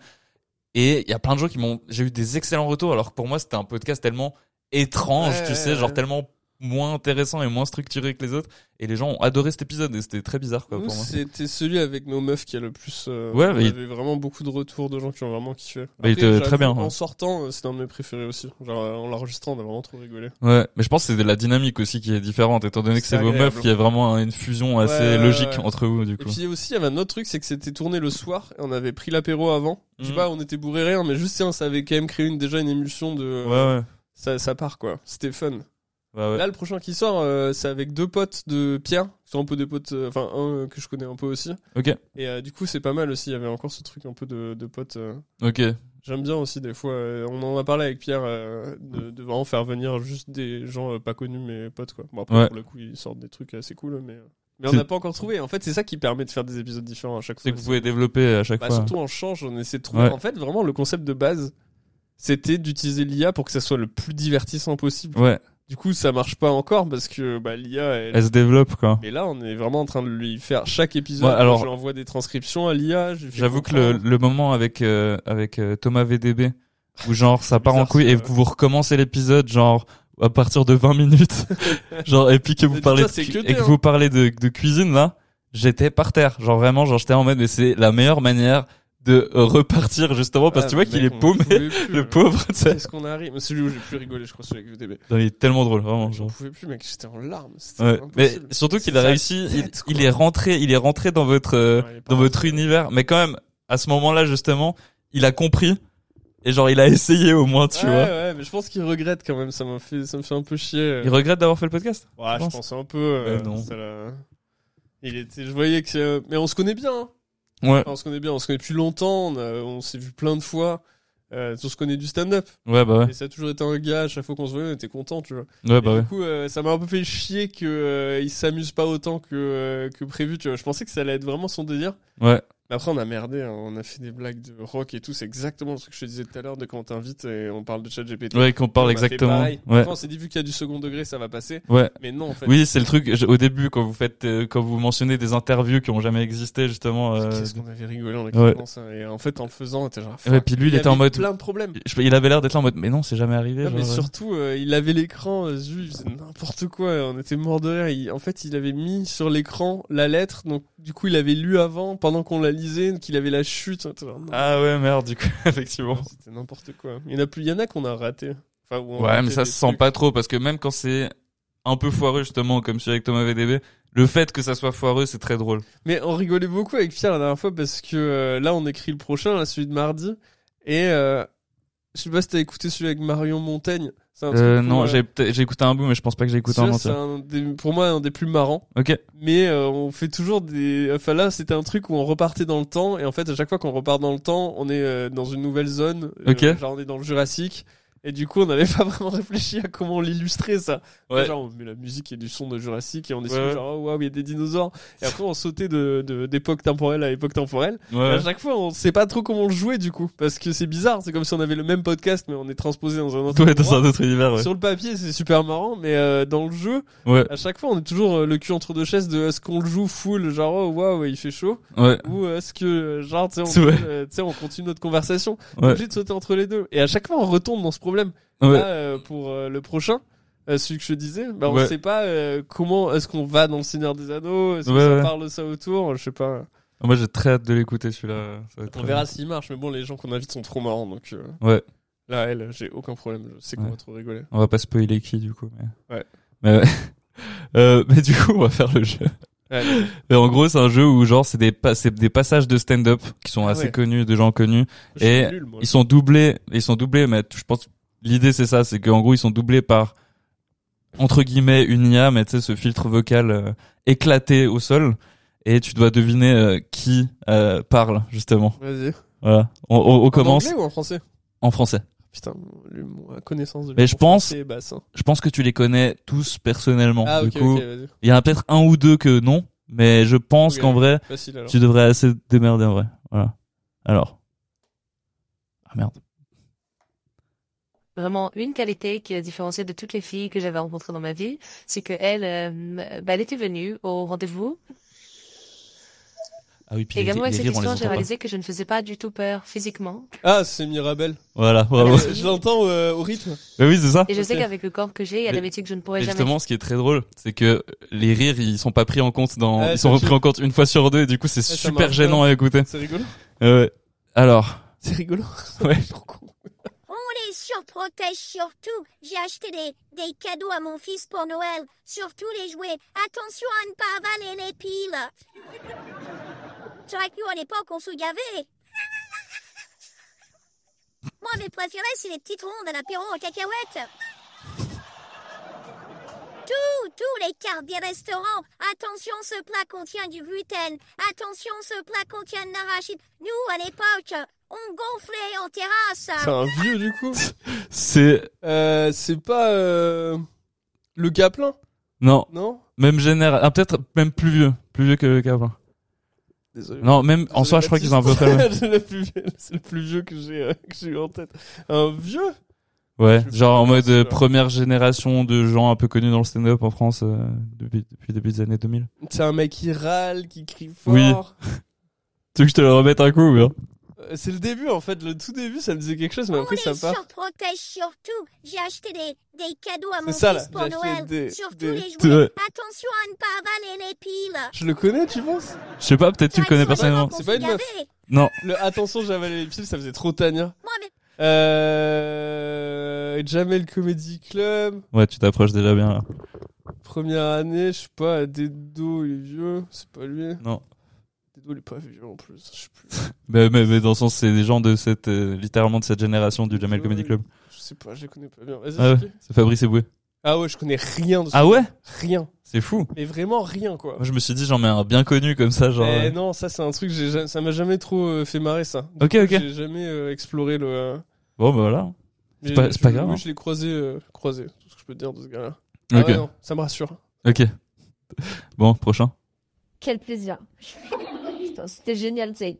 S2: Et il y a plein de gens qui m'ont. J'ai eu des excellents retours, alors que pour moi, c'était un podcast tellement étrange,
S1: Ouais,
S2: tu
S1: ouais,
S2: sais,
S1: ouais.
S2: genre tellement moins intéressant et moins structuré que les autres. Et les gens ont adoré cet épisode, et c'était très bizarre, quoi,
S1: Nous,
S2: pour moi.
S1: c'était celui avec nos meufs qui a le plus. euh,
S2: Ouais,
S1: on
S2: mais il-
S1: avait vraiment beaucoup de retours de gens qui ont vraiment kiffé.
S2: Mais il
S1: Après,
S2: était très bien, hein.
S1: j'avoue, En
S2: ouais.
S1: sortant, euh, c'était un de mes préférés aussi. Genre, euh, en l'enregistrant, on a vraiment trop rigolé.
S2: Ouais, mais je pense que c'est de la dynamique aussi qui est différente, étant donné que
S1: C'est
S2: c'est vos
S1: agréable.
S2: meufs, il y a vraiment une fusion assez
S1: ouais, ouais.
S2: logique entre vous, du
S1: Et
S2: coup.
S1: puis aussi, il y avait un autre truc, c'est que c'était tourné le soir et on avait pris l'apéro avant. Je sais
S2: Mhm.
S1: pas, on était bourré rien, mais juste, tiens, ça avait quand même créé une, déjà une émulsion de.
S2: Ouais,
S1: euh,
S2: ouais. Bah,
S1: Ça, ça part quoi. C'était fun.
S2: Ouais, ouais.
S1: Là, le prochain qui sort, euh, c'est avec deux potes de Pierre, qui sont un peu des potes, euh, enfin un euh, que je connais un peu aussi.
S2: Ok,
S1: Et euh, du coup, c'est pas mal aussi. Il y avait encore ce truc un peu de, de potes. euh.
S2: ok.
S1: J'aime bien aussi des fois. euh, on en a parlé avec Pierre euh, de, de vraiment faire venir juste des gens euh, pas connus mais potes quoi. Bon après
S2: Ouais.
S1: pour le coup, ils sortent des trucs assez cool, mais euh, mais on
S2: C'est-
S1: n'a pas encore trouvé. En fait, c'est ça qui permet de faire des épisodes différents à chaque fois.
S2: C'est que vous pouvez développer à chaque
S1: Bah,
S2: fois.
S1: surtout en change, on essaie de trouver.
S2: Ouais.
S1: En fait, vraiment le concept de base, c'était d'utiliser l'IA pour que ça soit le plus divertissant possible.
S2: Ouais,
S1: Du coup, ça marche pas encore parce que bah, l'IA. Elle...
S2: elle se développe, quoi.
S1: Mais là, on est vraiment en train de lui faire chaque épisode.
S2: Ouais, alors-
S1: je lui envoie des transcriptions à l'IA. je lui fais
S2: J'avoue que le,
S1: comprendre.
S2: le moment avec euh, avec euh, Thomas VDB où genre ça part en
S1: bizarre,
S2: couille
S1: ça,
S2: et
S1: ouais.
S2: que vous recommencez l'épisode genre à partir de 20 minutes genre et puis que vous
S1: Mais
S2: parlez de,
S1: dis-toi, c'est
S2: cu-
S1: que
S2: et
S1: t'es,
S2: que
S1: hein.
S2: vous parlez de, de cuisine là, j'étais par terre, genre vraiment genre j'étais en mode mais c'est la meilleure manière de euh, repartir justement parce que
S1: Ah,
S2: tu vois qu'il est
S1: mec, on en
S2: paumé
S1: pouvait plus,
S2: le
S1: hein.
S2: pauvre tu sais.
S1: Qu'est-ce qu'on arrive Mais celui où j'ai plus rigolé, je crois, celui avec VTB.
S2: Non, il est tellement drôle vraiment
S1: J'en
S2: genre.
S1: pouvais plus, mec, j'étais en larmes. C'était
S2: Ouais. Mais
S1: impossible.
S2: surtout qu'il
S1: C'est
S2: a
S1: sa
S2: réussi, il,
S1: tête,
S2: il
S1: quoi.
S2: est rentré, il est rentré dans votre euh,
S1: Ouais, il est pas
S2: dans votre
S1: rentré.
S2: univers. Mais quand même, à ce moment-là justement, il a compris et genre il a essayé au moins, tu
S1: ouais,
S2: vois.
S1: ouais, mais je pense qu'il regrette quand même. Ça me fait, ça me fait un peu chier.
S2: Il regrette d'avoir fait le podcast.
S1: ouais, je
S2: pense.
S1: pense un peu. euh,
S2: Euh, non.
S1: ça l'a- Il était, je voyais que. euh, Mais on se connaît bien. hein.
S2: Ouais,
S1: Enfin, on se connaît bien. On se connaît depuis longtemps. On, a- on s'est vu plein de fois. Euh, on se connaît du stand-up.
S2: ouais bah
S1: Et ça a toujours été un gars. à Chaque fois qu'on se voyait, on était content, tu vois.
S2: ouais, ouais
S1: Et
S2: bah ouais.
S1: Du coup, euh, ça m'a un peu fait chier que euh, il s'amuse pas autant que euh, que prévu. Tu vois, je pensais que ça allait être vraiment son délire.
S2: Ouais,
S1: Mais après, on a merdé, hein. on a fait des blagues de rock et tout, c'est exactement ce que je te disais tout à l'heure de quand on t'invite et on parle de chat GPT.
S2: ouais qu'on parle exactement. Ouais,
S1: on s'est dit, vu qu'il y a du second degré, ça va passer.
S2: ouais.
S1: Mais non, en fait.
S2: Oui, c'est le truc. je- Au début, quand vous faites, euh, quand vous mentionnez des interviews qui ont jamais existé justement. euh,
S1: Qu'est-ce qu'on avait rigolé en
S2: Ouais.
S1: écoutant ça. Et en fait, en le faisant, t'es genre.
S2: Ouais, puis lui, il,
S1: y
S2: était en
S1: avait
S2: mode.
S1: plein de problèmes.
S2: je- Il avait l'air d'être là en mode. Mais non, c'est jamais arrivé.
S1: Non, mais
S2: genre, ouais.
S1: surtout, euh, il avait l'écran, euh, Zu, il faisait n'importe quoi, on était mort de rire. Il- en fait, il avait mis sur l'écran la lettre, donc du coup, il avait lu avant, pendant qu'on la lisait, qu'il avait la chute. T'es genre, non,
S2: Ah ouais, merde. Du coup, effectivement.
S1: C'était n'importe quoi. Il y en a plus, il y en a qu'on a raté. Enfin, où on a
S2: Ouais,
S1: raté
S2: mais ça
S1: des
S2: se sent
S1: trucs.
S2: pas trop parce que même quand c'est un peu foireux justement, comme celui avec Thomas VDB, le fait que ça soit foireux, c'est très drôle.
S1: Mais on rigolait beaucoup avec Pierre la dernière fois parce que euh, là, on écrit le prochain, là, celui de mardi. Et euh, je sais pas si t'as écouté celui avec Marion Montaigne. C'est un truc
S2: Euh,
S1: où,
S2: non,
S1: euh,
S2: j'ai peut-être- j'ai écouté un bout, mais je pense pas que j'ai écouté un
S1: celui-là, C'est
S2: entier.
S1: un des- pour moi un des plus marrants.
S2: Ok.
S1: Mais euh, on fait toujours des. Enfin là, c'était un truc où on repartait dans le temps. Et en fait, à chaque fois qu'on repart dans le temps, on est euh, dans une nouvelle zone. Euh,
S2: Ok.
S1: genre, on est dans le Jurassique. Et du coup, on n'avait pas vraiment réfléchi à comment l'illustrer, ça.
S2: Ouais.
S1: Genre, on met la musique et du son de Jurassique et on est
S2: Ouais, ouais.
S1: genre, oh, waouh, il y a des dinosaures. Et après, on sautait de, de- d'époque temporelle à époque temporelle. Et
S2: Ouais.
S1: à chaque fois, on sait pas trop comment le jouer, du coup. Parce que c'est bizarre. C'est comme si on avait le même podcast, mais on est transposé dans un autre.
S2: Ouais, dans
S1: endroit.
S2: un autre univers, ouais.
S1: Sur le papier, c'est super marrant, mais euh, dans le jeu,
S2: Ouais,
S1: à chaque fois, on est toujours euh, le cul entre deux chaises de est-ce qu'on le joue full, genre oh waouh, il fait chaud,
S2: ouais,
S1: ou est-ce que euh, genre tu sais, on,
S2: C'est vrai.
S1: euh, tu sais, on continue notre conversation. On est
S2: ouais,
S1: obligé de sauter entre les deux. Et à chaque fois, on retombe dans ce problème.
S2: ouais.
S1: Là, euh, pour euh, le prochain, euh, celui que je disais, bah, on
S2: Ouais.
S1: sait pas euh, comment est-ce qu'on va dans le Seigneur des Anneaux, est-ce que
S2: Ouais,
S1: ça
S2: ouais.
S1: parle de ça autour, je sais pas.
S2: Ah, Moi, j'ai très hâte de l'écouter, celui-là. Ça va être
S1: On
S2: très
S1: verra s'il marche, mais bon, les gens qu'on invite sont trop marrants, donc euh,
S2: bien. Ouais.
S1: La L, j'ai aucun problème. Je sais qu'on
S2: Ouais.
S1: va trop rigoler.
S2: On va pas spoiler qui du coup. Mais...
S1: Ouais.
S2: Mais, euh, mais du coup, on va faire le jeu.
S1: Ouais.
S2: Mais en gros, c'est un jeu où genre c'est des pas- c'est des passages de stand-up qui sont
S1: Ah
S2: assez
S1: ouais.
S2: connus, de gens connus.
S1: Je suis
S2: Et
S1: nul, moi.
S2: Ils sont doublés, ils sont doublés, mais je pense l'idée c'est ça, c'est qu'en gros ils sont doublés par entre guillemets une IA, mais tu sais ce filtre vocal euh, éclaté au sol, et tu dois deviner euh, qui euh, parle justement.
S1: Vas-y.
S2: Voilà, on, on- on
S1: En
S2: commence
S1: anglais ou en français
S2: en français.
S1: Putain, l'humour, la connaissance de
S2: Mais je
S1: l'humour
S2: pense-
S1: français est hein. bassin.
S2: Je pense que tu les connais tous personnellement.
S1: Ah,
S2: du
S1: ok,
S2: coup,
S1: ok, vas-y.
S2: il y en a peut-être un ou deux que non, mais je pense
S1: Ok.
S2: qu'en vrai
S1: Facile alors.
S2: tu devrais assez te démerder en vrai. Voilà. Alors. Ah merde.
S3: vraiment une qualité qui a différencié de toutes les filles que j'avais rencontrées dans ma vie, c'est que elle, euh, bah, elle était venue au rendez-vous.
S2: Ah oui, puis
S3: Et également,
S2: les,
S3: avec
S2: les rires, on les
S3: cette histoire, j'ai
S2: entend pas.
S3: réalisé que je ne faisais pas du tout peur physiquement.
S1: Ah, c'est Mirabel.
S2: Voilà, bravo.
S3: Voilà.
S1: Je l'entends euh, au rythme.
S2: Mais oui, c'est ça.
S3: Et je sais
S1: Ok.
S3: qu'avec le corps que j'ai, il y a
S2: Mais-
S3: des métiers que je ne pourrais
S2: Et
S3: jamais
S2: justement, ce qui est très drôle, c'est que les rires, ils sont pas pris en compte dans,
S1: Ouais,
S2: ils sont
S1: ça
S2: repris en compte une fois sur deux, et du coup, c'est
S1: ça
S2: super
S1: marche
S2: gênant à écouter.
S1: C'est rigolo.
S2: Euh, alors,
S1: C'est rigolo.
S2: Ouais.
S1: Trop con.
S5: On les surprotège surtout. J'ai acheté des, des cadeaux à mon fils pour Noël. Surtout les jouets. Attention à ne pas avaler les piles. J'aurais cru à l'époque on se gavait. Moi, mes préférés, c'est les petites rondes à l'apéro en cacahuètes. Tous, tous les cartes des restaurants. Attention, ce plat contient du gluten. Attention, ce plat contient de l'arachide. Nous, à l'époque, on gonflait en terrasse.
S1: C'est un vieux du coup.
S2: c'est,
S1: Euh, c'est pas euh, le gars plein,
S2: non,
S1: non
S2: même général, ah, peut-être même plus vieux, plus vieux que le Kaplan.
S1: Désolé.
S2: Non, même, en
S1: Désolé,
S2: soi, je crois qu'ils ont un peu
S1: Baptiste.
S2: fait le même.
S1: C'est le plus vieux- c'est le plus vieux que j'ai euh, que j'ai eu en tête. Un vieux
S2: Ouais,
S1: Je vais
S2: genre en
S1: faire
S2: mode
S1: ça.
S2: euh, première génération de gens un peu connus dans le stand-up en France, euh, depuis, depuis le début des années 2000.
S1: C'est un mec qui râle, qui crie fort.
S2: Oui. Tu veux que je te le remette un coup, ou bien?
S1: Euh, C'est le début en fait, le tout début ça me disait quelque chose mais après
S5: Oh, on
S1: ça
S5: les
S1: part.
S5: surprotège surtout. J'ai acheté des, des cadeaux à
S1: C'est
S5: mon
S1: ça, là.
S5: fils pour
S1: J'ai acheté
S5: Noël.
S1: des-
S5: surtout
S1: des-
S5: les
S2: des-
S5: jouets. Attention à ne pas avaler les piles.
S1: Je le connais, tu penses
S2: Je sais pas, peut-être tu le connais
S5: Attention à
S2: personnellement.
S5: l'époque, on
S1: C'est pas
S5: se
S1: une meuf.
S5: gavait.
S2: Non.
S1: Le attention, j'avalais les piles, ça faisait trop Tania.
S5: Moi, mes
S1: Euh... Jamel Comedy Club,
S2: Ouais, tu t'approches déjà bien, là.
S1: première année, je sais pas, Dedo il est vieux, c'est pas lui.
S2: Non.
S1: Dedo il est pas vieux en plus, je sais plus.
S2: Mais, mais, mais dans le sens, c'est des gens de cette, euh, littéralement de cette génération du Jamel Comedy Club.
S1: Je sais pas, je les connais pas bien. Vas-y,
S2: Ah
S1: explique.
S2: ouais, c'est Fabrice Eboué.
S1: Ah ouais, je connais rien de ça.
S2: Ah ouais
S1: Rien.
S2: C'est fou.
S1: Mais vraiment rien, quoi.
S2: Moi, je me suis dit, j'en mets un bien connu comme ça, genre.
S1: Eh
S2: euh,
S1: non, ça c'est un truc, j'ai ja- ça m'a jamais trop euh, fait marrer ça. Du
S2: Ok,
S1: coup,
S2: ok.
S1: J'ai jamais euh, exploré le. euh,
S2: Bon, bah voilà. C'est
S1: mais
S2: pas-
S1: je-
S2: c'est pas grave,
S1: oui,
S2: hein.
S1: je l'ai croisé, euh, croisé, tout ce que je peux te dire de ce gars-là. Ah
S2: Ok,
S1: ouais, non, ça me rassure.
S2: ok. Bon, prochain.
S6: Quel plaisir. Putain, c'était génial, c'est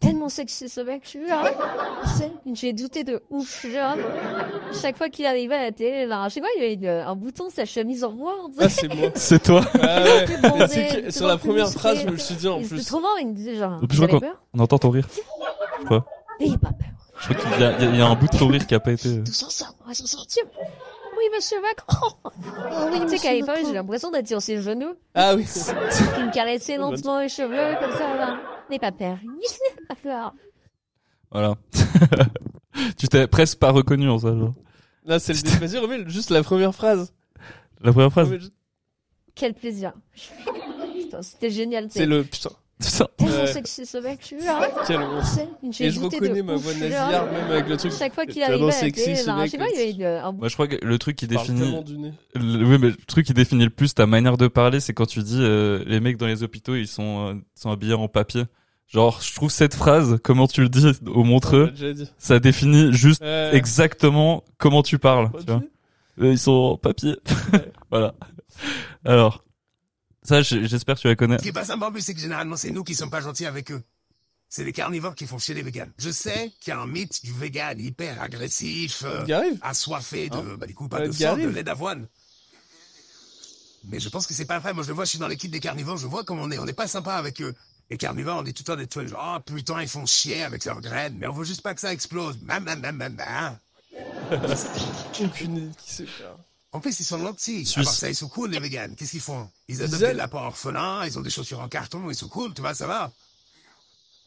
S6: tellement sexy ce mec, je suis là. J'ai douté de ouf, genre. hein. Chaque fois qu'il arrivait à la télé, là, je sais pas, il y avait une- un bouton, sa chemise en noir. tu sais.
S1: Ah, c'est moi.
S2: C'est toi.
S1: Ah ouais.
S6: Tout
S1: Mais
S6: bronzé,
S1: c'est que-
S6: tout
S1: sur la
S6: bronzé,
S1: première
S6: musclé.
S1: phrase, je me suis dit en
S6: Et C'était
S1: plus.
S6: trop marrant, il me disait genre,
S2: Et puis, je
S6: vous
S2: crois
S6: avez peur
S2: On entend ton rire.
S6: N'ayez pas peur,
S2: Je crois qu'il y, a- il y a- il y a un bout de ton rire qui a pas été. euh,
S6: tous ensemble, on va s'en sortir. Oui, monsieur Macron.
S1: Oh,
S5: oui,
S6: tu sais
S5: monsieur
S6: qu'à l'époque,
S5: Macron.
S6: j'ai l'impression d'être sur ses genoux,
S1: Ah oui.
S6: qui me caressait lentement les cheveux, comme ça, là. N'ayez pas peur, n'ayez pas peur.
S2: Voilà. tu t'es presque pas reconnu en ça, genre.
S1: Là, c'est le. Vas-y, remets juste la première phrase.
S2: La première phrase.
S1: Remets juste-
S6: Quel plaisir. Putain, c'était génial.
S1: C'est le. Putain,
S2: Putain.
S6: Tellement
S1: Ouais.
S6: sexy ce mec, je suis là.
S1: quel monstre.
S6: J'ai
S1: Et je
S6: douté
S1: reconnais
S6: de
S1: ma
S6: ouf,
S1: voix
S6: je suis là.
S1: nasillarde, même avec le truc.
S6: Chaque fois qu'il
S1: Tellement
S6: arrivait,
S1: sexy,
S6: à la télé,
S1: ce
S6: là,
S1: mec,
S6: je sais pas, il y avait une- un bout
S2: Moi, je crois que le truc qui
S1: Je parle tellement
S2: définit,
S1: du nez.
S2: le- oui, mais le truc qui définit le plus ta manière de parler, c'est quand tu dis, euh, les mecs dans les hôpitaux, ils sont, euh, sont habillés en papier. Genre, je trouve cette phrase, comment tu le dis au
S1: On l'a
S2: montreux,
S1: déjà dit.
S2: ça définit juste
S1: Euh,
S2: exactement comment tu parles.
S1: pas
S2: tu
S1: du
S2: vois.
S1: nez.
S2: Euh, Ils sont en papier. voilà. Alors, ça, j- j'espère que tu la connais.
S7: Ce qui est pas sympa, en plus, c'est que généralement, c'est nous qui sommes pas gentils avec eux. C'est les carnivores qui font chier les véganes. Je sais qu'il y a un mythe du vegan hyper agressif, euh,
S1: Il arrive.
S7: assoiffé de, bah, du coup, pas
S1: Euh,
S7: de
S1: qui
S7: sang, de
S1: arrive.
S7: lait d'avoine. Mais je pense que c'est pas vrai. Moi, je le vois, je suis dans l'équipe des carnivores, je vois comment on est. On n'est pas sympa avec eux. Les carnivores, on est tout le temps des trucs genre, oh putain, ils font chier avec leurs graines, mais on veut juste pas que ça explose. Ma, ma, ma, ma, ma.
S1: Aucune idée de qui c'est. frère.
S7: En plus, ils sont gentils.
S2: Suisse.
S7: À part ça, ils sont cool, les véganes. Qu'est-ce qu'ils font Ils adoptent
S1: Ils a-
S7: des lapins orphelins, ils ont des chaussures en carton, ils sont cool, tu vois, ça va.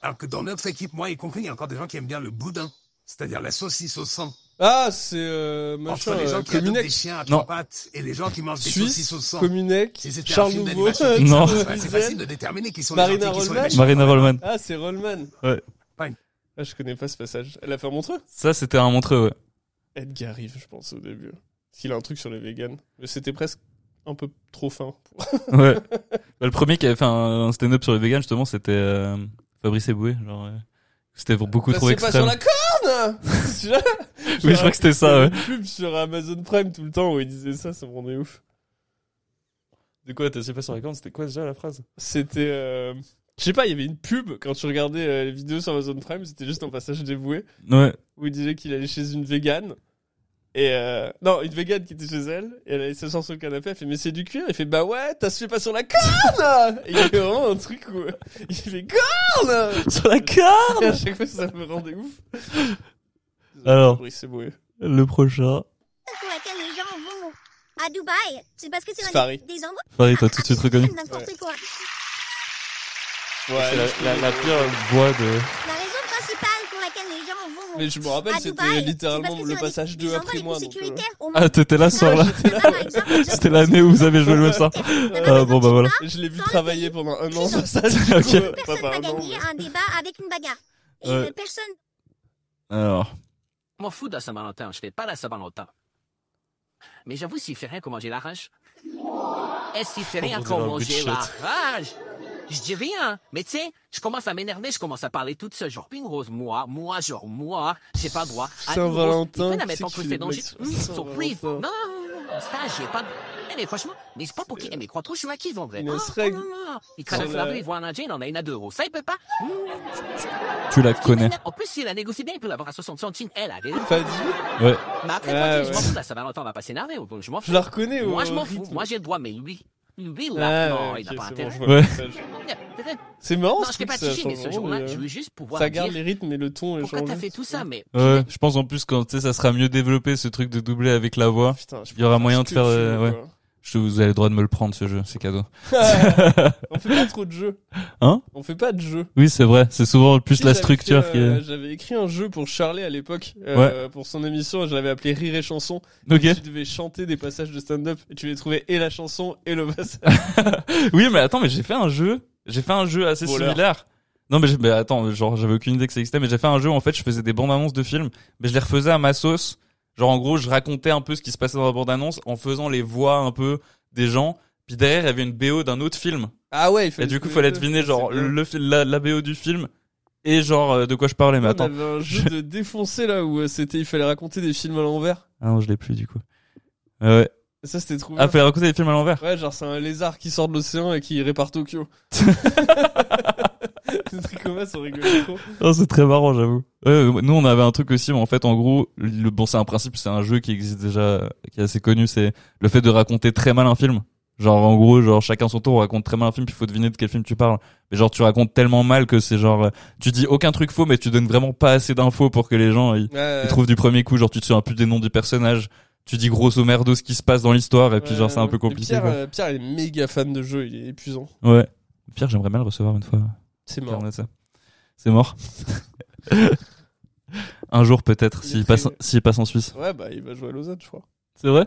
S7: Alors que dans notre équipe, moi y compris, il y a encore des gens qui aiment bien le boudin. C'est-à-dire la saucisse au sang.
S1: Ah, c'est euh, machin,
S7: entre les gens
S1: euh,
S7: qui adoptent des
S1: Communec.
S7: chiens à
S2: Non.
S7: trois pattes et les gens qui mangent des
S1: Suisse,
S7: saucisses au sang.
S1: Communec,
S7: Si c'était un
S1: Charles
S7: film
S1: Nouveau,
S7: d'animation.
S2: Non.
S1: Charles
S7: Ouais, c'est
S1: Wiesel.
S7: facile de déterminer qui sont
S1: Marina
S7: les gentils, qui sont les
S1: Rollman.
S7: méchants.
S2: Marina Rollman.
S1: Ah, c'est Rollman.
S2: Ouais.
S7: Fine.
S1: Ah, je connais pas ce passage. Elle a fait un montreux
S2: Ça, c'était un montreux, ouais.
S1: Edgar Rive, je pense, au début. Parce qu'il a un truc sur les vegans. Mais c'était presque un peu trop fin.
S2: ouais. Bah, le premier qui avait fait un, un stand-up sur les vegans, justement, c'était euh, Fabrice Eboué. Genre, euh, c'était beaucoup
S1: Bah,
S2: trop
S1: c'est pas sur
S2: extrême.
S1: la corne Celui-là,
S2: Oui, je crois que c'était
S1: il y
S2: ça,
S1: avait
S2: ouais.
S1: une pub sur Amazon Prime tout le temps où il disait ça, ça me rendait ouf.
S2: De quoi, t'as pas sur la corne, c'était quoi déjà la phrase
S1: C'était. euh, Je sais pas, il y avait une pub quand tu regardais euh, les vidéos sur Amazon Prime, c'était juste un passage dévoué
S2: Ouais.
S1: où il disait qu'il allait chez une végane. Et euh, non, une végane qui était chez elle, et elle allait s'asseoir sur le canapé, elle fait Mais c'est du cuir Il fait Bah ouais, t'as sué pas sur la corne Et il y avait vraiment un truc où il fait Corne
S2: Sur la corne
S1: Et à chaque fois, ça me rendait ouf.
S2: Alors.
S1: Oui, c'est beau.
S2: Le prochain.
S5: pour laquelle les gens vont à Dubaï, c'est parce que c'est un
S1: Safari.
S5: des, des endroits Ah,
S2: Farid, t'as tout de suite reconnu.
S5: n'importe quoi.
S1: Ouais,
S2: pire voix de.
S5: La raison principale pour laquelle les gens vont
S1: Mais je me
S5: à
S1: rappelle,
S5: Dubaï,
S1: c'était littéralement
S5: c'est parce que
S1: le
S5: c'est un
S1: passage
S5: des,
S1: 2
S5: des endroits
S1: après
S5: les
S1: moi.
S5: plus
S1: donc, euh,
S5: sécuritaires au monde.
S2: Ah, t'étais là ce soir-là
S5: Par exemple, au Japon,
S2: C'était l'année où vous avez joué le webstar. Ah, bon, bah voilà.
S1: Je l'ai vu travailler pendant un an, ce passage.
S2: Ok.
S1: du coup, pas
S5: personne n'a
S1: un an,
S5: gagné hein. un débat avec une bagarre. Et
S2: Ouais.
S5: personne
S2: Alors.
S8: m'en fous de la Saint-Valentin, je fais pas la Saint-Valentin. Mais j'avoue, s'il fait rien qu'on manger la rage. Et s'il fait rien
S2: On
S8: qu'on
S2: dirait un
S8: manger
S2: good
S8: la
S2: shot.
S8: rage. Je dis rien, mais tu sais, je commence à m'énerver, je commence à parler toute seule, genre ping rose, moi, moi, genre moi, j'ai pas le droit. à une rose.
S1: Saint-Valentin,
S8: Ils peuvent la
S1: qui
S8: mettre
S1: c'est
S8: en
S1: qui
S8: creux,
S1: fait
S8: c'est
S1: des
S8: dangereux.
S1: blagues sur
S8: Hum, Surprise.
S1: Saint-Valentin
S8: Non, non, non, non, ça, j'ai pas. de- Eh, mais franchement, mais c'est pas pour qui. Eh, mais crois trop, je suis à qui vendrait.
S1: Une
S8: Ah,
S1: seringue.
S8: oh là là. Il traverse
S1: Sur
S8: la
S1: la-
S8: rue, il voit un indien, il en a une à 2 euros. Ça, il peut pas. Hum,
S2: Tu la connais.
S8: En plus, s'il la négocie bien, il peut l'avoir à 60 centimes. Elle a des.
S1: Fadi,
S2: Ouais.
S1: Ouais,
S8: Mais après, moi, tu sais,
S1: Euh, ouais.
S8: je m'en fous de la Saint-Valentin, on va pas s'énerver. au fond, Je m'en fous.
S1: je la reconnais.
S8: Moi,
S1: au
S8: je m'en fous.
S1: rythme.
S8: Moi, j'ai le droit, mais lui, lui,
S1: Ah,
S8: là, non,
S1: ouais,
S8: il n'a
S1: ok,
S8: pas
S1: c'est bon,
S8: intérêt.
S1: je vois le
S2: Ouais.
S1: passage. C'est marrant,
S8: Non,
S1: ce
S8: je t'ai
S1: truc,
S8: pas
S1: ça
S8: touché, mais
S1: change
S8: ce jour-là,
S1: vraiment,
S8: je
S1: mais,
S8: veux juste
S1: euh,
S8: pouvoir
S1: Ça
S8: me dire
S1: garde les rythmes et le ton est
S8: pourquoi
S1: changé.
S8: t'as fait tout ça, mais...
S2: Ouais. Je pense en plus quand tu sais, ça sera mieux développé ce truc de doubler avec la voix.
S1: Putain, je
S2: Il y aura
S1: pense
S2: moyen
S1: que
S2: de faire,
S1: tu
S2: euh,
S1: veux,
S2: ouais. Je vous avez le droit de me le prendre ce jeu, c'est cadeau.
S1: quoi. On fait pas trop de jeux.
S2: Hein
S1: On fait pas de jeux.
S2: Oui, c'est vrai. C'est souvent plus
S1: Si,
S2: la
S1: j'avais
S2: structure
S1: fait,
S2: qui
S1: euh,
S2: est.
S1: J'avais écrit un jeu pour Charlie à l'époque, euh, pour son émission, et je l'avais appelé Rire et Chanson.
S2: Ok.
S1: Tu devais chanter des passages de stand-up, et tu devais trouver et la chanson et le passage.
S2: Oui, mais attends, mais j'ai fait un jeu. J'ai fait un jeu assez
S1: Voleur.
S2: similaire. Non, mais, j'ai- mais attends, genre, j'avais aucune idée que ça existait, mais j'ai fait un jeu où, en fait, je faisais des bandes annonces de films, mais je les refaisais à ma sauce. Genre, en gros, je racontais un peu ce qui se passait dans la bande annonce en faisant les voix un peu des gens. Puis derrière, il y avait une BO d'un autre film.
S1: Ah ouais, il
S2: Et
S1: fallait
S2: du coup,
S1: trouver
S2: fallait
S1: deux.
S2: deviner, genre,
S1: C'est bien.
S2: le, fil- la, la BO du film et genre, euh, de quoi je parlais, mais
S1: On
S2: attends.
S1: avait un jeu de défoncer là où euh, c'était, il fallait raconter des films à l'envers.
S2: Ah non, je l'ai plus, du coup. Ah ouais.
S1: Et Ça, c'était trop
S2: Ah,
S1: bien.
S2: fallait raconter les films à l'envers.
S1: Ouais, genre c'est un lézard qui sort de l'océan et qui répare Tokyo. Des trucs comme ça, ça rigolait trop.
S2: Oh, c'est très marrant, j'avoue. Ouais, ouais, nous, on avait un truc aussi, mais en fait, en gros, le, bon, c'est un principe, c'est un jeu qui existe déjà, euh, qui est assez connu, c'est le fait de raconter très mal un film. Genre, en gros, genre, chacun son tour, on raconte très mal un film, puis faut deviner de quel film tu parles. Mais genre, tu racontes tellement mal que c'est genre, euh, tu dis aucun truc faux, mais tu donnes vraiment pas assez d'infos pour que les gens, ils,
S1: Ouais,
S2: ils trouvent du premier coup. Genre, tu te souviens plus des noms du personnage, tu dis grosso merdo ce qui se passe dans l'histoire, et puis
S1: ouais,
S2: genre, c'est un
S1: ouais.
S2: peu
S1: Et
S2: compliqué,
S1: Pierre,
S2: quoi.
S1: euh, Pierre, il est méga fan de jeu, il est épuisant.
S2: Ouais. Pierre, j'aimerais bien le recevoir une fois.
S1: C'est
S2: Pierre
S1: marrant.
S2: Natsa. C'est mort. Un jour peut-être,
S1: Il est
S2: s'il
S1: très-
S2: passe, s'il passe en Suisse.
S1: Ouais, bah il va jouer à Lausanne, je crois.
S2: C'est vrai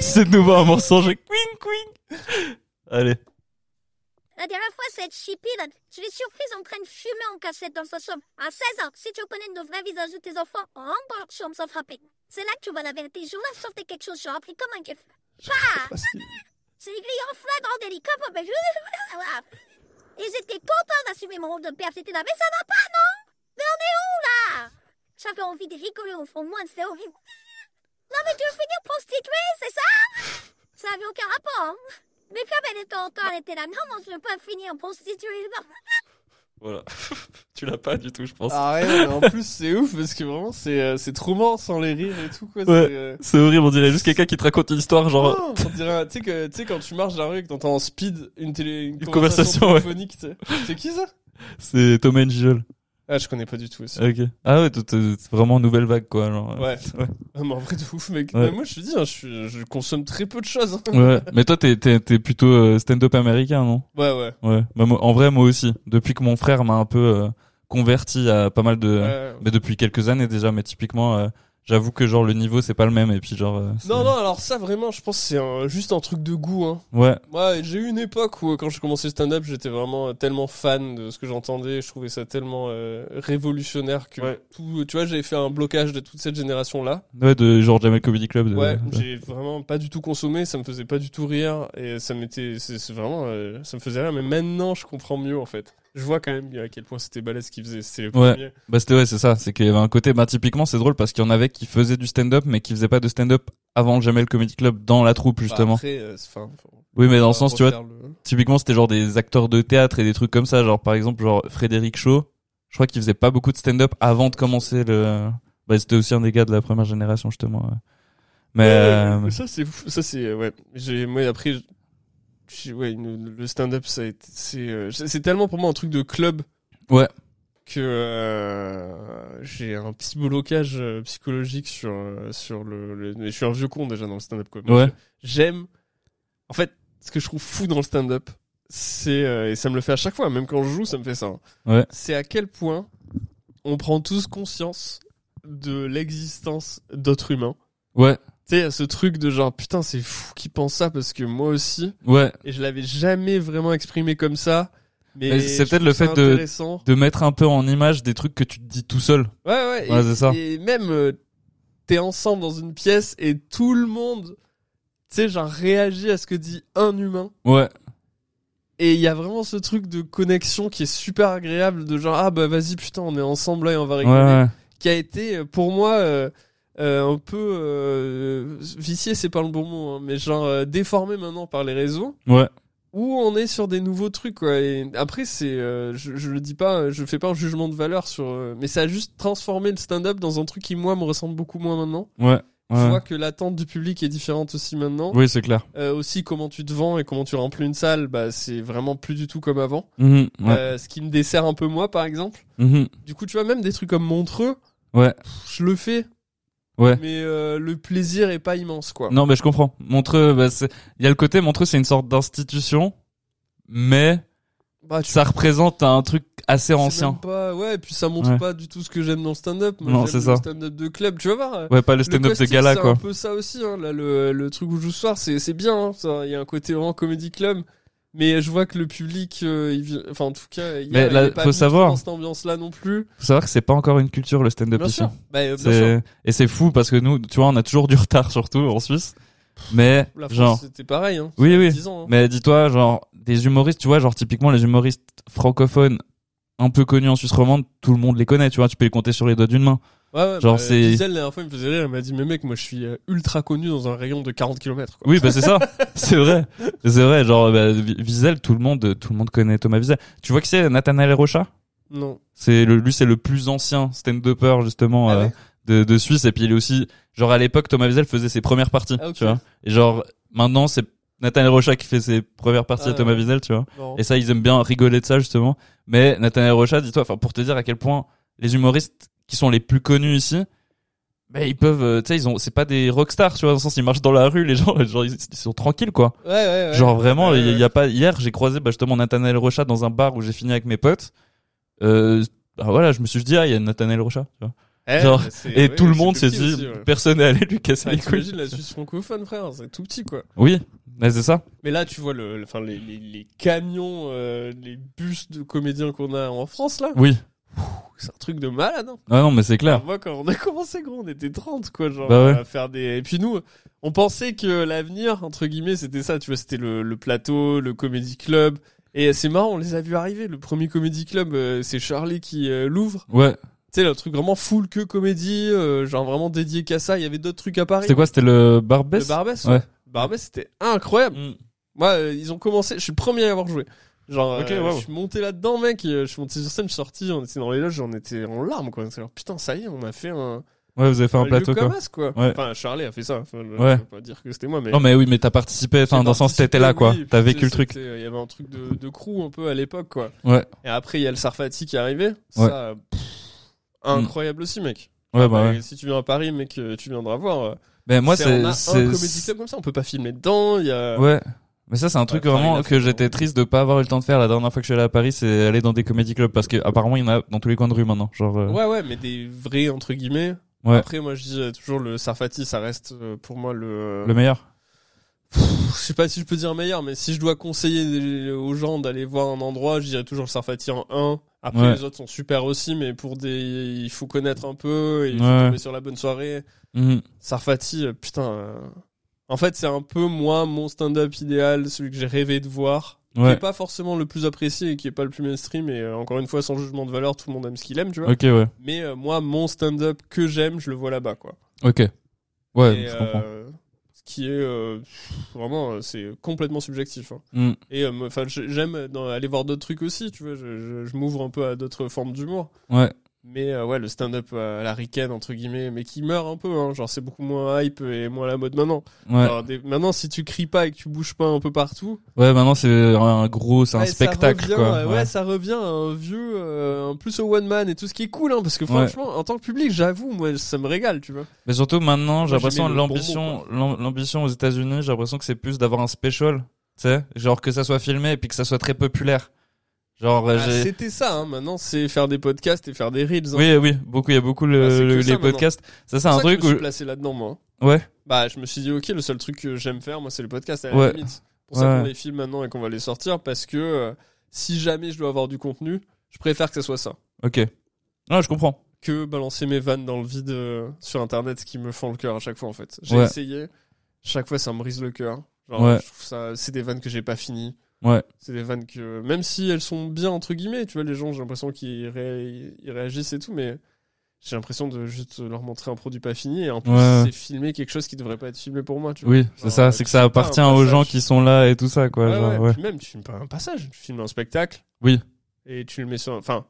S2: C'est de nouveau un mensonge. Queen, queen Allez.
S5: La dernière fois, cette chipide, je l'ai surprise en train de fumer en cassette dans sa chambre. À 16 ans, si tu connais le vrai visage de tes enfants, rentre dans leur chambre sans frapper. C'est là que tu vois la vérité. Je voulais sortir quelque chose, j'ai appris comme un keuf.
S1: Parce que-
S5: C'est les clients flagrants délit, comme mais je... Ils étaient contents d'assumer mon rôle de père, j'étais là, mais ça va pas, non Mais on est où, là J'avais envie de rigoler au fond de moi, c'était horrible. Non, mais tu veux finir prostituée, c'est ça Ça avait aucun rapport, hein Mais comme elle était en temps, elle était là, non, non, je veux pas finir prostituée, non
S2: Voilà. tu l'as pas du tout, je pense.
S1: Ah ouais, mais en plus c'est ouf parce que vraiment c'est euh, c'est trop mort sans les rires et tout quoi.
S2: Ouais.
S1: c'est, euh,
S2: C'est horrible, on dirait juste quelqu'un qui te raconte une histoire, genre...
S1: Oh, on dirait, un- tu sais que, tu sais quand tu marches dans la rue et que t'entends en speed une télé, une,
S2: conversation, ouais.
S1: téléphonique, tu sais. c'est qui ça
S2: C'est Thomas Njijol.
S1: Ah, je connais pas du tout aussi.
S2: Ok. Ah ouais, t- t- c'est vraiment nouvelle vague, quoi. Genre.
S1: Ouais.
S2: Ouais.
S1: Ah, mais en vrai de ouf, mec.
S2: Ouais.
S1: Mais moi, je te dis, hein, je, suis- je consomme très peu de choses. hein.
S2: Ouais. Mais toi, t'es, t'es, t'es plutôt euh, stand-up américain, non
S1: Ouais, ouais.
S2: Ouais, bah, moi- en vrai moi aussi. Depuis que mon frère m'a un peu euh, converti à pas mal de
S1: Ouais, ouais.
S2: mais depuis quelques années déjà mais typiquement euh, j'avoue que genre le niveau c'est pas le même et puis genre euh, c'est-
S1: Non, non, alors ça vraiment, je pense que c'est un- juste un truc de goût. Hein.
S2: ouais
S1: Moi, j'ai eu une époque où, euh, quand j'ai commencé le stand-up, j'étais vraiment euh, tellement fan de ce que j'entendais. Je trouvais ça tellement euh, révolutionnaire que
S2: Ouais.
S1: tout. Tu vois, j'ai fait un blocage de toute cette génération-là.
S2: ouais de genre Jamel Comedy Club de-
S1: Ouais,
S2: de-
S1: j'ai vraiment pas du tout consommé. Ça me faisait pas du tout rire et ça m'était. C'est c'est vraiment. euh, ça me faisait rire. Mais maintenant, je comprends mieux en fait. Je vois quand même à quel point c'était balèze ce qu'il faisait. C'était le
S2: Ouais.
S1: premier.
S2: Bah c'était ouais, c'est ça, c'est qu'il y avait un côté bah typiquement c'est drôle parce qu'il y en avait qui faisaient du stand-up mais qui faisaient pas de stand-up avant le Jamel Comedy Club dans la troupe
S1: Bah,
S2: justement.
S1: après, euh, c'est- enfin, faut-
S2: oui, mais dans le
S1: faut
S2: sens tu vois
S1: refaire le-
S2: typiquement c'était genre des acteurs de théâtre et des trucs comme ça, genre par exemple genre Frédéric Shaw, je crois qu'il faisait pas beaucoup de stand-up avant de commencer le bah c'était aussi un des gars de la première génération justement. ouais. Mais euh,
S1: Ouais, mais ça c'est fou, ça c'est euh, ouais. J'ai moi après je- j'ai- ouais une- le stand-up ça a été- c'est euh, c'est c'est tellement pour moi un truc de club.
S2: Ouais.
S1: Que euh, j'ai un petit blocage euh, psychologique sur euh, sur le, le- mais je suis un vieux con déjà dans le stand-up quoi. Moi,
S2: ouais.
S1: je- J'aime en fait ce que je trouve fou dans le stand-up c'est euh, et ça me le fait à chaque fois même quand je joue ça me fait ça. hein.
S2: Ouais.
S1: C'est à quel point on prend tous conscience de l'existence d'autres humains.
S2: Ouais.
S1: Tu sais, il y a ce truc de genre, putain, c'est fou qui pense ça parce que moi aussi,
S2: Ouais.
S1: et je l'avais jamais vraiment exprimé comme ça. Mais,
S2: Mais c'est
S1: je
S2: peut-être le
S1: trouve ça
S2: fait de-
S1: intéressant.
S2: De mettre un peu en image des trucs que tu te dis tout seul.
S1: Ouais, ouais,
S2: Ouais,
S1: et,
S2: c'est ça.
S1: et même, euh, t'es ensemble dans une pièce et tout le monde, tu sais, genre, réagit à ce que dit un humain.
S2: Ouais.
S1: Et il y a vraiment ce truc de connexion qui est super agréable, de genre, ah bah vas-y, putain, on est ensemble là et on va
S2: Ouais.
S1: rigoler.
S2: ouais.
S1: qui a été euh, pour moi euh, euh, un peu euh, vicié, c'est pas le bon mot, hein, mais genre euh, déformé maintenant par les réseaux.
S2: Ouais.
S1: Où on est sur des nouveaux trucs, quoi. Et après, c'est, euh, je, je le dis pas, euh, je fais pas un jugement de valeur sur, euh, mais ça a juste transformé le stand-up dans un truc qui moi me ressemble beaucoup moins maintenant.
S2: Ouais.
S1: Je
S2: ouais.
S1: vois que l'attente du public est différente aussi maintenant.
S2: Oui, c'est clair.
S1: Euh, aussi, comment tu te vends et comment tu remplis une salle, bah c'est vraiment plus du tout comme avant.
S2: Mhm, ouais.
S1: Euh, ce qui me dessert un peu moi, par exemple.
S2: Mhm.
S1: Du coup, tu vois même des trucs comme Montreux,
S2: Ouais.
S1: pff, je le fais.
S2: Ouais.
S1: Mais euh, le plaisir est pas immense, quoi.
S2: Non, mais je comprends. Montreux, bah, c'est- il y a le côté Montreux, c'est une sorte d'institution, mais
S1: Bah, tu
S2: ça représente un truc assez
S1: c'est
S2: ancien.
S1: même Pas... Ouais, et puis ça montre
S2: Ouais.
S1: pas du tout ce que j'aime dans le stand-up. Moi,
S2: Non,
S1: j'aime
S2: c'est
S1: Le
S2: ça.
S1: stand-up de club, tu vas voir. euh,
S2: Ouais, pas le
S1: Le
S2: stand-up de
S1: caustique,
S2: gala,
S1: c'est
S2: quoi.
S1: un peu ça aussi, hein, là, le, le truc où je joue ce soir, c'est c'est bien, hein, ça. Il y a un côté vraiment comédie club. Mais je vois que le public, euh, il vient- enfin en tout cas, il y a,
S2: Mais là,
S1: il est pas
S2: faut
S1: mis
S2: savoir.
S1: dans cette ambiance-là non plus.
S2: Faut savoir que c'est pas encore une culture, le stand-up
S1: Bien
S2: ici.
S1: sûr. Bah, euh, bien sûr.
S2: C'est- Et c'est fou parce que nous, tu vois, on a toujours du retard, surtout en Suisse. Mais,
S1: La France,
S2: genre,
S1: c'était pareil. Hein.
S2: oui, oui.
S1: 10 ans. hein.
S2: Mais dis-toi, genre, des humoristes, tu vois, genre, typiquement, les humoristes francophones un peu connus en Suisse romande, tout le monde les connaît, tu vois, tu peux les compter sur les doigts d'une main.
S1: Ouais, ouais,
S2: Genre,
S1: bah,
S2: c'est-
S1: Gisèle, la dernière fois, il me faisait rire, elle m'a dit, mais mec, moi, je suis euh, ultra connu dans un rayon de 40 km, quoi.
S2: Oui, bah c'est ça, c'est vrai, c'est vrai. Genre bah, Vi- Wiesel, tout le monde, tout le monde connaît Thomas Wiesel. Tu vois qui c'est Nathanael Rocha
S1: Non.
S2: C'est le, lui, c'est le plus ancien stand-upper justement
S1: Ah
S2: euh,
S1: ouais
S2: de, de Suisse. Et puis il est aussi, genre à l'époque, Thomas Wiesel faisait ses premières parties,
S1: Ah, ok.
S2: tu vois. Et genre maintenant, c'est Nathanael Rocha qui fait ses premières parties
S1: Ah,
S2: à Thomas
S1: ouais.
S2: Wiesel, tu vois.
S1: non.
S2: Et ça, ils aiment bien rigoler de ça justement. Mais Nathanael Rocha, dis-toi, enfin pour te dire à quel point les humoristes qui sont les plus connus ici, ben ils peuvent, euh, tu sais, ils ont, c'est pas des rockstars, tu vois, dans le sens ils marchent dans la rue, les gens, les gens, ils, ils sont tranquilles quoi.
S1: Ouais, ouais, ouais.
S2: Genre vraiment,
S1: Ouais,
S2: il y, a-
S1: ouais.
S2: il y a pas. Hier, j'ai croisé bah, justement Nathanaël Rocha dans un bar où j'ai fini avec mes potes. Euh, bah, voilà, je me suis dit ah il y a Nathanaël Rocha. tu vois.
S1: Eh,
S2: genre,
S1: bah, c'est-
S2: Et
S1: ouais,
S2: tout le
S1: c'est
S2: monde s'est
S1: petit
S2: dit
S1: aussi, ouais.
S2: personne n'est allé lui casser
S1: Ah,
S2: les couilles.
S1: T'imagines la Suisse francophone, frère, c'est tout petit, quoi.
S2: Oui, mais c'est ça.
S1: Mais là, tu vois le, le- enfin, les, les, les camions, euh, les bus de comédiens qu'on a en France, là.
S2: Oui.
S1: C'est un truc de malade, hein.
S2: Ah non mais c'est clair.
S1: Moi, quand on a commencé, gros, on était 30, quoi, genre,
S2: Bah ouais.
S1: à faire des... Et puis nous, on pensait que l'avenir, entre guillemets, c'était ça, tu vois, c'était le, le plateau, le comédie club. Et c'est marrant, on les a vus arriver. Le premier comédie club, euh, c'est Charlie qui euh, l'ouvre.
S2: Ouais.
S1: Tu sais, le truc vraiment full que comédie, euh, genre vraiment dédié qu'à ça. Il y avait d'autres trucs à Paris.
S2: C'était quoi C'était le Barbès.
S1: Le Barbès,
S2: Ouais.
S1: ouais. Barbès, c'était incroyable.
S2: Mm.
S1: Moi, euh, ils ont commencé, je suis le premier à y avoir joué. Genre,
S2: Ok,
S1: euh,
S2: wow.
S1: je suis monté là-dedans, mec, et, euh, je suis monté sur scène, je suis sorti, on était dans les loges, on était en larmes, quoi. C'est genre, putain, ça y est, on a fait un,
S2: Ouais, vous avez fait un
S1: lieu
S2: plateau quoi.
S1: comme as, quoi.
S2: Ouais.
S1: Enfin, Charlie a fait ça, enfin, je-
S2: Ouais.
S1: je peux pas dire que c'était moi, mais...
S2: Non mais oui, mais t'as participé. Enfin,
S1: J'ai
S2: dans le sens,
S1: participé,
S2: t'étais là quoi.
S1: oui, et puis,
S2: T'as
S1: tu
S2: vécu
S1: sais,
S2: le truc.
S1: c'était- Il y avait un truc de, de crew un peu à l'époque, quoi.
S2: Ouais.
S1: Et après, il y a le Sarfati qui est arrivé.
S2: Ouais.
S1: Ça, pff, incroyable aussi, mec.
S2: Ouais, bah ouais.
S1: Et Si tu viens à Paris, mec, euh, tu viendras voir. euh,
S2: Ben moi
S1: c'est- on
S2: c'est
S1: a un
S2: c'est
S1: comédie club comme ça, on peut pas filmer dedans. Il y a
S2: ouais. Mais ça, c'est un truc
S1: enfin, il
S2: vraiment
S1: a
S2: que
S1: fait-
S2: j'étais triste de pas avoir eu le temps de faire la dernière fois que je suis allé à Paris, c'est aller dans des comedy clubs parce que apparemment il y en a dans tous les coins de rue maintenant. Genre, euh,
S1: Ouais, ouais, mais des vrais, entre guillemets.
S2: Ouais.
S1: Après, moi, je dis euh, toujours le Sarfati, ça reste euh, pour moi le.
S2: le meilleur.
S1: Pff, Je sais pas si je peux dire meilleur, mais si je dois conseiller des- aux gens d'aller voir un endroit, je dirais toujours le Sarfati en 1. Après,
S2: Ouais.
S1: les autres sont super aussi, mais pour des. Il faut connaître un peu, et il faut
S2: Ouais.
S1: tomber sur la bonne soirée.
S2: Mhm.
S1: Sarfati, euh, putain. euh, En fait, c'est un peu moi mon stand-up idéal, celui que j'ai rêvé de voir, qui
S2: Ouais.
S1: est pas forcément le plus apprécié et qui est pas le plus mainstream. Et euh, encore une fois, sans jugement de valeur, tout le monde aime ce qu'il aime, tu vois.
S2: Ok, ouais.
S1: Mais euh, moi, mon stand-up que j'aime, je le vois là-bas, quoi.
S2: Ok. Ouais,
S1: Et,
S2: je comprends.
S1: euh, ce qui est euh, pff, vraiment, euh, c'est complètement subjectif. hein.
S2: Mhm.
S1: Et euh, me- enfin, je- j'aime dans- aller voir d'autres trucs aussi, tu vois. Je, je- je m'ouvre un peu à d'autres formes d'humour.
S2: Ouais.
S1: Mais euh, ouais, le stand-up à la ricaine, entre guillemets, mais qui meurt un peu, hein. Genre, c'est beaucoup moins hype et moins à la mode maintenant.
S2: Ouais.
S1: Alors, des- maintenant, si tu cries pas et que tu bouges pas un peu partout,
S2: ouais, maintenant c'est un gros, c'est un
S1: ouais, ça
S2: spectacle
S1: revient,
S2: quoi.
S1: euh, ouais. ça revient à un vieux, euh, en plus au one man et tout ce qui est cool, hein, parce que
S2: Ouais.
S1: franchement, en tant que public, j'avoue, moi, ça me régale, tu vois.
S2: Mais surtout maintenant, j'ai
S1: Moi,
S2: l'impression
S1: j'aimais le
S2: l'ambition, l'am- l'ambition aux États-Unis, j'ai l'impression que c'est plus d'avoir un special, tu sais, genre que ça soit filmé et puis que ça soit très populaire. Genre, euh,
S1: Ah,
S2: j'ai.
S1: C'était ça, hein. maintenant c'est faire des podcasts et faire des reels. hein.
S2: Oui, oui, beaucoup, il y a beaucoup le-
S1: Ah, c'est que
S2: le-
S1: ça,
S2: les
S1: maintenant.
S2: podcasts. Ça, c'est
S1: C'est
S2: un
S1: pour ça que
S2: truc
S1: je me
S2: où.
S1: suis placé là-dedans, moi.
S2: Ouais.
S1: Bah, je me suis dit, ok, le seul truc que j'aime faire, moi, c'est les podcasts à la
S2: Ouais.
S1: limite. C'est pour ça
S2: Ouais.
S1: qu'on les filme maintenant et qu'on va les sortir parce que euh, si jamais je dois avoir du contenu, je préfère que ça soit ça
S2: Ok. Non, je comprends.
S1: que balancer mes vannes dans le vide euh, sur internet qui me font le cœur à chaque fois en fait. J'ai
S2: Ouais.
S1: essayé, chaque fois ça me brise le cœur. Genre,
S2: Ouais.
S1: je trouve ça, c'est des vannes que j'ai pas fini.
S2: Ouais.
S1: C'est des vannes que, même si elles sont bien entre guillemets, tu vois, les gens, j'ai l'impression qu'ils ré- ils réagissent et tout, mais j'ai l'impression de juste leur montrer un produit pas fini et en plus
S2: Ouais.
S1: c'est filmer quelque chose qui devrait pas être filmé pour moi, tu vois.
S2: Oui, c'est
S1: Genre,
S2: ça,
S1: euh,
S2: c'est
S1: tu
S2: que ça
S1: filmes pas un
S2: appartient aux gens
S1: passage.
S2: qui sont là et tout ça, quoi.
S1: Ouais,
S2: genre,
S1: ouais.
S2: ouais.
S1: Puis même, tu filmes pas un passage, tu filmes un spectacle.
S2: Oui.
S1: Et tu le mets sur, enfin,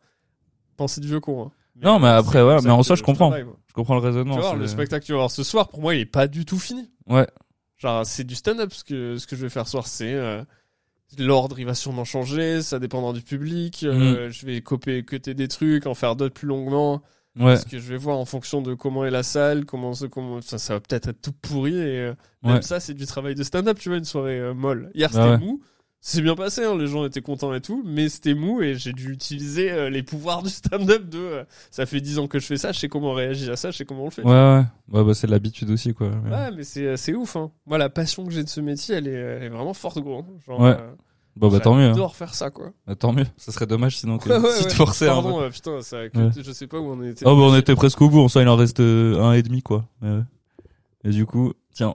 S1: pensée de vieux con. hein.
S2: Non, mais après,
S1: c'est
S2: voilà,
S1: comme
S2: mais en
S1: ça
S2: soi,
S1: que
S2: je comprends.
S1: travaille, moi.
S2: Je comprends le raisonnement.
S1: tu vois,
S2: c'est-
S1: le spectacle que tu vas voir ce soir, pour moi, il est pas du tout fini.
S2: Ouais.
S1: Genre, c'est du stand-up. Ce que, ce que je vais faire ce soir, c'est. euh, L'ordre, il va sûrement changer, ça dépendra du public.
S2: Mhm.
S1: euh, je vais copier, cuter des trucs, en faire d'autres plus longuement.
S2: Ouais,
S1: Parce que je vais voir en fonction de comment est la salle, comment, se- comment ça, ça va peut-être être tout pourri. Et euh, même
S2: Ouais.
S1: ça, c'est du travail de stand-up, tu vois, une soirée euh, molle. Hier,
S2: Bah
S1: c'était mou. C'est bien passé, hein, les gens étaient contents et tout, mais c'était mou et j'ai dû utiliser euh, les pouvoirs du stand-up de euh, ça fait 10 ans que je fais ça, je sais comment on réagit à ça, je sais comment on le fait.
S2: ouais, ouais. Ouais, bah, c'est de l'habitude aussi, quoi. mais-
S1: Ouais, mais c'est, c'est ouf. Hein. Moi, la passion que j'ai de ce métier, elle est, elle est vraiment forte, gros. Genre,
S2: Ouais.
S1: euh,
S2: Bon, bah, tant mieux. hein.
S1: J'adore faire ça, quoi.
S2: Bah, tant mieux. Ça serait dommage sinon que
S1: Ouais, ouais,
S2: si
S1: ouais.
S2: tu forçais un peu.
S1: Pardon, euh, putain, ça, que-
S2: hein, Ouais.
S1: je sais pas où on était.
S2: Oh, bah, on était presque au bout. En soi, il en reste euh, un et demi, quoi. Mais ouais. Et du coup, tiens.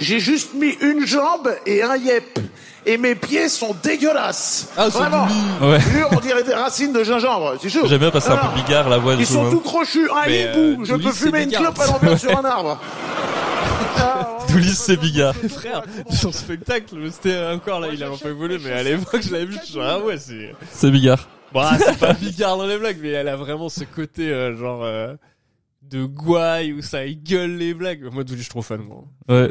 S9: J'ai juste mis une jambe et un yep. Et mes pieds sont dégueulasses.
S1: Ah, ils sont
S9: Vraiment.
S2: Ouais.
S9: Jure, on dirait des racines de gingembre. C'est chaud.
S2: J'aime hein. bien parce que c'est un peu bigard la voix de
S9: Ils
S2: tout le
S9: sont
S2: monde.
S9: tout crochus. Un
S1: Mais,
S9: hibou.
S1: euh,
S9: Je peux
S1: Toulouse, c'est
S9: fumer une
S1: Descartes.
S9: clope à l'envers sur un arbre. Ah,
S2: Toulouse, c'est bigard.
S1: Frère, son spectacle, c'était euh, encore là, il a un peu volé, mais à l'époque, je l'avais vu, je suis genre, ah ouais, c'est.
S2: C'est bigard.
S1: Bah, c'est pas Bigard dans les blagues, mais elle a vraiment ce côté, euh, genre, euh, de gouaille où ça il gueule les blagues. Moi, Douli, je suis trop fan, gros.
S2: Ouais.
S1: Euh,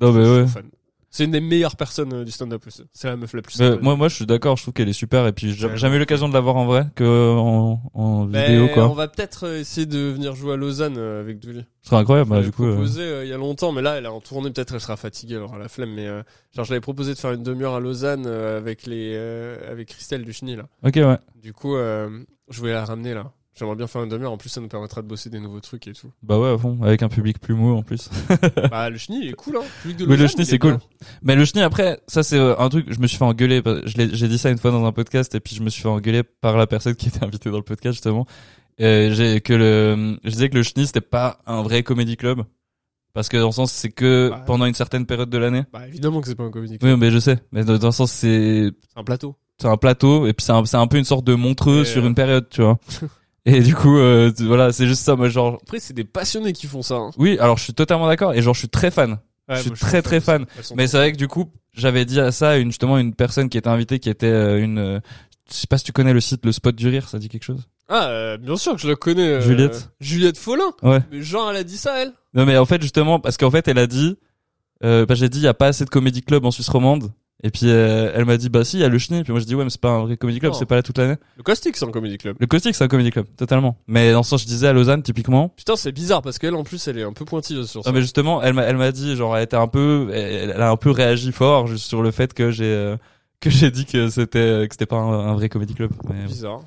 S2: Non, mais
S1: je suis
S2: ouais.
S1: trop fan. C'est une des meilleures personnes euh, du stand-up aussi. C'est la meuf la plus.
S2: Bah,
S1: sympa.
S2: moi, moi, je suis d'accord. Je trouve qu'elle est super. Et puis, j'ai
S1: Ouais.
S2: jamais eu l'occasion de la voir en vrai que euh, en, en
S1: Ben,
S2: vidéo,
S1: On
S2: quoi.
S1: va peut-être euh, essayer de venir jouer à Lausanne euh, avec Douli.
S2: Ce serait incroyable.
S1: Je
S2: Bah,
S1: l'avais
S2: du coup, euh,
S1: proposé euh, il y a longtemps, mais là, elle est en tournée, peut-être elle sera fatiguée, elle aura la flemme, mais euh, genre, je l'avais proposé de faire une demi-heure à Lausanne euh, avec les euh, avec Christelle Ducheny, là.
S2: ok, ouais.
S1: Du coup, euh, je voulais la ramener, là. J'aimerais bien faire une demi-heure, en plus, ça nous permettra de bosser des nouveaux trucs et tout.
S2: Bah ouais, à fond, avec un public plus mou en plus.
S1: bah, le chenille, il est cool, hein. Le public de
S2: Oui, le
S1: Lausanne,
S2: chenille,
S1: il est
S2: c'est cool.
S1: bien.
S2: Mais le chenille, après, ça c'est euh, un truc, je me suis fait engueuler, parce que je l'ai- j'ai dit ça une fois dans un podcast, et puis je me suis fait engueuler par la personne qui était invitée dans le podcast justement. Euh, j'ai que le, je disais que le chenille c'était pas un vrai comédie club, parce que dans le sens c'est que
S1: Bah.
S2: pendant une certaine période de l'année.
S1: Bah, évidemment que c'est pas un comédie, club,
S2: Oui, mais je sais, mais dans, dans le sens c'est
S1: c'est un plateau.
S2: c'est un plateau et puis c'est un, c'est un peu une sorte de montreux
S1: Et,
S2: sur
S1: euh,
S2: une période, tu vois. et du coup, euh, tu- voilà, c'est juste ça, moi genre.
S1: Après, c'est des passionnés qui font ça, hein.
S2: Oui, alors je suis totalement d'accord et genre je suis très fan.
S1: Ouais,
S2: je suis
S1: moi,
S2: très très fan.
S1: Elles sont
S2: Mais
S1: trop
S2: c'est vrai que du coup, j'avais dit à ça une, justement une personne qui était invitée, qui était euh, une. euh, Je sais pas si tu connais le site Le Spot du Rire, ça dit quelque chose.
S1: Ah, euh, bien sûr que je la connais. euh,
S2: Juliette.
S1: Juliette Follin.
S2: Ouais.
S1: Mais genre, elle a dit ça, elle.
S2: Non mais en fait justement parce qu'en fait elle a dit, euh, bah, j'ai dit il y a pas assez de comédie club en Suisse romande. Et puis euh, elle m'a dit bah si, il y a le chenil. Puis moi je dis ouais, mais c'est pas un vrai comedy club,
S1: Non.
S2: c'est pas là toute l'année.
S1: Le caustique, c'est un comedy club.
S2: Le caustique c'est un comedy club, totalement. Mais dans ce sens, je disais à Lausanne typiquement.
S1: Putain, c'est bizarre parce qu'elle en plus, elle est un peu pointilleuse sur ça.
S2: Non Ah, mais justement, elle m'a elle m'a dit genre elle était un peu, elle, elle a un peu réagi fort juste sur le fait que j'ai euh, que j'ai dit que c'était que c'était pas un, un vrai comedy club. Mais
S1: Bizarre. hein.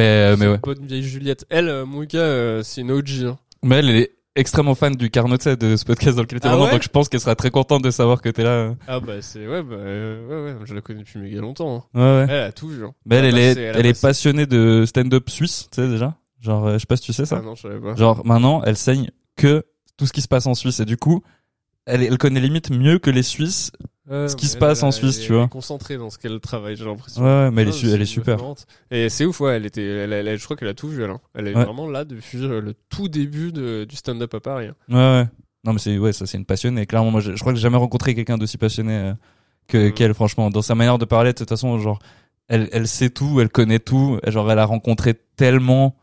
S2: Euh, mais, mais ouais.
S1: Bonne vieille Juliette. Elle, euh, mon gars, euh, c'est une OG. hein.
S2: Mais elle, elle est extrêmement fan du Carnot de ce podcast dans lequel t'es
S1: Ah
S2: vraiment,
S1: ouais
S2: donc je pense qu'elle sera très contente de savoir que t'es là.
S1: Ah bah c'est ouais bah euh, ouais ouais je la connais depuis méga longtemps. hein.
S2: Ouais ouais.
S1: Elle a tout vu. hein.
S2: Mais elle,
S1: a
S2: elle,
S1: passé-
S2: est,
S1: elle a
S2: elle est
S1: passé-
S2: passionnée de stand-up suisse, tu sais déjà. Genre, euh, je sais pas si tu sais ça.
S1: Ah non je savais pas.
S2: Genre, maintenant, elle saigne que tout ce qui se passe en Suisse. Et du coup, elle, elle connaît limite mieux que les Suisses.
S1: Ouais,
S2: ce qui
S1: mais
S2: se
S1: elle,
S2: passe en
S1: elle
S2: Suisse,
S1: est-
S2: tu
S1: elle est
S2: vois.
S1: Concentrée dans ce qu'elle travaille j'ai l'impression.
S2: Ouais, ouais, mais elle est,
S1: Ah,
S2: su- elle est
S1: c'est une meuf
S2: super.
S1: marrante. Et c'est ouf ouais elle était elle, elle- elle- je crois qu'elle a tout vu elle. hein. Elle est
S2: Ouais.
S1: vraiment là depuis euh, le tout début de, du stand-up à Paris. hein.
S2: Ouais, ouais. Non, mais c'est, ouais, ça, c'est une passionnée. Clairement, moi, je, je crois que j'ai jamais rencontré quelqu'un d'aussi passionné euh, que,
S1: Mm.
S2: qu'elle, franchement. Dans sa manière de parler, de toute façon, genre, elle, elle sait tout, elle connaît tout. Et Genre, elle a rencontré tellement,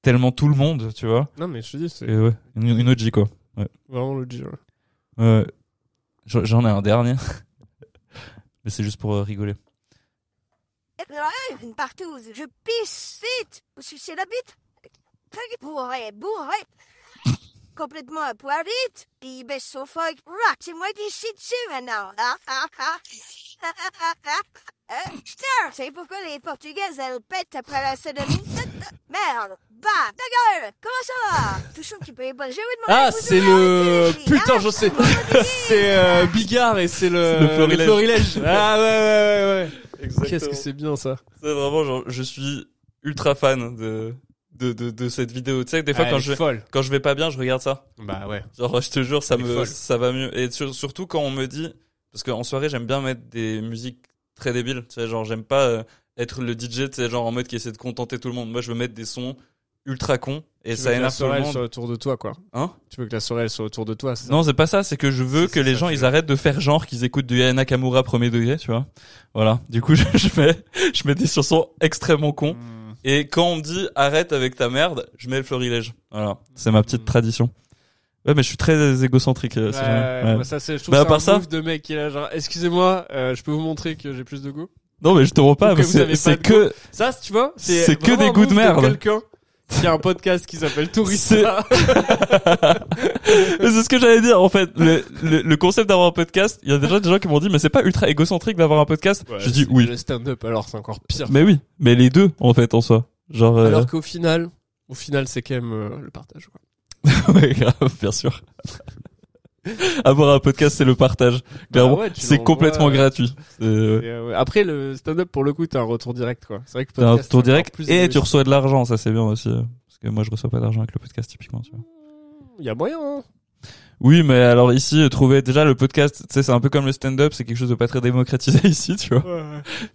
S2: tellement tout le monde, tu vois.
S1: Non mais je te dis c'est
S2: Et ouais, une, une OG, quoi.
S1: vraiment le G. ouais.
S2: Euh, j'en j'en ai un dernier. Mais c'est juste pour euh, rigoler.
S5: Une partouze, je pisse vite. Vous sucez la bite Bourré, bourré. Complètement à poil vite. Il baisse son fog. Rock, c'est moi d'ici dessus maintenant. Ah, ah, ah. Ah, ah, ah, ah. Euh, putain, c'est pourquoi les Portugaises elles pètent après la sodomie. Merde, bah, ta gueule, comment ça va Touchons qui peut les bonnes. J'ai envie de manger
S1: Ah
S5: un bout de
S1: c'est le
S5: merde, ici.
S1: putain
S5: Ah,
S1: je sais.
S5: ah,
S1: C'est euh, Bigard et c'est Euh, le
S2: C'est le florilège.
S1: Ah ouais ouais ouais ouais.
S2: Exactement.
S1: Qu'est-ce que c'est bien ça.
S2: C'est vraiment genre, je suis ultra fan de de de, de cette vidéo. Tu sais, des fois
S1: Ah,
S2: quand
S1: elle
S2: je
S1: est folle.
S2: quand je vais pas bien, je regarde ça.
S1: Bah ouais.
S2: Genre, je te jure, ça
S1: Elle est
S2: me
S1: folle.
S2: ça va mieux. Et sur- surtout quand on me dit, parce qu'en soirée, j'aime bien mettre des musiques très débiles. Tu sais, genre, j'aime pas euh, être le DJ, tu sais, genre en mode qui essaie de contenter tout le monde. Moi, je veux mettre des sons ultra cons
S1: Tu
S2: et
S1: veux
S2: ça
S1: que la
S2: énerve tout
S1: soirée
S2: le
S1: elle
S2: monde.
S1: soit autour de toi quoi.
S2: Hein
S1: Tu veux que la soirée elle soit autour de toi c'est ça
S2: Non, c'est pas ça, c'est que je veux
S1: Si, c'est
S2: que les
S1: ça,
S2: gens
S1: je
S2: ils
S1: veux.
S2: arrêtent de faire genre qu'ils écoutent du Yana Kamura premier degré, tu vois. Voilà. Du coup, je, je mets je mets des chansons extrêmement cons
S1: Mm.
S2: et quand on me dit arrête avec ta merde, je mets le florilège. Voilà, c'est ma petite
S1: Mm.
S2: tradition. Ouais, mais je suis très égocentrique euh,
S1: Ouais,
S2: ces gens-là.
S1: ouais,
S2: Ouais.
S1: bah ça c'est je trouve
S2: Bah, à
S1: ça un
S2: part ça-
S1: move de mec qui est là genre excusez-moi euh, je peux vous montrer que j'ai plus de goût
S2: Non, mais je te rends pas,
S1: Ou que
S2: mais
S1: vous avez
S2: c'est
S1: pas
S2: c'est
S1: de
S2: que
S1: ça tu vois
S2: C'est que
S1: vraiment
S2: des
S1: un
S2: goûts de
S1: move
S2: merde.
S1: quelqu'un qui a un podcast qui s'appelle Tourista
S2: Mais c'est ce que j'allais dire en fait. Le, le, le concept d'avoir un podcast, il y a déjà des gens qui m'ont dit mais c'est pas ultra égocentrique d'avoir un podcast.
S1: Ouais,
S2: je dis
S1: c'est
S2: oui.
S1: le stand-up alors c'est encore pire
S2: Mais oui, mais les deux en fait en soi. Genre euh,
S1: alors qu'au final au final c'est quand même euh, le partage quoi.
S2: Ouais, grave, bien sûr. Avoir un podcast, c'est le partage. Clairement,
S1: Ah ouais, tu
S2: c'est
S1: l'envoies,
S2: complètement
S1: euh,
S2: gratuit. C'est, euh,
S1: Et, euh, ouais. après le stand-up pour le coup t'as un retour direct quoi c'est vrai que
S2: T'as un
S1: podcast,
S2: retour
S1: c'est encore
S2: direct
S1: plus
S2: et tu
S1: égoïste.
S2: reçois de l'argent, ça c'est bien aussi. euh, Parce que moi, je reçois pas d'argent avec le podcast typiquement. Tu vois.
S1: il y a moyen hein.
S2: Oui, mais alors ici, euh, trouver déjà le podcast, tu sais, c'est un peu comme le stand-up, c'est quelque chose de pas très démocratisé ici, tu vois.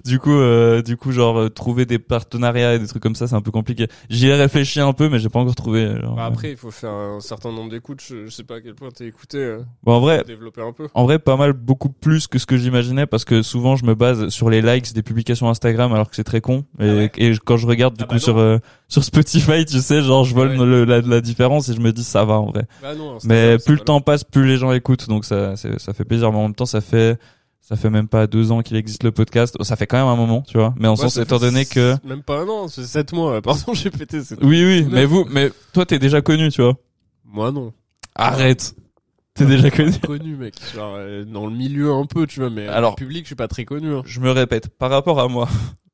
S2: Du coup, euh, du coup, genre euh, trouver des partenariats et des trucs comme ça, c'est un peu compliqué. J'y ai réfléchi un peu, mais j'ai pas encore trouvé. euh, genre,
S1: Bah,
S2: euh.
S1: après il faut faire un certain nombre d'écoutes je, je sais pas à quel point t'es écouté euh,
S2: Bon, en vrai,
S1: pour développer un peu
S2: En vrai, pas mal, beaucoup plus que ce que j'imaginais parce que souvent je me base sur les likes des publications Instagram alors que c'est très con. Et,
S1: Ah ouais.
S2: et quand je regarde du
S1: Ah
S2: coup
S1: bah
S2: sur euh, sur Spotify, tu sais, genre je vois
S1: Ouais.
S2: le- la, la différence et je me dis ça va en vrai.
S1: Bah non, un
S2: Mais
S1: stand-up, c'est
S2: plus le
S1: pas
S2: temps passe, plus les gens écoutent, donc ça c'est- ça fait plaisir. Mais en même temps, ça fait ça fait même pas deux ans qu'il existe le podcast. Ça fait quand même un moment, tu vois. Mais en
S1: Ouais,
S2: sens
S1: ça
S2: étant
S1: fait
S2: donné
S1: s-
S2: que
S1: Même pas un an, c'est 7 mois. Pardon, j'ai pété. c'est-
S2: oui oui,
S1: Non.
S2: mais vous, mais toi t'es déjà connu, tu vois.
S1: Moi non.
S2: Arrête, t'es déjà connu.
S1: Connu, mec. Genre, euh, dans le milieu un peu, tu vois, mais
S2: Alors-
S1: Alors, public, je suis pas très connu. hein.
S2: je me répète, par rapport à moi,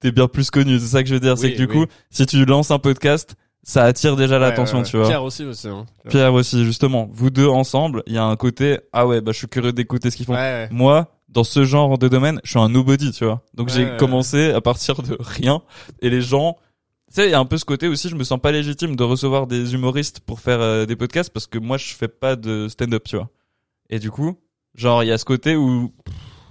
S2: t'es bien plus connu. C'est ça que je veux dire, c'est
S1: Oui,
S2: que du
S1: oui.
S2: coup, si tu lances un podcast, ça attire déjà l'attention,
S1: Ouais, ouais,
S2: tu
S1: ouais.
S2: vois. Pierre.
S1: Pierre aussi, aussi. Hein.
S2: aussi, justement, vous deux ensemble, il y a un côté, ah ouais, bah je suis curieux d'écouter ce qu'ils font.
S1: Ouais, ouais.
S2: Moi, dans ce genre de domaine, je suis un nobody, tu vois. Donc
S1: Ouais,
S2: j'ai
S1: ouais.
S2: commencé à partir de rien, et les gens. Tu sais, il y a un peu ce côté aussi, je me sens pas légitime de recevoir des humoristes pour faire euh, des podcasts parce que moi, je fais pas de stand-up, tu vois. Et du coup, genre, il y a ce côté où,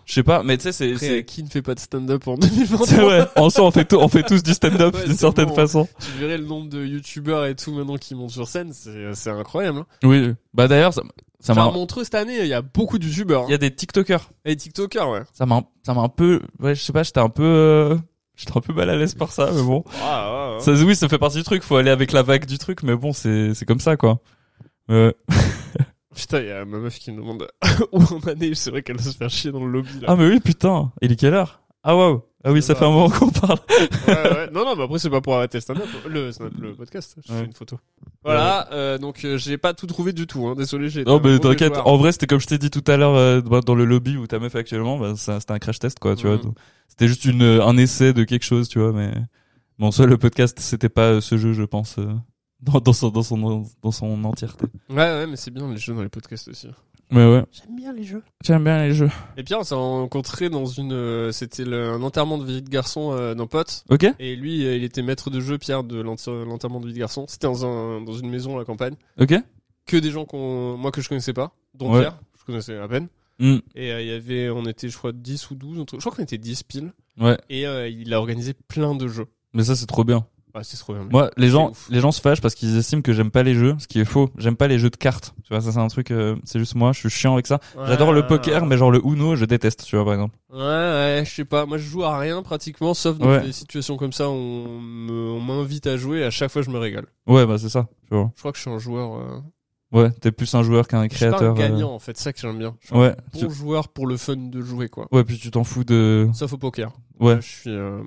S2: je sais pas, mais tu sais, c'est-
S1: Après,
S2: c'est
S1: qui ne fait pas de stand-up en
S2: C'est
S1: 2023
S2: vrai. En soi, on fait, tout, on fait tous du stand-up
S1: Ouais,
S2: d'une
S1: c'est
S2: certaine
S1: bon. hein.
S2: façon.
S1: Tu verrais le nombre de youtubeurs et tout maintenant qui montent sur scène, c'est c'est incroyable. Hein.
S2: Oui. Bah d'ailleurs, ça, ça
S1: Genre,
S2: m'a.
S1: montreux cette année, il y a beaucoup de youtubeurs.
S2: Il y a des TikTokers.
S1: hein. Et TikTokers, ouais.
S2: Ça m'a, ça m'a un peu. Ouais, je sais pas. J'étais un peu, euh, j'étais un peu mal à l'aise par ça, mais bon.
S1: Ah, ouais, ouais.
S2: Ça, oui, ça fait partie du truc. Faut aller avec la vague du truc, mais bon, c'est, c'est comme ça, quoi. Euh,
S1: Putain, il y a ma meuf qui me demande où on en est. C'est vrai qu'elle doit se faire chier dans le lobby. Là.
S2: Ah, mais oui, putain. Il est quelle heure Ah, waouh. Ah oui, ça fait un moment qu'on parle.
S1: Ouais, ouais. Non, non, mais après, c'est pas pour arrêter le stand-up, le, stand-up, le podcast. Je
S2: Ouais.
S1: fais une photo. Voilà, euh, donc euh, j'ai pas tout trouvé du tout, hein. désolé. j'ai été
S2: Non,
S1: un
S2: mais
S1: mauvais
S2: t'inquiète.
S1: joueur.
S2: En vrai, c'était comme je t'ai dit tout à l'heure, euh, bah, dans le lobby où ta meuf est actuellement, bah, ça- c'était un crash test, quoi, tu vois.
S1: Mhm.
S2: donc. C'était juste une, euh, un essai de quelque chose, tu vois, mais bon, soit le podcast, c'était pas euh, ce jeu, je pense, euh, dans, dans son, dans son, dans son entièreté.
S1: Ouais, ouais, mais c'est bien les jeux dans les podcasts aussi.
S2: Mais ouais.
S1: J'aime bien les jeux.
S2: J'aime bien les jeux.
S1: Et puis on s'est rencontrés dans une, euh, c'était le- un enterrement de vie de garçon euh, d'un pote.
S2: Ok?
S1: Et lui, euh, il était maître de jeu, Pierre, de l'enter- l'enterrement de vie de garçon. C'était dans, un, dans une maison à la campagne.
S2: Ok?
S1: Que des gens qu'on, moi que je connaissais pas, dont
S2: Ouais.
S1: Pierre, je connaissais à peine.
S2: Hmm.
S1: Et euh, il y avait, on était, je crois, 10 ou 12. un truc- Je crois qu'on était 10 pile.
S2: Ouais.
S1: Et euh, il a organisé plein de jeux.
S2: Mais ça, c'est trop bien.
S1: Ah, c'est trop bien. mec.
S2: Moi, les
S1: C'est
S2: gens,
S1: ouf.
S2: les gens se fâchent parce qu'ils estiment que j'aime pas les jeux, ce qui est faux. J'aime pas les jeux de cartes. Tu vois, ça c'est un truc, euh, c'est juste moi, je suis chiant avec ça. J'adore le
S1: Ouais.
S2: poker, mais genre le Uno, je déteste, tu vois, par exemple.
S1: Ouais, ouais, je sais pas. Moi, je joue à rien pratiquement, sauf dans
S2: Ouais.
S1: des situations comme ça où on me- on m'invite à jouer. Et à chaque fois, je me régale.
S2: Ouais, bah c'est ça, tu vois.
S1: Je crois que je suis un joueur. euh,
S2: Ouais, t'es plus un joueur qu'un
S1: Je suis pas un
S2: créateur. euh,
S1: gagnant, en fait. C'est ça que j'aime bien. Je suis un
S2: Ouais,
S1: bon
S2: tu-
S1: joueur pour le fun de jouer, quoi.
S2: ouais, puis tu t'en fous de.
S1: Sauf au poker.
S2: Ouais,
S1: Là, je suis, euh,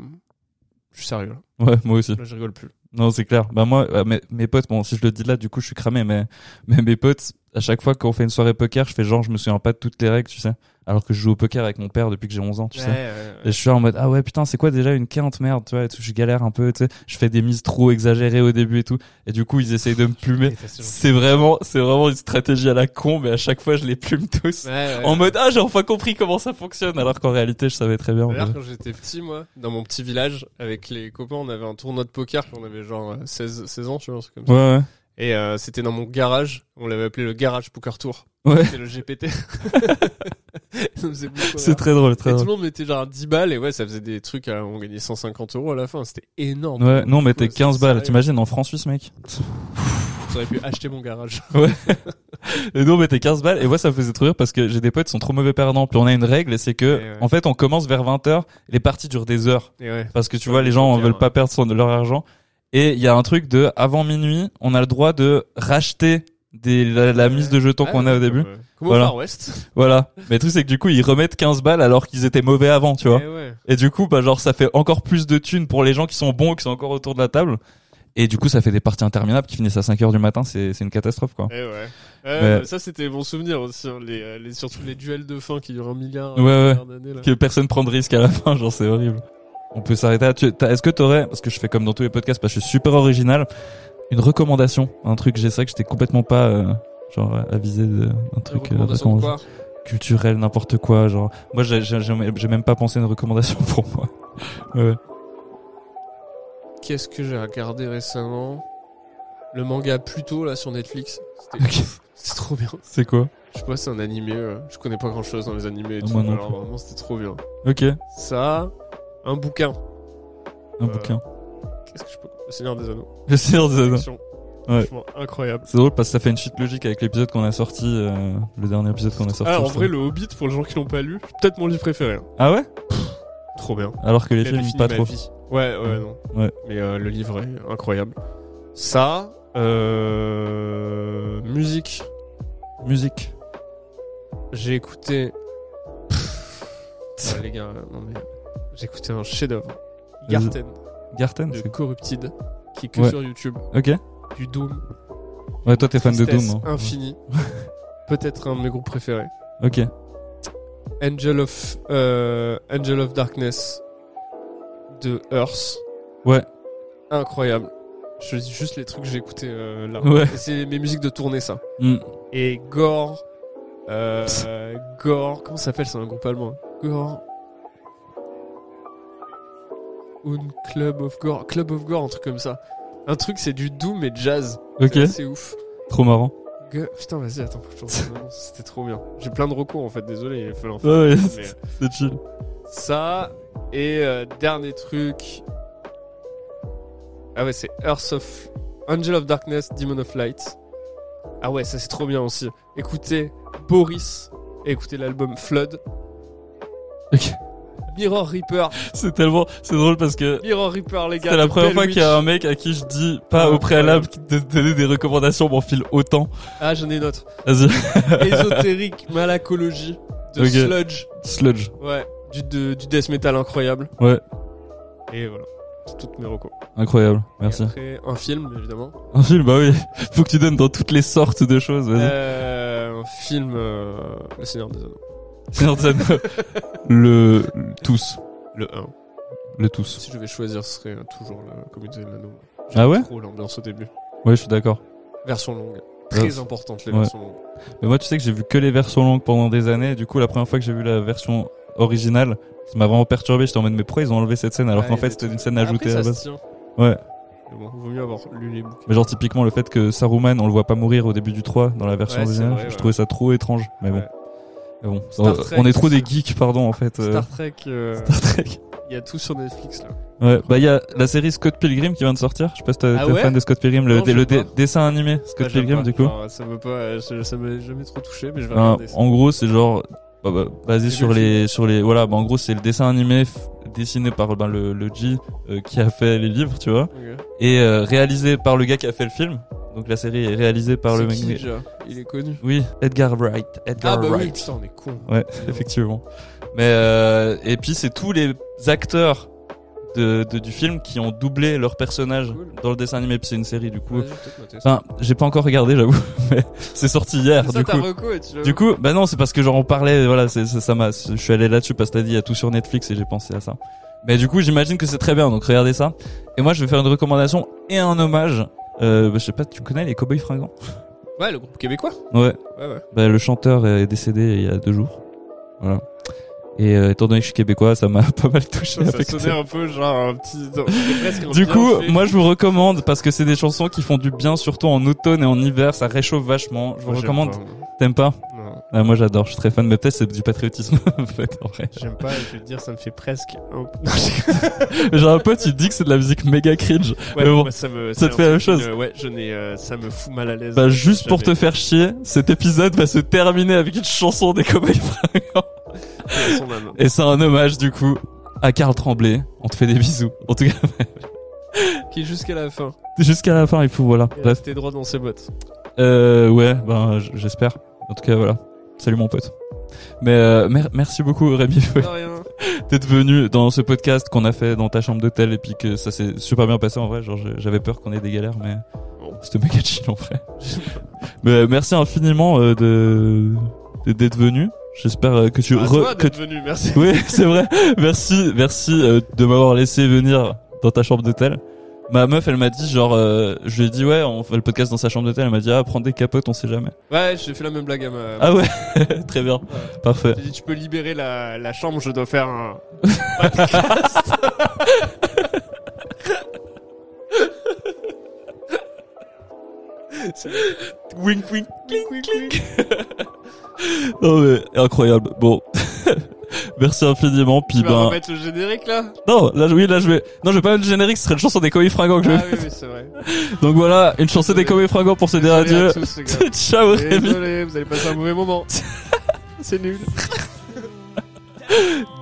S1: je suis sérieux. Là.
S2: ouais, moi aussi.
S1: Là, je rigole plus.
S2: Non, c'est clair. Bah moi, euh, mes, mes potes, bon, si je le dis là, du coup, je suis cramé, mais, mais mes potes, à chaque fois qu'on fait une soirée poker, je fais genre, je me souviens pas de toutes les règles, tu sais. Alors que je joue au poker avec mon père depuis que j'ai 11 ans, tu sais. Et je suis en mode ah ouais putain c'est quoi déjà une quinte merde tu vois et tout, je galère un peu tu sais je fais des mises trop exagérées au début et tout et du coup ils essayent de me plumer c'est vraiment c'est vraiment une stratégie à la con mais à chaque fois je les plume tous en mode ah j'ai enfin compris comment ça fonctionne alors qu'en réalité je savais très bien
S1: D'ailleurs,
S2: mais-
S1: quand j'étais petit, moi, dans mon petit village, avec les copains, on avait un tournoi de poker quand on avait genre euh, 16, 16 ans, tu vois, un truc comme ça.
S2: ouais
S1: Et euh, c'était dans mon garage. On l'avait appelé le garage poker tour.
S2: ouais ouais
S1: C'est le GPT. ça me faisait beaucoup rire.
S2: c'est très drôle
S1: Et
S2: très
S1: tout
S2: drôle
S1: le monde mettait genre 10 balles et ouais, ça faisait des trucs, à- on gagnait 150 euros à la fin, c'était énorme.
S2: ouais non mais t'es
S1: Ouais, c'est
S2: 15 balles
S1: sérieux.
S2: t'imagines en francs suisse mec
S1: J'aurais pu acheter mon garage.
S2: Et nous, on mettait 15 balles. Et moi, ça me faisait trop rire parce que j'ai des potes qui sont trop mauvais perdants. Puis on a une règle, et c'est que,
S1: Et ouais.
S2: en fait, on commence vers 20h. Les parties durent des heures.
S1: Et ouais.
S2: Parce que tu
S1: Ouais,
S2: vois, les gens
S1: bien,
S2: veulent
S1: ouais.
S2: pas perdre son, leur argent. Et il y a un truc de, avant minuit, on a le droit de racheter des, la, la mise de jetons
S1: Ouais,
S2: qu'on a au
S1: ouais,
S2: début.
S1: comme, euh, Comme au
S2: Voilà.
S1: Far West.
S2: Voilà. Mais le truc, c'est que du coup, ils remettent 15 balles alors qu'ils étaient mauvais avant, tu vois.
S1: Eh ouais.
S2: Et du coup, bah, genre, ça fait encore plus de thunes pour les gens qui sont bons, qui sont encore autour de la table. Et du coup, ça fait des parties interminables qui finissent à 5 heures du matin. C'est, c'est une catastrophe, quoi.
S1: Eh ouais. Euh,
S2: Ouais.
S1: Ça, c'était mon souvenir aussi. hein, Les, euh, les, surtout les duels de fin qui durent un milliard,
S2: Ouais,
S1: un
S2: ouais.
S1: milliard d'années. là.
S2: que personne prend de risque à la fin, genre c'est horrible. On peut s'arrêter là. Tu- t'as- Est-ce que t'aurais, parce que je fais comme dans tous les podcasts, parce que je suis super original, une recommandation, un truc, j'ai ça que j'étais complètement pas euh, genre avisé d'un
S1: Une
S2: truc euh,
S1: recommandation de
S2: recommandation
S1: quoi
S2: culturel, n'importe quoi, genre. Moi, j'ai- j'ai j'ai- j'ai même pas pensé à une recommandation pour moi. Ouais.
S1: Qu'est-ce que j'ai regardé récemment Le manga Pluto là sur Netflix. C'était
S2: Ok.
S1: ouf. C'était trop bien.
S2: C'est quoi
S1: Je sais pas, c'est un animé. euh, Je connais pas grand chose dans les animés et
S2: Ah, Moi
S1: tout.
S2: non
S1: Alors
S2: plus.
S1: vraiment, c'était trop bien.
S2: Ok, un
S1: Ça, un bouquin. Euh,
S2: bouquin.
S1: Qu'est-ce que je peux. Le Seigneur des Anneaux.
S2: Je sais, c'est
S1: Collection.
S2: Ouais.
S1: Franchement, incroyable.
S2: c'est drôle parce que ça fait une suite logique avec l'épisode qu'on a sorti, euh, le dernier épisode qu'on a sorti.
S1: Alors Ah, en
S2: je
S1: vrai,
S2: crois.
S1: le Hobbit, pour les gens qui l'ont pas lu, c'est peut-être mon livre préféré. hein.
S2: Ah ouais
S1: Trop bien.
S2: Alors que les
S1: Il a
S2: films,
S1: défini
S2: pas
S1: ma
S2: trop.
S1: vie. Ouais, ouais, non.
S2: Ouais.
S1: Mais euh, le livre est incroyable. Ça, euh, musique.
S2: Musique.
S1: J'ai écouté. Ouais, les gars, non mais. J'ai écouté un chef-d'œuvre. Garten
S2: Garten
S1: de
S2: c'est-
S1: Corrupted, qui est que
S2: Ouais.
S1: sur YouTube.
S2: Ok.
S1: Du Doom.
S2: Ouais, toi, t'es fan de
S1: Tristesse
S2: Doom. hein.
S1: Infini. Peut-être un de mes groupes préférés.
S2: Ok.
S1: Angel of, euh, Angel of Darkness de Earth.
S2: Ouais.
S1: Incroyable. Je dis juste les trucs que j'ai écoutés euh, là.
S2: Ouais.
S1: Et C'est mes musiques de tournée, ça.
S2: Hmm.
S1: Et Gore. Euh, Gore. Comment ça s'appelle C'est un groupe allemand. Gore. Un Club of Gore. Club of Gore, un truc comme ça. Un truc, c'est du doom et jazz.
S2: Ok.
S1: C'est assez ouf.
S2: Trop marrant.
S1: Gore- Putain, vas-y, attends, faut que je te retrouve le nom, C'était trop bien. J'ai plein de recours en fait, désolé, il fallait en faire.
S2: Ouais, ouais,
S1: Mais, euh,
S2: c'est chill.
S1: ça et euh, dernier truc. Ah ouais, c'est Earth of Angel of Darkness, Demon of Light. Ah ouais, ça c'est trop bien aussi. Écoutez Boris et écoutez l'album Flood.
S2: Ok.
S1: Mirror Reaper.
S2: C'est tellement, c'est drôle parce que
S1: Mirror Reaper, les gars.
S2: c'est la
S1: de Ah,
S2: première fois
S1: Bellwitch.
S2: qu'il y a un mec à qui je dis pas au préalable de donner des recommandations, m'en file autant.
S1: Ah, j'en ai une autre.
S2: Vas-y.
S1: Ésotérique, malacologie, de
S2: Ok.
S1: sludge.
S2: Sludge.
S1: Ouais. Du, de- du death metal incroyable.
S2: Ouais.
S1: Et voilà. C'est toutes mes recos.
S2: Incroyable.
S1: Et
S2: Merci.
S1: après, un film, évidemment.
S2: Un film, bah oui. Faut que tu donnes dans toutes les sortes de choses, vas-y.
S1: Euh, un film, euh, Le Seigneur des Anneaux.
S2: Seigneur des Anneaux. le, le- tous.
S1: Le 1.
S2: Le tous.
S1: Si je vais choisir, ce serait euh, toujours la communauté de l'anneau.
S2: Ah ouais?
S1: Trop l'ambiance au début.
S2: Ouais, je suis d'accord.
S1: Version longue. Très importante, les
S2: Ah, Ouais.
S1: versions longues.
S2: Mais moi, tu sais que j'ai vu que les versions longues pendant des années. Du coup, la première fois que j'ai vu la version originale, ça m'a vraiment perturbé. J'étais en mode, mais pourquoi ils ont enlevé cette scène alors
S1: Ouais,
S2: qu'en
S1: il y a
S2: fait
S1: des
S2: c'était
S1: trucs.
S2: une scène
S1: Après,
S2: ajoutée à la
S1: ça
S2: base
S1: se tient.
S2: Ouais.
S1: Mais bon, vaut mieux avoir lu les bouquins.
S2: Mais genre, typiquement, le fait que Saruman, on le voit pas mourir au début du 3 dans la version
S1: Ouais, c'est
S2: originale,
S1: vrai,
S2: je
S1: ouais.
S2: trouvais ça trop étrange. Mais bon.
S1: Ouais.
S2: Mais bon.
S1: Star
S2: Euh,
S1: Trek,
S2: on est trop des
S1: c'est-
S2: geeks, pardon, en fait. euh,
S1: Star Trek, euh,
S2: Star Trek.
S1: il y a tout sur Netflix là.
S2: Ouais, bah il y a la série Scott Pilgrim qui vient de sortir. Je sais pas si t'es
S1: Ah
S2: t'es
S1: ouais
S2: fan de Scott Pilgrim, le,
S1: Non, je
S2: le
S1: sais
S2: dé-
S1: pas.
S2: dessin animé Scott
S1: Ah, j'aime
S2: Pilgrim
S1: pas.
S2: du coup.
S1: Alors, ça me pas, euh, ça, ça m'a jamais trop touché, mais je vais
S2: Euh,
S1: regarder. ça.
S2: en gros, c'est genre bah, bah, basé
S1: J'ai
S2: sur
S1: vu le
S2: les sur les voilà. Bah, en gros, c'est le dessin animé f- dessiné par ben, le le G euh, qui a fait les livres, tu vois,
S1: Ok.
S2: et euh, réalisé par le gars qui a fait le film. Donc la série est réalisée par
S1: C'est
S2: le
S1: qui,
S2: mec.
S1: déjà Il est connu.
S2: Oui, Edgar Wright. Edgar
S1: Ah bah oui,
S2: Wright.
S1: putain, on est con.
S2: Ouais, effectivement. Mais euh, et puis c'est tous les acteurs de, de- du film qui ont doublé leur personnage
S1: Cool.
S2: dans le dessin animé. Puis c'est une série du coup.
S1: Ouais, j'ai peut-être noté ça.
S2: Enfin, j'ai pas encore regardé, j'avoue, mais c'est sorti hier
S1: C'est ça,
S2: Ah, du
S1: ta
S2: coup.
S1: reco, et tu l'as
S2: Du
S1: vu.
S2: coup, bah non, c'est parce que genre on parlait, voilà, c'est ça, ça m'a, je suis allé là-dessus parce que t'as dit il y a tout sur Netflix et j'ai pensé à ça. Mais du coup, j'imagine que c'est très bien, donc regardez ça. Et moi, je vais faire une recommandation et un hommage. Euh, bah, je sais pas, tu connais les Cowboys Fringants
S1: Ouais, le groupe québécois.
S2: Ouais.
S1: Ouais, ouais.
S2: Bah, le chanteur est décédé il y a deux jours. Voilà. Et euh, étant donné que je suis québécois, ça m'a pas mal touché.
S1: Ça
S2: affecté.
S1: sonnait un peu genre un petit. c'est presque un
S2: Du
S1: bien
S2: coup,
S1: fait.
S2: moi je vous recommande parce que c'est des chansons qui font du bien, surtout en automne et en hiver, ça réchauffe vachement. Je vous
S1: Moi, j'aime
S2: recommande.
S1: pas,
S2: T'aimes pas
S1: moi. Non,
S2: Ah, Moi j'adore, je suis très fan, mais peut-être c'est du patriotisme en fait. En vrai.
S1: j'aime pas, je vais te dire, ça me fait presque. un- Non,
S2: J'ai un pote, il dit que c'est de la musique méga cringe.
S1: Ouais,
S2: Mais bon,
S1: moi, ça me,
S2: ça
S1: c'est
S2: te
S1: un
S2: fait la
S1: truc qui
S2: même chose.
S1: me- ouais, je n'ai, euh, ça me fout mal à l'aise.
S2: Bah juste pour te
S1: Jamais.
S2: faire chier, cet épisode va se terminer avec une chanson des Cowboys Fringants.
S1: Et son âme.
S2: Et c'est un hommage du coup à Karl Tremblay. On te fait des bisous. En tout cas,
S1: Qui jusqu'à la fin.
S2: jusqu'à la fin, il faut voilà.
S1: Il est
S2: Bref,
S1: resté droit dans ses bottes.
S2: euh, ouais, ben j- j'espère. En tout cas, voilà. Salut mon pote. Mais euh, mer- merci beaucoup Rémi
S1: De rien.
S2: d'être venu dans ce podcast qu'on a fait dans ta chambre d'hôtel et puis que ça s'est super bien passé en vrai. Genre je- j'avais peur qu'on ait des galères, mais
S1: Bon.
S2: c'était méga chill en vrai. mais euh, merci infiniment euh, de de- d'être venu. J'espère euh, que tu
S1: Bah, À
S2: re-
S1: toi
S2: que
S1: d'être venu, merci.
S2: Oui, c'est vrai. Merci, merci euh, de m'avoir laissé venir dans ta chambre d'hôtel. Ma meuf, elle m'a dit genre, euh, je lui ai dit ouais, on fait le podcast dans sa chambre d'hôtel. Elle m'a dit ah, prends des capotes, on sait jamais.
S1: Ouais, j'ai fait la même blague à ma.
S2: Ah ouais, très bien, parfait.
S1: J'ai dit, tu peux libérer la, la chambre, je dois faire un.
S2: Wink wink, clink clink. non mais incroyable. Bon, merci infiniment. Puis
S1: Tu vas
S2: ben,
S1: remettre le générique là
S2: non, là je- oui, là je vais, non, je vais pas mettre le générique. Ce serait une chanson des Coé Fringants que je vais.
S1: Ah oui, oui, c'est vrai.
S2: Donc voilà, une chanson des Coé Fringants pour se dire
S1: Désolé à
S2: adieu.
S1: tous, les gars.
S2: Ciao Rémi.
S1: Désolé, vous allez passer un mauvais moment. C'est nul.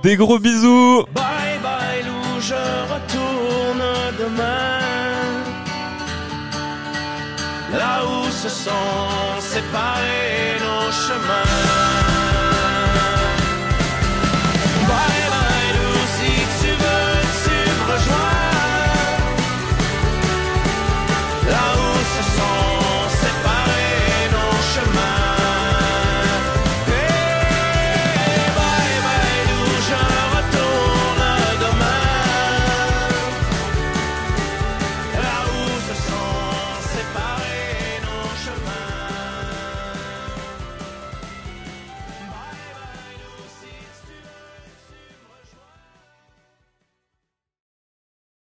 S2: Des gros bisous.
S4: Bye bye Lou, je retourne demain. Là où se sont séparés nos chemins.